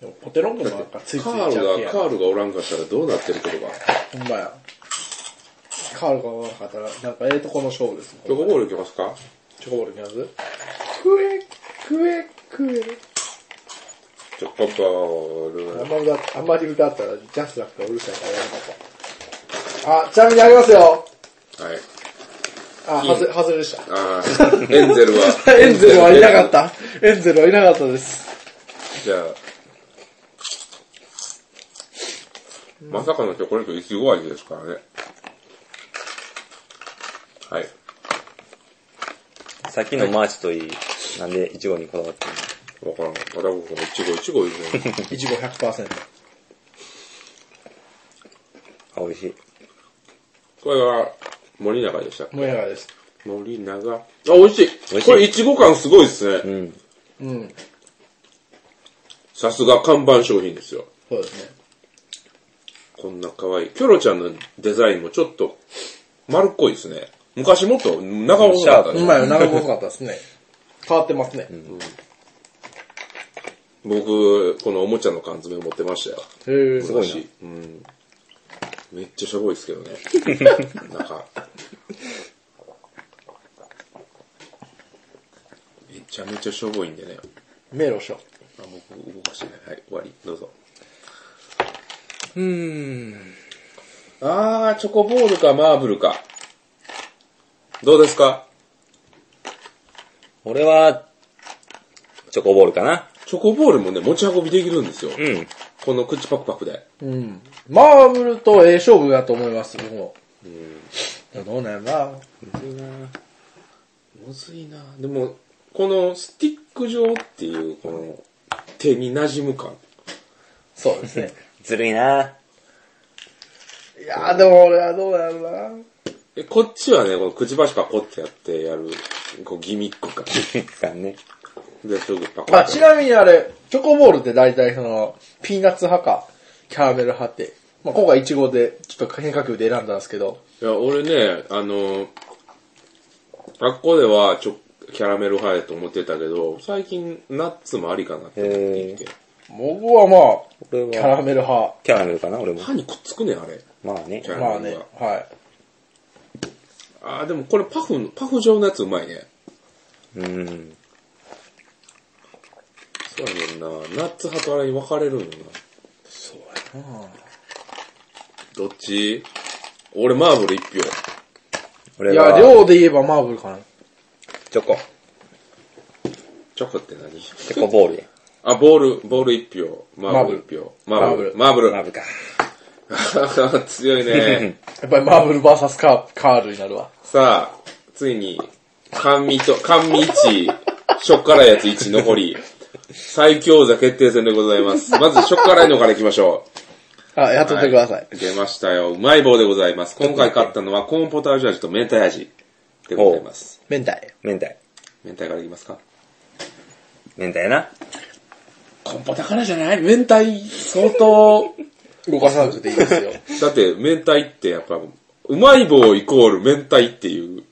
Speaker 2: でもポテロングもなんかついつい
Speaker 1: カ
Speaker 2: ち
Speaker 1: ー
Speaker 2: ゃう系
Speaker 1: ル
Speaker 2: や
Speaker 1: が、
Speaker 2: ん
Speaker 1: カールがおらんかったらどうなってることか。
Speaker 2: ほんまや。カールが悪かったら、なんかええとこの勝負ですもん。
Speaker 1: チョコボールいきますか
Speaker 2: チョコボールにやずクエクエクエ
Speaker 1: チョコボール
Speaker 2: あん。まり歌、あんまり歌ったらジャスラックがうるさいからやめとこうあ、ちなみにありますよ
Speaker 1: はい。
Speaker 2: あ、
Speaker 1: いい
Speaker 2: はず、はずでした。
Speaker 1: あーエンゼルは。
Speaker 2: エンゼルはいなかった。エンゼルはいなかったです。
Speaker 1: じゃあ、まさかのチョコレートいちご味ですからね。はい。
Speaker 3: さっきのマーチといい、なんでイチゴにこだわってるの
Speaker 1: わからん。また僕もいちごいちご言うね。
Speaker 2: いちご100%。
Speaker 3: あ、美味しい。
Speaker 1: これが森永でした。
Speaker 2: もやがです。
Speaker 1: 森永。あ、美味しい。
Speaker 3: 美味しい
Speaker 1: これいちご感すごいですね。
Speaker 3: うん。
Speaker 2: うん。
Speaker 1: さすが看板商品ですよ。
Speaker 2: そうですね。
Speaker 1: こんな可愛い。キョロちゃんのデザインもちょっと丸っこいですね。昔もっと長尾だった
Speaker 2: う
Speaker 1: ね。
Speaker 2: まいよ、長細かったですね。変わってますね。
Speaker 1: 僕、このおもちゃの缶詰持ってましたよ。
Speaker 2: へえ。す
Speaker 3: ごいな
Speaker 1: 昔うん。めっちゃしょぼいですけど ね。なんか。めちゃめちゃしょぼいんでね。
Speaker 2: 迷路しょ。
Speaker 1: あ、僕動かしてない。はい、終わり。どうぞ。うーん。あー、チョコボールかマーブルか。どうですか
Speaker 3: 俺は、チョコボールかな。
Speaker 1: チョコボールもね、持ち運びできるんですよ。
Speaker 3: うん。
Speaker 1: この口パクパクで。
Speaker 2: うん。マーブルとええ勝負やと思います、僕も。うん。どうなんやろ
Speaker 1: むずいなむずいなでも、このスティック状っていう、この手に馴染む感。
Speaker 2: そうですね。
Speaker 3: ずるい ない
Speaker 2: やーでも俺はどうなんやろな。
Speaker 1: え、こっちはね、この口ばしパコってやってやる、こうギミック感。
Speaker 3: さんね。
Speaker 1: で、すぐパコ
Speaker 2: あ、ちなみにあれ、チョコボールって大体その、ピーナッツ派か、キャラメル派って、まあ、今回イチゴで、ちょっと変化球で選んだんですけど、
Speaker 1: いや、俺ね、あの、学校ではちょキャラメル派やと思ってたけど、最近ナッツもありかなって思ってきて。
Speaker 2: 僕はま
Speaker 3: 俺
Speaker 2: あ、キャラ
Speaker 3: は、
Speaker 2: メル派。
Speaker 3: キャラメルかな、俺も。
Speaker 1: 歯にくっつくね、あれ。
Speaker 3: まあね
Speaker 1: キ。ャ
Speaker 2: ま
Speaker 1: ラ
Speaker 2: あ
Speaker 1: メ
Speaker 2: ね
Speaker 1: ルは。、
Speaker 2: は
Speaker 1: あー、でもこれパフの、パフ状のやつうまいね。
Speaker 3: うん。
Speaker 1: そうやねんな。ナッツ派とあれに分かれるんよな。そうやなどっち俺マーブル一票。
Speaker 2: い。い
Speaker 3: 俺
Speaker 2: や、
Speaker 3: は、
Speaker 2: 量で言えばマーブルかな。
Speaker 3: チョコ。
Speaker 1: チョコって何
Speaker 3: チョコボールや。
Speaker 1: あ、ボール、ボール一票。マーブル一票。マーブル。マーブル。
Speaker 3: マブか。
Speaker 1: 強いね。
Speaker 2: やっぱりマーブル VS カーカールになるわ。
Speaker 1: さあ、ついに、甘味と、甘味1、しょっからいやつ1残り、最強座決定戦でございます。まずしょっからいのからいきましょ
Speaker 2: あ、やっとってください。
Speaker 1: う。出ましたよ。うまい棒でございます。今回買ったのはコーンポタージュ味と明太味でございます。
Speaker 2: 明太。
Speaker 3: 明太。
Speaker 1: 明太からいきますか
Speaker 3: 明太やな。
Speaker 1: コーンポタからじゃない明太、相当、
Speaker 2: 動かさなくていいですよ。
Speaker 1: だって明太ってやっぱ、うまい棒イコール明太っていう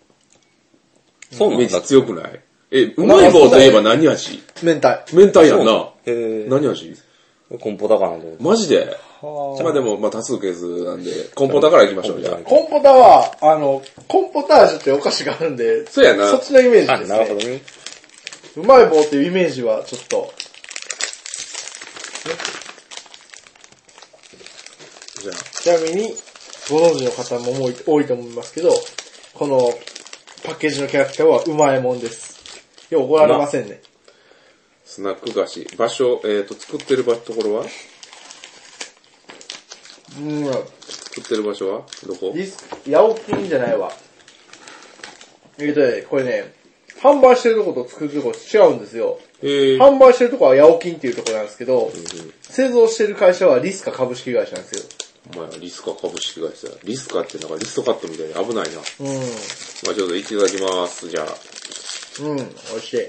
Speaker 3: そう
Speaker 1: イ
Speaker 3: な
Speaker 1: メ
Speaker 3: ん
Speaker 1: ージ
Speaker 3: だ。
Speaker 1: 強くないえ、うまい棒といえば何味
Speaker 2: 明太。
Speaker 1: 明太やんな。
Speaker 3: へえ。
Speaker 1: 何味
Speaker 3: コンポだかなと思って。
Speaker 1: マジで
Speaker 2: コ
Speaker 1: まあでも、まあ多数決なんで、コンポタから行きましょう、じゃあ。
Speaker 2: ンポタは、あの、コンポタージュってお菓子があるんで、
Speaker 1: そうやな
Speaker 2: そっちのイメージ
Speaker 3: あ、
Speaker 2: です
Speaker 3: なるほ
Speaker 2: ね。
Speaker 3: どね。
Speaker 2: うまい棒っていうイメージはちょっと、
Speaker 1: じゃあ、
Speaker 2: ちなみに、ご存知の方も多い多いと思いますけど、このパッケージのキャラクターはうまいもんです。よう怒られませんね。
Speaker 1: スナック菓子。場所、えっ、と、作ってる場ところは
Speaker 2: うん、
Speaker 1: 作ってる場所はどこ
Speaker 2: リス、ヤオキンじゃないわ。えっとね、これね、販売してるとこと作るとこ違うんですよ。
Speaker 1: えー、
Speaker 2: 販売してるとこはヤオキンっていうとこなんですけど、製造してる会社はリスカ株式会社なんですよ。
Speaker 1: お前はリスカ株式会社。リスカってなんかリストカットみたいで危ないな。まあ
Speaker 2: う
Speaker 1: ちょっといただきます。じゃあ、
Speaker 2: ん。うん、美味しい。い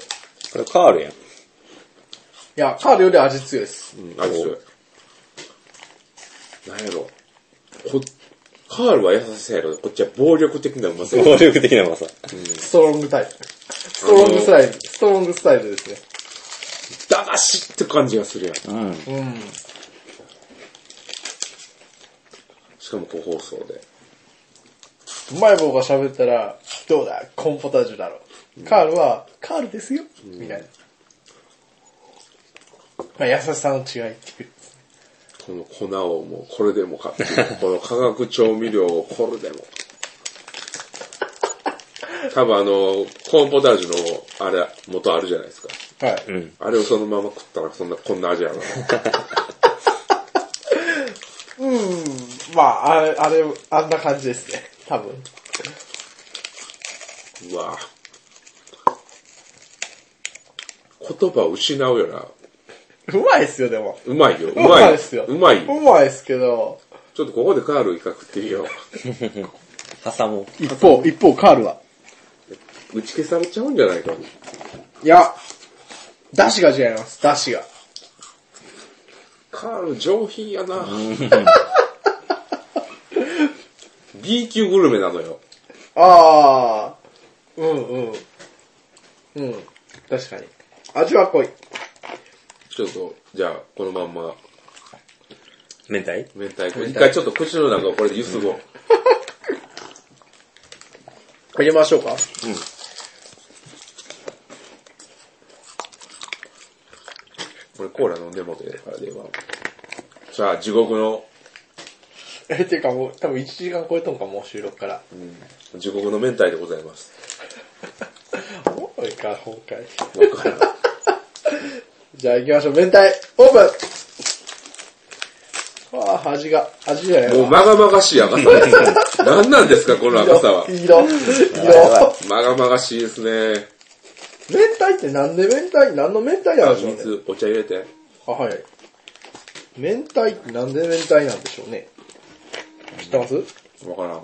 Speaker 3: これカールやん。
Speaker 2: や、カールより味強いです。
Speaker 1: うん、味する。なんやろ。こ、カールは優しさやろ。こっちは暴力的なうまさや
Speaker 3: 暴力的なうまさ。
Speaker 2: ストロングタイプ。ストロングスタイル、ストロングスタイルですね。
Speaker 1: 駄菓子って感じがするやん。
Speaker 3: うん。
Speaker 2: うん。
Speaker 1: しかも個包装で。
Speaker 2: うまい棒が喋ったら、どうだ、コーンポタージュだろ。カールは、カールですよ、みたいな。まあ、優しさの違いっていう。
Speaker 1: この粉をもうこれでもかっていう、この化学調味料をこれで も。多分あの、コーンポタージュのあれ、元あるじゃないですか。
Speaker 2: はい。
Speaker 1: あれをそのまま食ったらそんな、こんな味やな。
Speaker 2: うん、まあ、あれ、あれ、あんな感じですね。多分。
Speaker 1: うわ言葉を失うよな。
Speaker 2: うまいっすよ、でも。
Speaker 1: うまいよ。う
Speaker 2: う
Speaker 1: まい。
Speaker 2: まいっすよ。
Speaker 1: うまい。
Speaker 2: うまいっすけど。
Speaker 1: ちょっとここでカール一回食っていいよ。
Speaker 3: 挟もう。
Speaker 2: 一方、一方、カールは。
Speaker 1: 打ち消されちゃうんじゃないか。
Speaker 2: いや、出汁が違います、出汁が。
Speaker 1: カール上品やな。B 級グルメなのよ。
Speaker 2: あー。うんうん。うん。確かに。味は濃い。
Speaker 1: ちょっと、じゃあ、このまんま、
Speaker 3: 明太
Speaker 1: 明太子。一回ちょっと口の中をこれでゆすごう。
Speaker 2: 入れましょうか。
Speaker 1: 俺コーラ飲んでもうてるからで今。さあ、地獄の、
Speaker 2: え、っていうかもう、多分1時間超えとんかも、収録から。
Speaker 1: 地獄の明太でございます。
Speaker 2: おもろいか、今回。
Speaker 1: わからん。
Speaker 2: じゃあ行きましょう、明太、オープンああ、味が、味じゃない
Speaker 1: もう
Speaker 2: わ。
Speaker 1: まがまがしい赤さです。何なんですか、この赤さは。
Speaker 2: いい色。いい色。
Speaker 1: まがまがしいですね。
Speaker 2: 明太ってなんで明太、何の明太なんでしょうね。
Speaker 1: 水、お茶入れて。
Speaker 2: あ、はい。明太ってなんで明太なんでしょうね。知ってます
Speaker 1: わからん。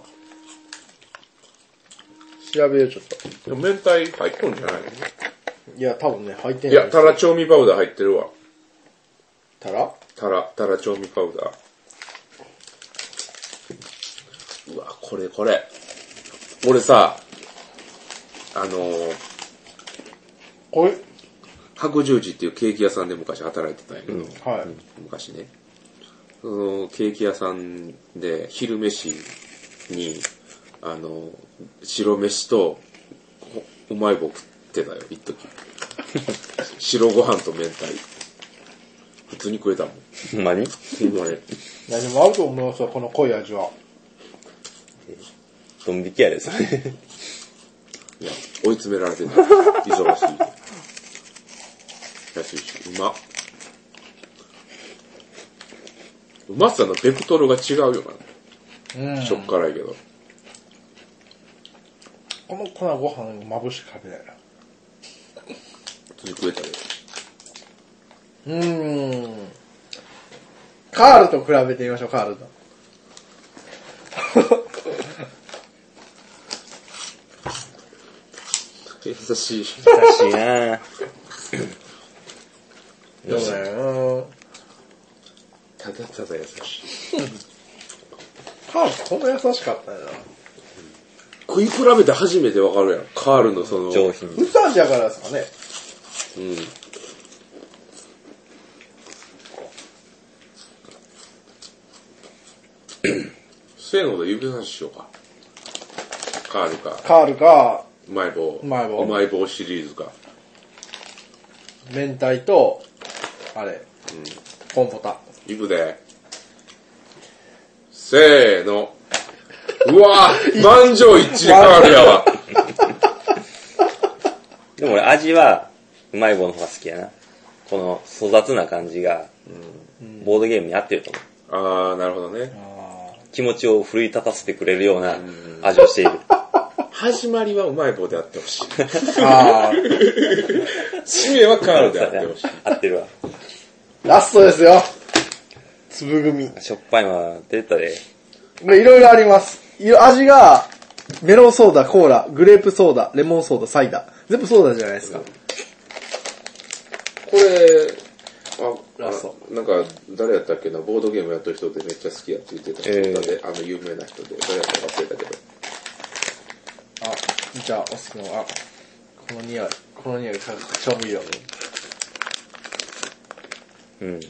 Speaker 2: 調べよう、ちょっ
Speaker 1: でも明太入っとんじゃないの
Speaker 2: と。いや、多分ね、入って
Speaker 1: い
Speaker 2: ない。
Speaker 1: や、タラ調味パウダー入ってるわ。
Speaker 2: たら
Speaker 1: タラ、タラ調味パウダー。うわ、これこれ。俺さ、あのー、
Speaker 2: これ
Speaker 1: 白十字っていうケーキ屋さんで昔働いてたんやけど、
Speaker 2: はい。
Speaker 1: 昔ね。そのケーキ屋さんで昼飯に、あの、白飯とおうまい棒食ってたよ、一 時白ご飯と明太。普通に食えたもん。
Speaker 3: ほんまに
Speaker 1: 今ね、
Speaker 2: 何でも合うと思いますよ、この濃い味は。
Speaker 3: ドン引きやで、それ。
Speaker 1: いや、追い詰められてない。忙しい。安いし、うま。うまさのベクトルが違うよ
Speaker 2: うん
Speaker 1: な。。しょっからいけど。
Speaker 2: この粉ご飯をまぶして食べないな。
Speaker 1: 普通に食えたよ。
Speaker 2: うーん。カールと比べてみましょう、カールと。
Speaker 1: 優しい。
Speaker 3: 難しいなぁ。
Speaker 2: どうだよ
Speaker 1: ただただ優しい。
Speaker 2: なカールこんな優しかったよな。
Speaker 1: 食い比べて初めてわかるやん。カールのその、
Speaker 3: 上品。
Speaker 2: 歌じゃからですかね。
Speaker 1: うん。せーので指差ししようか。カールか。
Speaker 2: カールか、
Speaker 1: うまい棒。
Speaker 2: うまい棒
Speaker 1: うまい棒シリーズか。
Speaker 2: 明太と、あれ、コンポタ。
Speaker 1: いくで。せーの。うわ ぁ満場一致でカールやわ。
Speaker 3: でも俺味は、うまい棒の方が好きやな。この粗雑な感じが、ボードゲームに合ってると思う。
Speaker 1: あー、なるほどね。
Speaker 3: 気持ちを奮い立たせてくれるような味をしている。
Speaker 1: 始まりはうまい棒であってほ しい。
Speaker 2: あ
Speaker 1: 締めはカールであってほしい。
Speaker 3: 合ってるわ。
Speaker 2: ーラストですよ。粒組。ね
Speaker 3: しょっぱいのは出たで。
Speaker 2: いろいろあります。いろ味が、メロンソーダ、コーラ、グレープソーダ、レモンソーダ、サイダー。全部ソーダじゃないですか。
Speaker 1: これ、あ、
Speaker 2: ラスト
Speaker 1: あなんか、誰やったっけな、ボードゲームやってる人でめっちゃ好きやって言ってた人
Speaker 3: えー
Speaker 1: で、あの、有名な人で、誰やったか忘れたけど。
Speaker 2: あ、じゃあ、お好きなのは、あ、この匂い、この匂い、か調味料。
Speaker 3: うん。
Speaker 1: はい。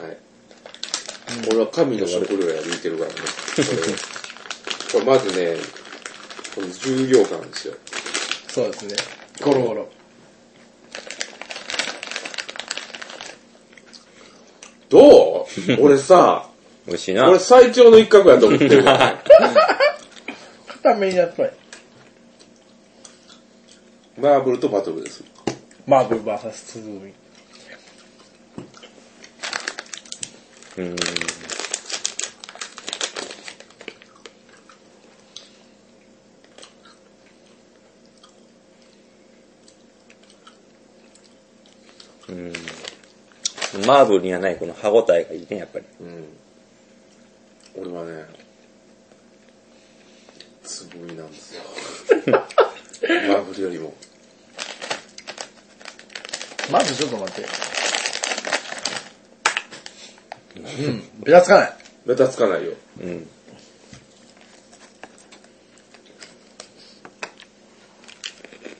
Speaker 1: 俺は神の食料やで言ってるからね。これ、これま ずね、この重量感ですよ。
Speaker 2: そうですね。ゴロゴロ。
Speaker 1: どう 俺さ、
Speaker 3: 美味しいな。
Speaker 1: 俺最長の一角やと思って るからね。
Speaker 2: 固めにやっぱり。
Speaker 1: マーブルとバトルです。
Speaker 2: マーブルバーサス粒組。
Speaker 3: うん。マーブルにはないこの歯応えがいいね、やっぱり。
Speaker 5: 俺はね、つぶみなんです よ。マーブルよりも。
Speaker 2: まずちょっと待って。うん、べたつかない。
Speaker 1: ベタつかないよ。
Speaker 3: うん。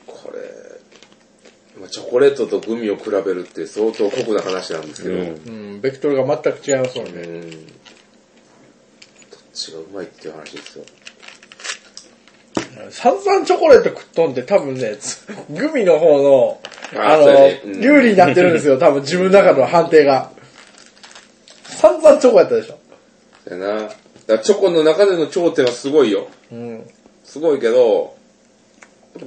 Speaker 1: これ、まあ、チョコレートとグミを比べるって相当酷な話なんですけど、
Speaker 3: うん
Speaker 2: うん、ベクトルが全く違いますもんね。
Speaker 1: うん。どっちがうまいっていう話ですよ。
Speaker 2: 散々チョコレート食っとんで多分ね、つグミの方の、
Speaker 1: あ
Speaker 2: あの
Speaker 1: そうやねう、ん
Speaker 2: 有利になってるん ですよ、多分自分の中の判定が。散々チョコやったでしょ。
Speaker 1: だよな。だからチョコの中での頂点はすごいよ。
Speaker 2: うん。
Speaker 1: すごいけど、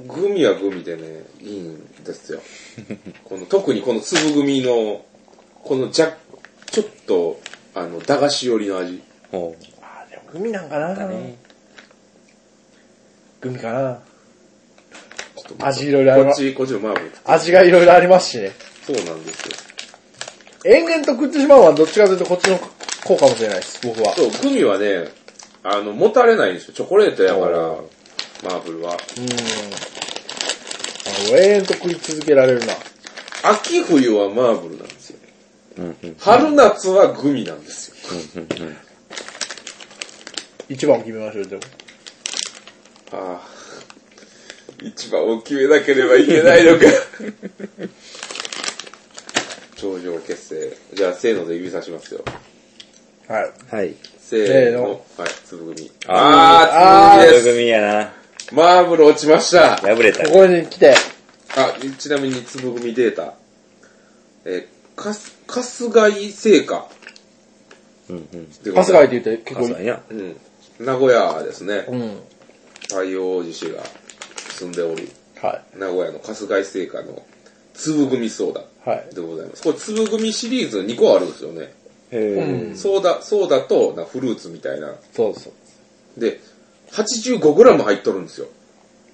Speaker 1: グミはグミでね、いいんです よ。この特にこの粒組の、このじゃ、ちょっと、あの、駄菓子寄りの味。
Speaker 3: ほ
Speaker 2: あーでもグミなんかな、
Speaker 3: う。ね。
Speaker 2: グミかな
Speaker 1: ちょっと
Speaker 2: 味いろいろあり
Speaker 1: こ
Speaker 2: ま
Speaker 1: っち、こっちのマーブル。
Speaker 2: 味がいろいろありますしね。
Speaker 1: そうなんですよ。
Speaker 2: 延々と食ってしまうのはどっちかというとこっちの方かもしれないです、僕は。
Speaker 1: そう、グミはね、あの、もたれないんですよ。チョコレートやから、マーブルは。
Speaker 2: うん。あの延々と食い続けられるな。
Speaker 1: 秋冬はマーブルなんですよ。
Speaker 3: うんうん。
Speaker 1: 春夏はグミなんですよ。
Speaker 2: 一番を決めましょう、でも。
Speaker 1: ああ。一番を決めなければいけないのか。 頂上決戦。じゃあ、せーので指さしますよ。
Speaker 2: はい。
Speaker 3: はい。
Speaker 1: せー
Speaker 2: せー
Speaker 1: の
Speaker 2: の。
Speaker 1: はい、粒組。
Speaker 3: あ
Speaker 1: あー、粒組で
Speaker 3: 組やな。
Speaker 1: す。マーブル落ちました。
Speaker 3: 破れた。
Speaker 2: ここに来て、
Speaker 1: あ、ちなみに粒組データ。えー、かす、かすがい製菓。
Speaker 3: うんうん。
Speaker 2: パスガイって言って
Speaker 3: あ、
Speaker 2: 結
Speaker 3: そ
Speaker 2: 構
Speaker 3: うや。
Speaker 1: うん。名古屋ですね。
Speaker 2: うん。
Speaker 1: 太陽王子氏が住んでおり、
Speaker 2: は
Speaker 1: 名古屋の春日井製菓の粒組ソーダ
Speaker 2: い。はい。
Speaker 1: でございます。これ粒組シリーズ2個あるんですよね。
Speaker 3: へ
Speaker 2: う
Speaker 3: え。
Speaker 2: ん。
Speaker 1: ソーダ、ソーダとなフルーツみたいな。
Speaker 2: そうそう。
Speaker 1: で、85g 入っとるんですよ。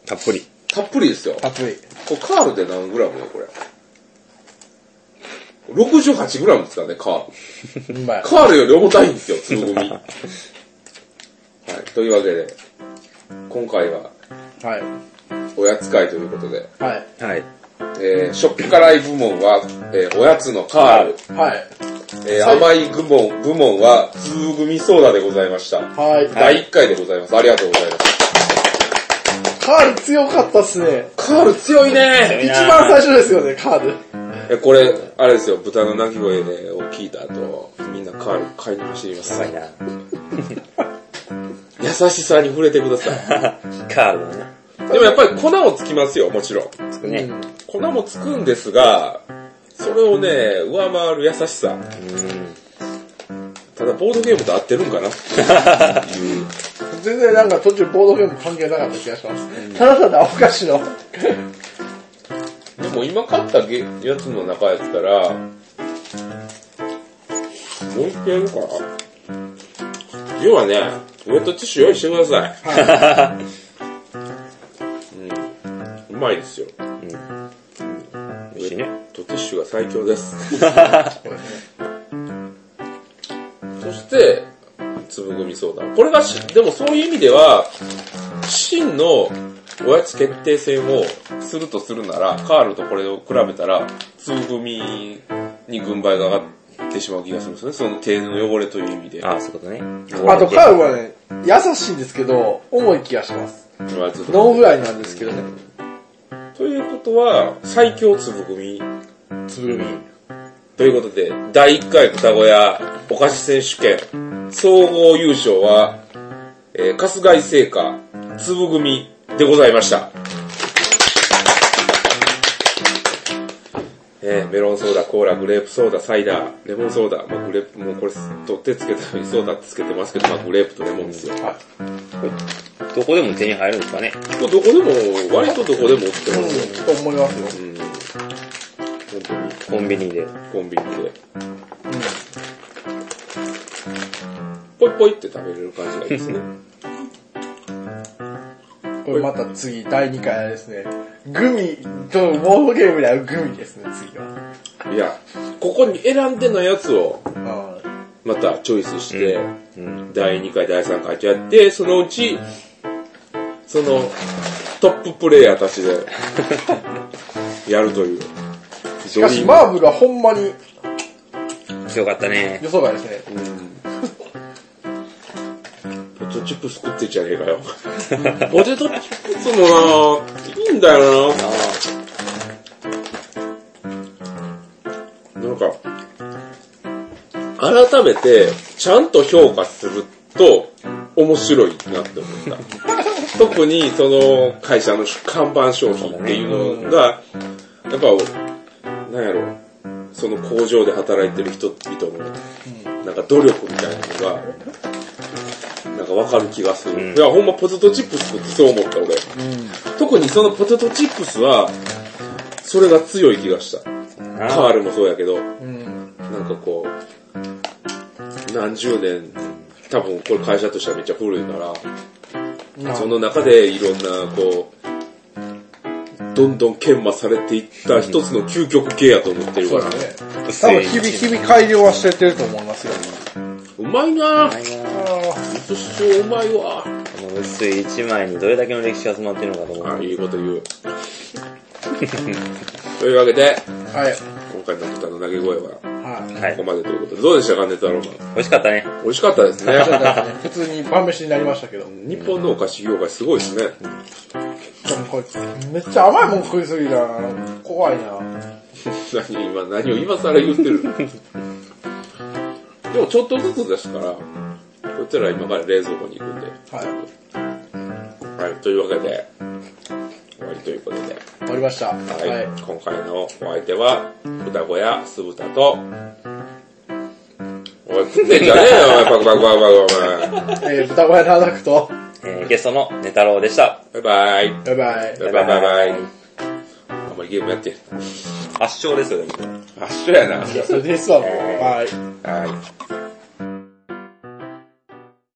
Speaker 3: たっぷり。
Speaker 1: たっぷりですよ。
Speaker 2: たっぷり。
Speaker 1: これカールで何グラムよ、これ。68g ですかね、カール。
Speaker 2: うまい。
Speaker 1: カールより重たいんですよ、粒組。 はい。というわけで、今回は
Speaker 2: はい。
Speaker 1: おやつ会ということで、
Speaker 2: はい。
Speaker 3: はい。
Speaker 1: えー、しょっぴからい部門は、えーおやつのカール、
Speaker 2: はい。
Speaker 1: えー甘い部門部門は、粒組ソーダでございました。
Speaker 2: はい。
Speaker 1: 第1回でございます。ありがとうございます。
Speaker 2: カール強かったっすね。
Speaker 1: カール強いね
Speaker 2: 一番最初ですよね、カール。
Speaker 1: え、これ、あれですよ、豚の鳴き声でを聞いた後、みんなカール買いに走ります。
Speaker 3: 高いな。
Speaker 1: 優しさに触れてください。
Speaker 3: カールだ
Speaker 1: でもやっぱり粉をつきますよ、もちろん。
Speaker 3: な。つくね。
Speaker 1: 粉もつくんですが、それをね、上回る優しさ。ただ、ボードゲームと合ってるんかなっていう
Speaker 2: 全然なんか途中ボードゲーム関係なかった気がします。ただただお菓子の。
Speaker 1: でも今買ったゲやつの中やったら、もう一回やるかな要はね、ウェットティッシュ用意してください。うん、うまいですよ。ウ
Speaker 3: 美味しいね。
Speaker 1: ェットティッシュが最強 です。そして、粒組ソーダ。これがし、でもそういう意味では、真のおやつ決定戦をするとするなら、カールとこれを比べたら、粒組に軍配が上がってしまう気がするんですよね。その手の汚れという意味で。
Speaker 3: あ、そういうことね。
Speaker 2: あとカールはね、優しいんですけど、重い気がします。
Speaker 1: おやつと
Speaker 2: ノンフライなんですけどね。
Speaker 1: ということは、最強粒組。
Speaker 2: つぶるみ。
Speaker 1: ということで、第1回豚小屋お菓子選手権、総合優勝は、えー、春日井製菓、粒組でございました。えーメロンソーダ、コーラ、グレープソーダ、サイダー、レモンソーダ、まあ、グレープ、もうこれ、取ってつけたり、ソーダつけてますけど、まあ、グレープとレモンですよ。こ
Speaker 3: どこでも手に入るんですかね。
Speaker 1: れどこでも、割とどこでも売ってますよ。
Speaker 2: と思いますよ。
Speaker 1: うん。本当に。
Speaker 3: コンビニで。
Speaker 1: コンビニで。ポイポイって食べれる感じがいいですね。
Speaker 2: これまた次、第2回あれですね。グミ、とボードゲームではグミですね、次は。
Speaker 1: いや、ここに選んでないやつを、
Speaker 2: あ
Speaker 1: またチョイスして、第2回、第3回ってやって、そのうち、その、トッププレイヤーたち で、やるという。
Speaker 2: しかし、マーブルはほんまに
Speaker 3: 強かったね。
Speaker 2: 予想外ですね。
Speaker 1: ポテトチップス食ってんじゃねえかよ。ポテトチップスもな、いいんだよ
Speaker 3: あ
Speaker 1: な。なんか、改めて、ちゃんと評価すると、面白いなって思った。特に、その、会社の看板商品っていうのが、やっぱ、なんやろ、その工場で働いてる人々の、なんか努力みたいなのが、なんかわかる気がする。
Speaker 3: うん
Speaker 1: いや、ほんまポテトチップス食ってそう思った俺。特にそのポテトチップスは、それが強い気がした。
Speaker 3: あ
Speaker 1: カ
Speaker 3: な
Speaker 1: ールもそうやけど、
Speaker 2: うん。
Speaker 1: なんかこう、何十年、多分これ会社としてはめっちゃ古いから、その中でいろんなこう、どんどん研磨されていった一つの究極系やと思ってるか
Speaker 2: そ
Speaker 1: ら
Speaker 2: うだ
Speaker 1: ね。
Speaker 2: ね。
Speaker 3: 薄
Speaker 4: 多分
Speaker 3: い
Speaker 4: 日々、日々改良はしてってると思いますよ。
Speaker 1: うまいなぁ。
Speaker 3: 一枚
Speaker 2: あ
Speaker 3: が
Speaker 2: ー
Speaker 1: 寿司長うまいわ
Speaker 3: この薄い一枚にどれだけの歴史が詰まってるのかと思
Speaker 1: あ、
Speaker 3: う。
Speaker 1: いいこと言う。 というわけで、
Speaker 2: はい。
Speaker 1: 今回の豚の投げ声は
Speaker 2: はい。
Speaker 3: は
Speaker 1: ここ
Speaker 3: い。
Speaker 1: までということで、どうでしたか、ネタロマン。
Speaker 3: 美味しかったね。
Speaker 1: 美味しかったですね。
Speaker 2: 普通に晩飯になりましたけど。
Speaker 1: 日本のお菓子業界すごいですね。
Speaker 2: でもこいつめっちゃ甘いもん食いすぎだな。怖いな。
Speaker 1: 何今、何を今更言ってるのでもちょっとずつですから、こちら今から冷蔵庫に行くんで。。
Speaker 2: はい
Speaker 1: はい、というわけで、終わりということで。
Speaker 2: 終わりました。
Speaker 1: はい。
Speaker 2: はい。
Speaker 1: 今回のお相手は、豚小屋、酢豚と、おい、食ってんじゃねえよ、お前、パクパクパクパク、お前。
Speaker 2: えー、豚小屋のアダクト。
Speaker 3: えーゲストのネタロウでした。
Speaker 1: バイバイ。
Speaker 2: バイバ イ。
Speaker 1: バイバイバイバイ。あんまりゲームやって。
Speaker 3: 圧勝ですよ、でも
Speaker 1: あ、そうやな。
Speaker 2: いや、それでいいっすわ、もう。はい。
Speaker 1: はい。